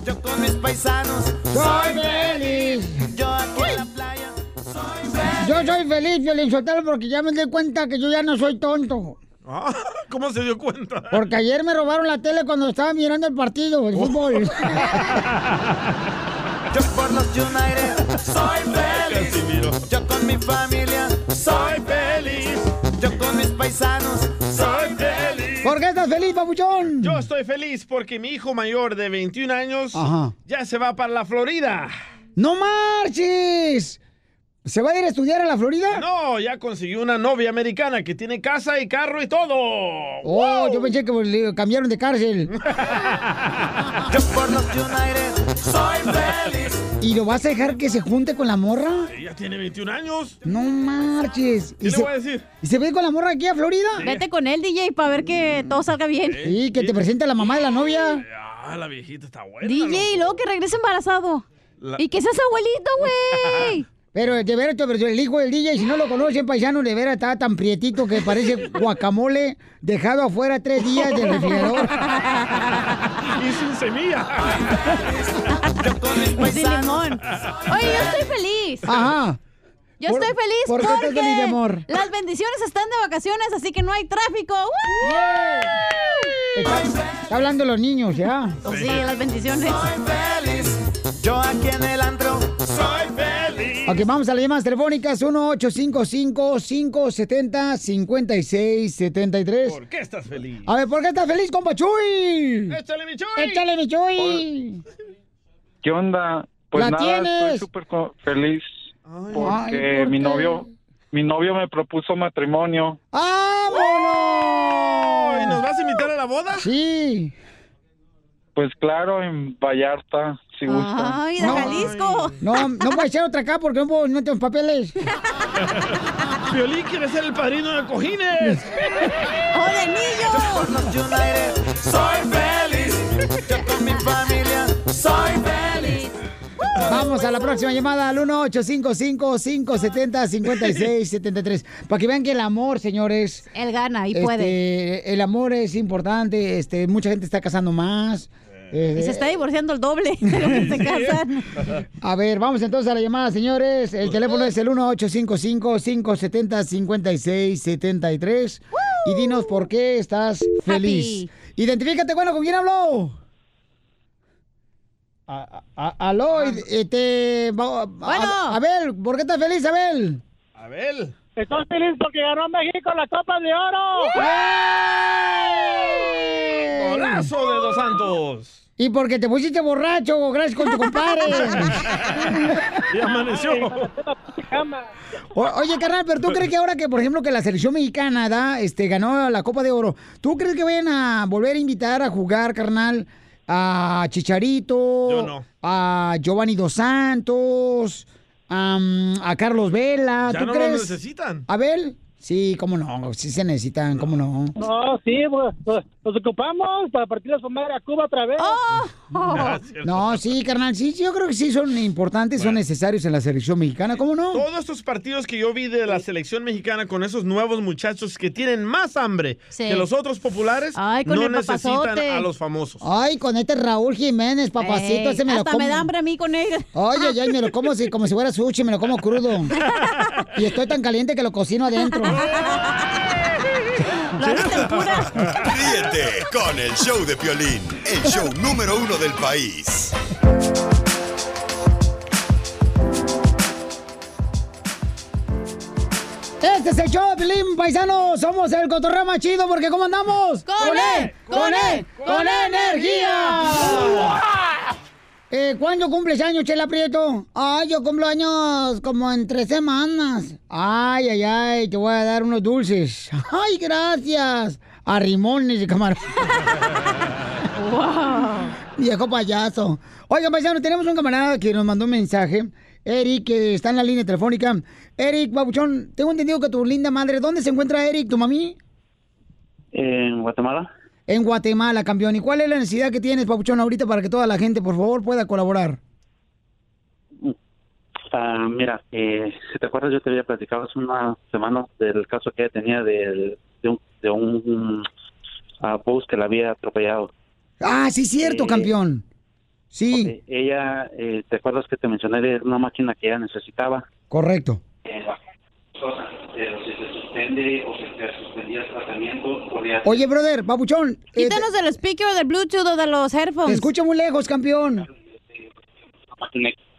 Yo con mis paisanos soy feliz. Yo aquí en la playa soy feliz.
Yo soy feliz, Violín Sotelo, porque ya me di cuenta que yo ya no soy tonto.
Ah, ¿Cómo se dio cuenta?
Porque ayer me robaron la tele cuando estaba mirando el partido, el
Oh.
fútbol.
Yo por los United soy feliz. Yo con mi familia soy feliz. Yo con mis paisanos soy feliz.
¿Por qué estás feliz, papuchón?
Yo estoy feliz porque mi hijo mayor de 21 años
Ajá.
ya se va para la Florida.
¡No marches! ¿Se va a ir a estudiar a la Florida?
No, ya consiguió una novia americana que tiene casa y carro y todo.
Oh, yo pensé que le cambiaron de cárcel.
Yo por los United soy feliz.
¿Y lo vas a dejar que se junte con la morra?
Ella tiene 21 años.
No marches.
¿Qué le voy a decir?
¿Y se ve con la morra aquí a Florida?
Vete con él, DJ, para ver que
Mm.
todo salga bien.
Y que te presente a la mamá de la novia.
Ah, la viejita está buena.
DJ, y luego que regrese embarazado.
La-
Y que seas abuelito, güey.
Pero de veras, pero el hijo del DJ, si no lo conocen, paisano, de veras está tan prietito que parece guacamole dejado afuera tres días del refrigerador.
Y sin semilla.
Sin limón. Pues Oye, yo estoy feliz.
Ajá.
Yo
¿Por-
estoy feliz
por qué estás
porque
feliz, mi amor?
las bendiciones están de vacaciones, así que no hay tráfico. ¡Woo!
Está, está hablando los niños ya.
Pues sí, las bendiciones.
Yo aquí en el antro soy feliz.
Ok, vamos a las llamadas telefónicas 1-855-570-5673.
¿Por qué estás feliz?
A ver, ¿por qué estás feliz, compa Chuy?
¡Échale mi Chuy!
¡Échale mi Chuy!
¿Qué onda? Pues
¡La
nada,
tienes!
estoy súper co- feliz porque
Ay, ¿por
mi
qué?
novio mi novio me propuso matrimonio.
¡Vámonos!
¿Y nos vas a invitar a la boda?
Sí.
Pues claro, en Vallarta, si gusta.
Ay, de
No.
Jalisco.
No, no puede ser otra acá porque no, puedo- no tengo papeles.
Violín quiere ser el padrino de cojines.
¡O de niños!
Los United soy feliz. Yo con mi familia soy feliz.
Vamos a la próxima llamada al 1-855-570-5673. Para que vean que el amor, señores.
Él gana y
este,
puede.
El amor es importante. Este, mucha gente está casando más.
Y se
eh,
está divorciando el doble de lo que se casan.
A ver, vamos entonces a la llamada, señores. El teléfono es el 1-855-570-5673. Y dinos por qué estás feliz. Identifícate, bueno, ¿con quién habló? A- a- a- aló, y- este, va- a- a- Abel, ¿por qué estás feliz, Abel?
Abel.
Estoy feliz porque ganó México la Copa de Oro.
¡Golazo de Dos Santos!
Y porque te pusiste borracho, gracias con tu compadre.
Y amaneció.
O- oye, carnal, pero ¿tú crees que ahora que, por ejemplo, que la selección mexicana da, este, ganó la Copa de Oro, ¿tú crees que vayan a volver a invitar a jugar, carnal, a Chicharito,
Yo no.
a Giovanni Dos Santos, am, a Carlos Vela?
Ya
¿Tú
no lo
crees?
necesitan.
Abel, Sí, cómo no, sí se necesitan, cómo no.
No, sí, pues, pues, nos ocupamos para partir a su madre a Cuba otra vez.
Oh.
Ah,
No, sí, carnal, sí, yo creo que sí son importantes, son necesarios en la selección mexicana, ¿cómo no?
Todos estos partidos que yo vi de la selección mexicana con esos nuevos muchachos que tienen más hambre
Sí.
que los otros populares
Ay, con
no
el
necesitan
papazote.
a los famosos.
Ay, con este Raúl Jiménez, papacito,
Ey,
ese me lo
hasta
como.
me da hambre a mí con él.
Ay, ay, ay, me lo como si- como si fuera sushi, me lo como crudo. Y estoy tan caliente que lo cocino adentro.
Ríete con el show de Piolín, el show número uno del país.
Este es el show, de Piolín, paisano. Somos el cotorreo más chido porque ¿cómo andamos?
¡Con E! ¡Con E!
¡Con E energía! Eh, ¿Cuándo cumples años, Chela Prieto? Ay, yo cumplo años como en tres semanas. Ay, ay, ay, te voy a dar unos dulces. Ay, gracias. A rimones y camarón. Viejo payaso. Oigan, paisano, tenemos un camarada que nos mandó un mensaje. Eric, que está en la línea telefónica. Eric, babuchón, tengo entendido que tu linda madre, ¿dónde se encuentra Eric, tu mami?
En Guatemala.
En Guatemala, campeón. ¿Y cuál es la necesidad que tienes, babuchón, ahorita para que toda la gente, por favor, pueda colaborar?
Ah, mira, eh, si te acuerdas, yo te había platicado hace unas semanas del caso que ella tenía del- de un, de un ah, bus que la había atropellado.
Ah, sí, cierto, campeón. Sí,
Eh, ella, eh, ¿te acuerdas que te mencioné de una máquina que ella necesitaba?
correcto.
Eh, Pero si se suspende o se te suspendía el tratamiento,
Oye, brother, babuchón.
Quítanos del speaker, del Bluetooth o de los headphones.
escucha muy lejos, campeón.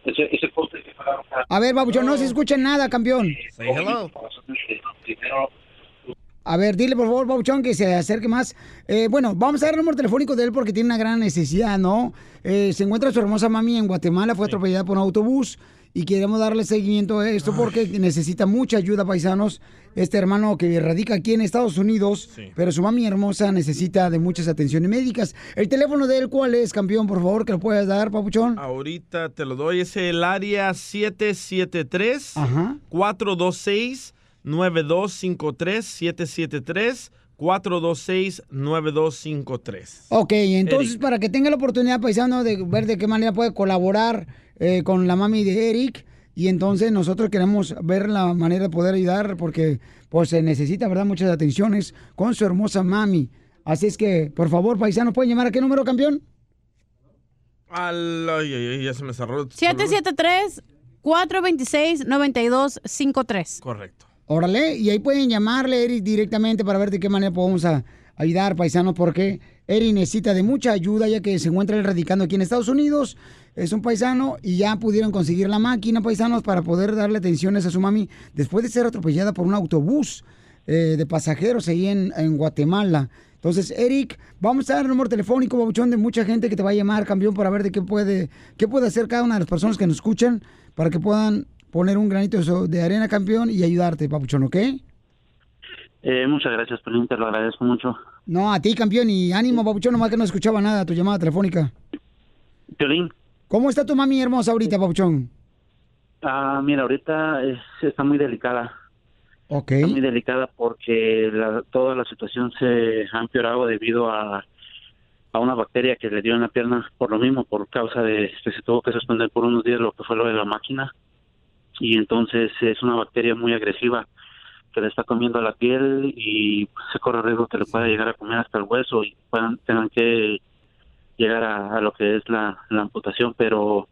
Ese, ese corte que pagaron para-
A ver, babuchón, no se escucha nada, campeón.
Primero,
A ver, dile por favor, Bauchón, que se acerque más. Eh, bueno, vamos a dar el número telefónico de él porque tiene una gran necesidad, ¿no? Eh, se encuentra su hermosa mami en Guatemala, fue atropellada por un autobús y queremos darle seguimiento a esto porque necesita mucha ayuda, paisanos. Este hermano que radica aquí en Estados Unidos, pero su mami hermosa necesita de muchas atenciones médicas. El teléfono de él, ¿cuál es, campeón? Por favor, que lo puedas dar, Papuchón.
Ahorita te lo doy, es el área 773 426 9253 773 426 9253.
Ok, entonces
Eric.
para que tenga la oportunidad, paisano, de ver de qué manera puede colaborar eh, con la mami de Eric. Y entonces nosotros queremos ver la manera de poder ayudar porque pues se necesita, ¿verdad? Muchas atenciones con su hermosa mami. Así es que, por favor, paisanos, ¿pueden llamar a qué número, campeón?
Al, ay, ay, ay, ya se me cerró. el celular.
773-426-9253.
Correcto.
Órale, y ahí pueden llamarle, Eric, directamente para ver de qué manera podemos a- ayudar, paisanos, porque Eric necesita de mucha ayuda ya que se encuentra él radicando aquí en Estados Unidos. Es un paisano y ya pudieron conseguir la máquina, paisanos, para poder darle atenciones a su mami después de ser atropellada por un autobús eh, de pasajeros ahí en, en Guatemala. Entonces, Eric, vamos a dar el número telefónico, babuchón, de mucha gente que te va a llamar, campeón, para ver de qué puede, qué puede hacer cada una de las personas que nos escuchan para que puedan poner un granito de so- de arena, campeón, y ayudarte, babuchón, ¿ok?
eh, muchas gracias, Pelín, te lo agradezco mucho.
No, a ti, campeón, y ánimo, babuchón, nomás que no escuchaba nada tu llamada telefónica.
Piolín,
¿Cómo está tu mami hermosa ahorita, babuchón?
ah, mira, ahorita es- está muy delicada.
Ok.
Está muy delicada porque la- toda la situación se ha empeorado debido a, a una bacteria que le dio en la pierna por lo mismo, por causa de que se tuvo que suspender por unos días lo que fue lo de la máquina. Y entonces es una bacteria muy agresiva que le está comiendo la piel y se corre riesgo que le pueda llegar a comer hasta el hueso y puedan, tengan que llegar a, a lo que es la, la amputación, pero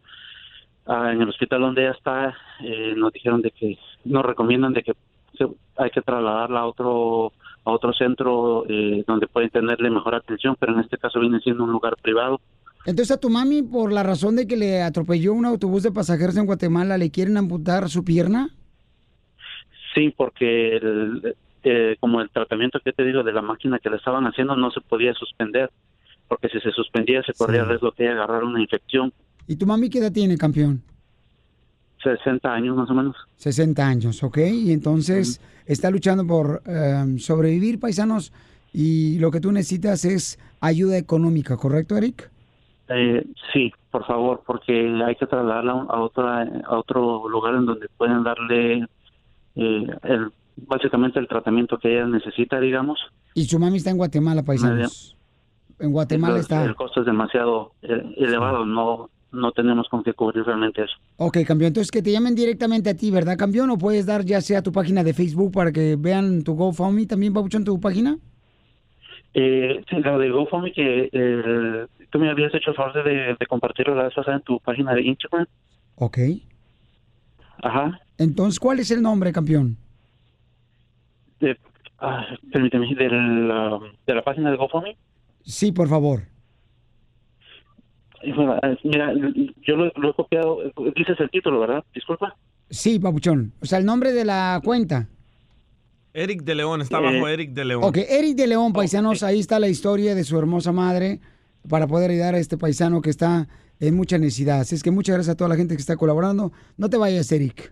ah, en el hospital donde ella está eh, nos dijeron de que nos recomiendan de que se- hay que trasladarla a otro a otro centro eh, donde pueden tenerle mejor atención, pero en este caso viene siendo un lugar privado.
Entonces a tu mami, por la razón de que le atropelló un autobús de pasajeros en Guatemala, ¿le quieren amputar su pierna?
Sí, porque el- eh, como el tratamiento que te digo de la máquina que le estaban haciendo no se podía suspender, porque si se suspendía se corría riesgo de agarrar una infección.
¿Y tu mami qué edad tiene, campeón?
60 años más o menos.
60 años, ¿ok? Y entonces está luchando por eh, sobrevivir, paisanos, y lo que tú necesitas es ayuda económica, ¿correcto, Eric?
Eh, sí, por favor, porque hay que trasladarla a, otra, a otro lugar en donde pueden darle eh, el básicamente el tratamiento que ella necesita, digamos.
Y su mami está en Guatemala, paisanos. En Guatemala
Entonces,
está.
El costo es demasiado eh, elevado, no no tenemos con qué cubrir realmente eso.
Ok, campeón. Entonces que te llamen directamente a ti, ¿verdad, campeón? ¿O puedes dar ya sea tu página de Facebook para que vean tu GoFundMe también, Pabuchón, tu página?
Eh, sí, lo de GoFundMe que eh, tú me habías hecho el favor de, de compartirlo la vez pasada en tu página de Instagram.
Ok.
Ajá.
Entonces, ¿cuál es el nombre, campeón?
De, ah, permíteme, de la, de la página de GoFundMe.
Sí, por favor.
Hijo de la- eh, Mira, yo lo, lo he copiado. eh, Dices el título, ¿verdad? Disculpa.
Sí, Pabuchón. O sea, el nombre de la cuenta.
Eric de León, está bajo Eric de León.
Ok, Eric de León, paisanos, ahí está la historia de su hermosa madre para poder ayudar a este paisano que está en mucha necesidad. Así es que muchas gracias a toda la gente que está colaborando. No te vayas, Eric.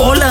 Hola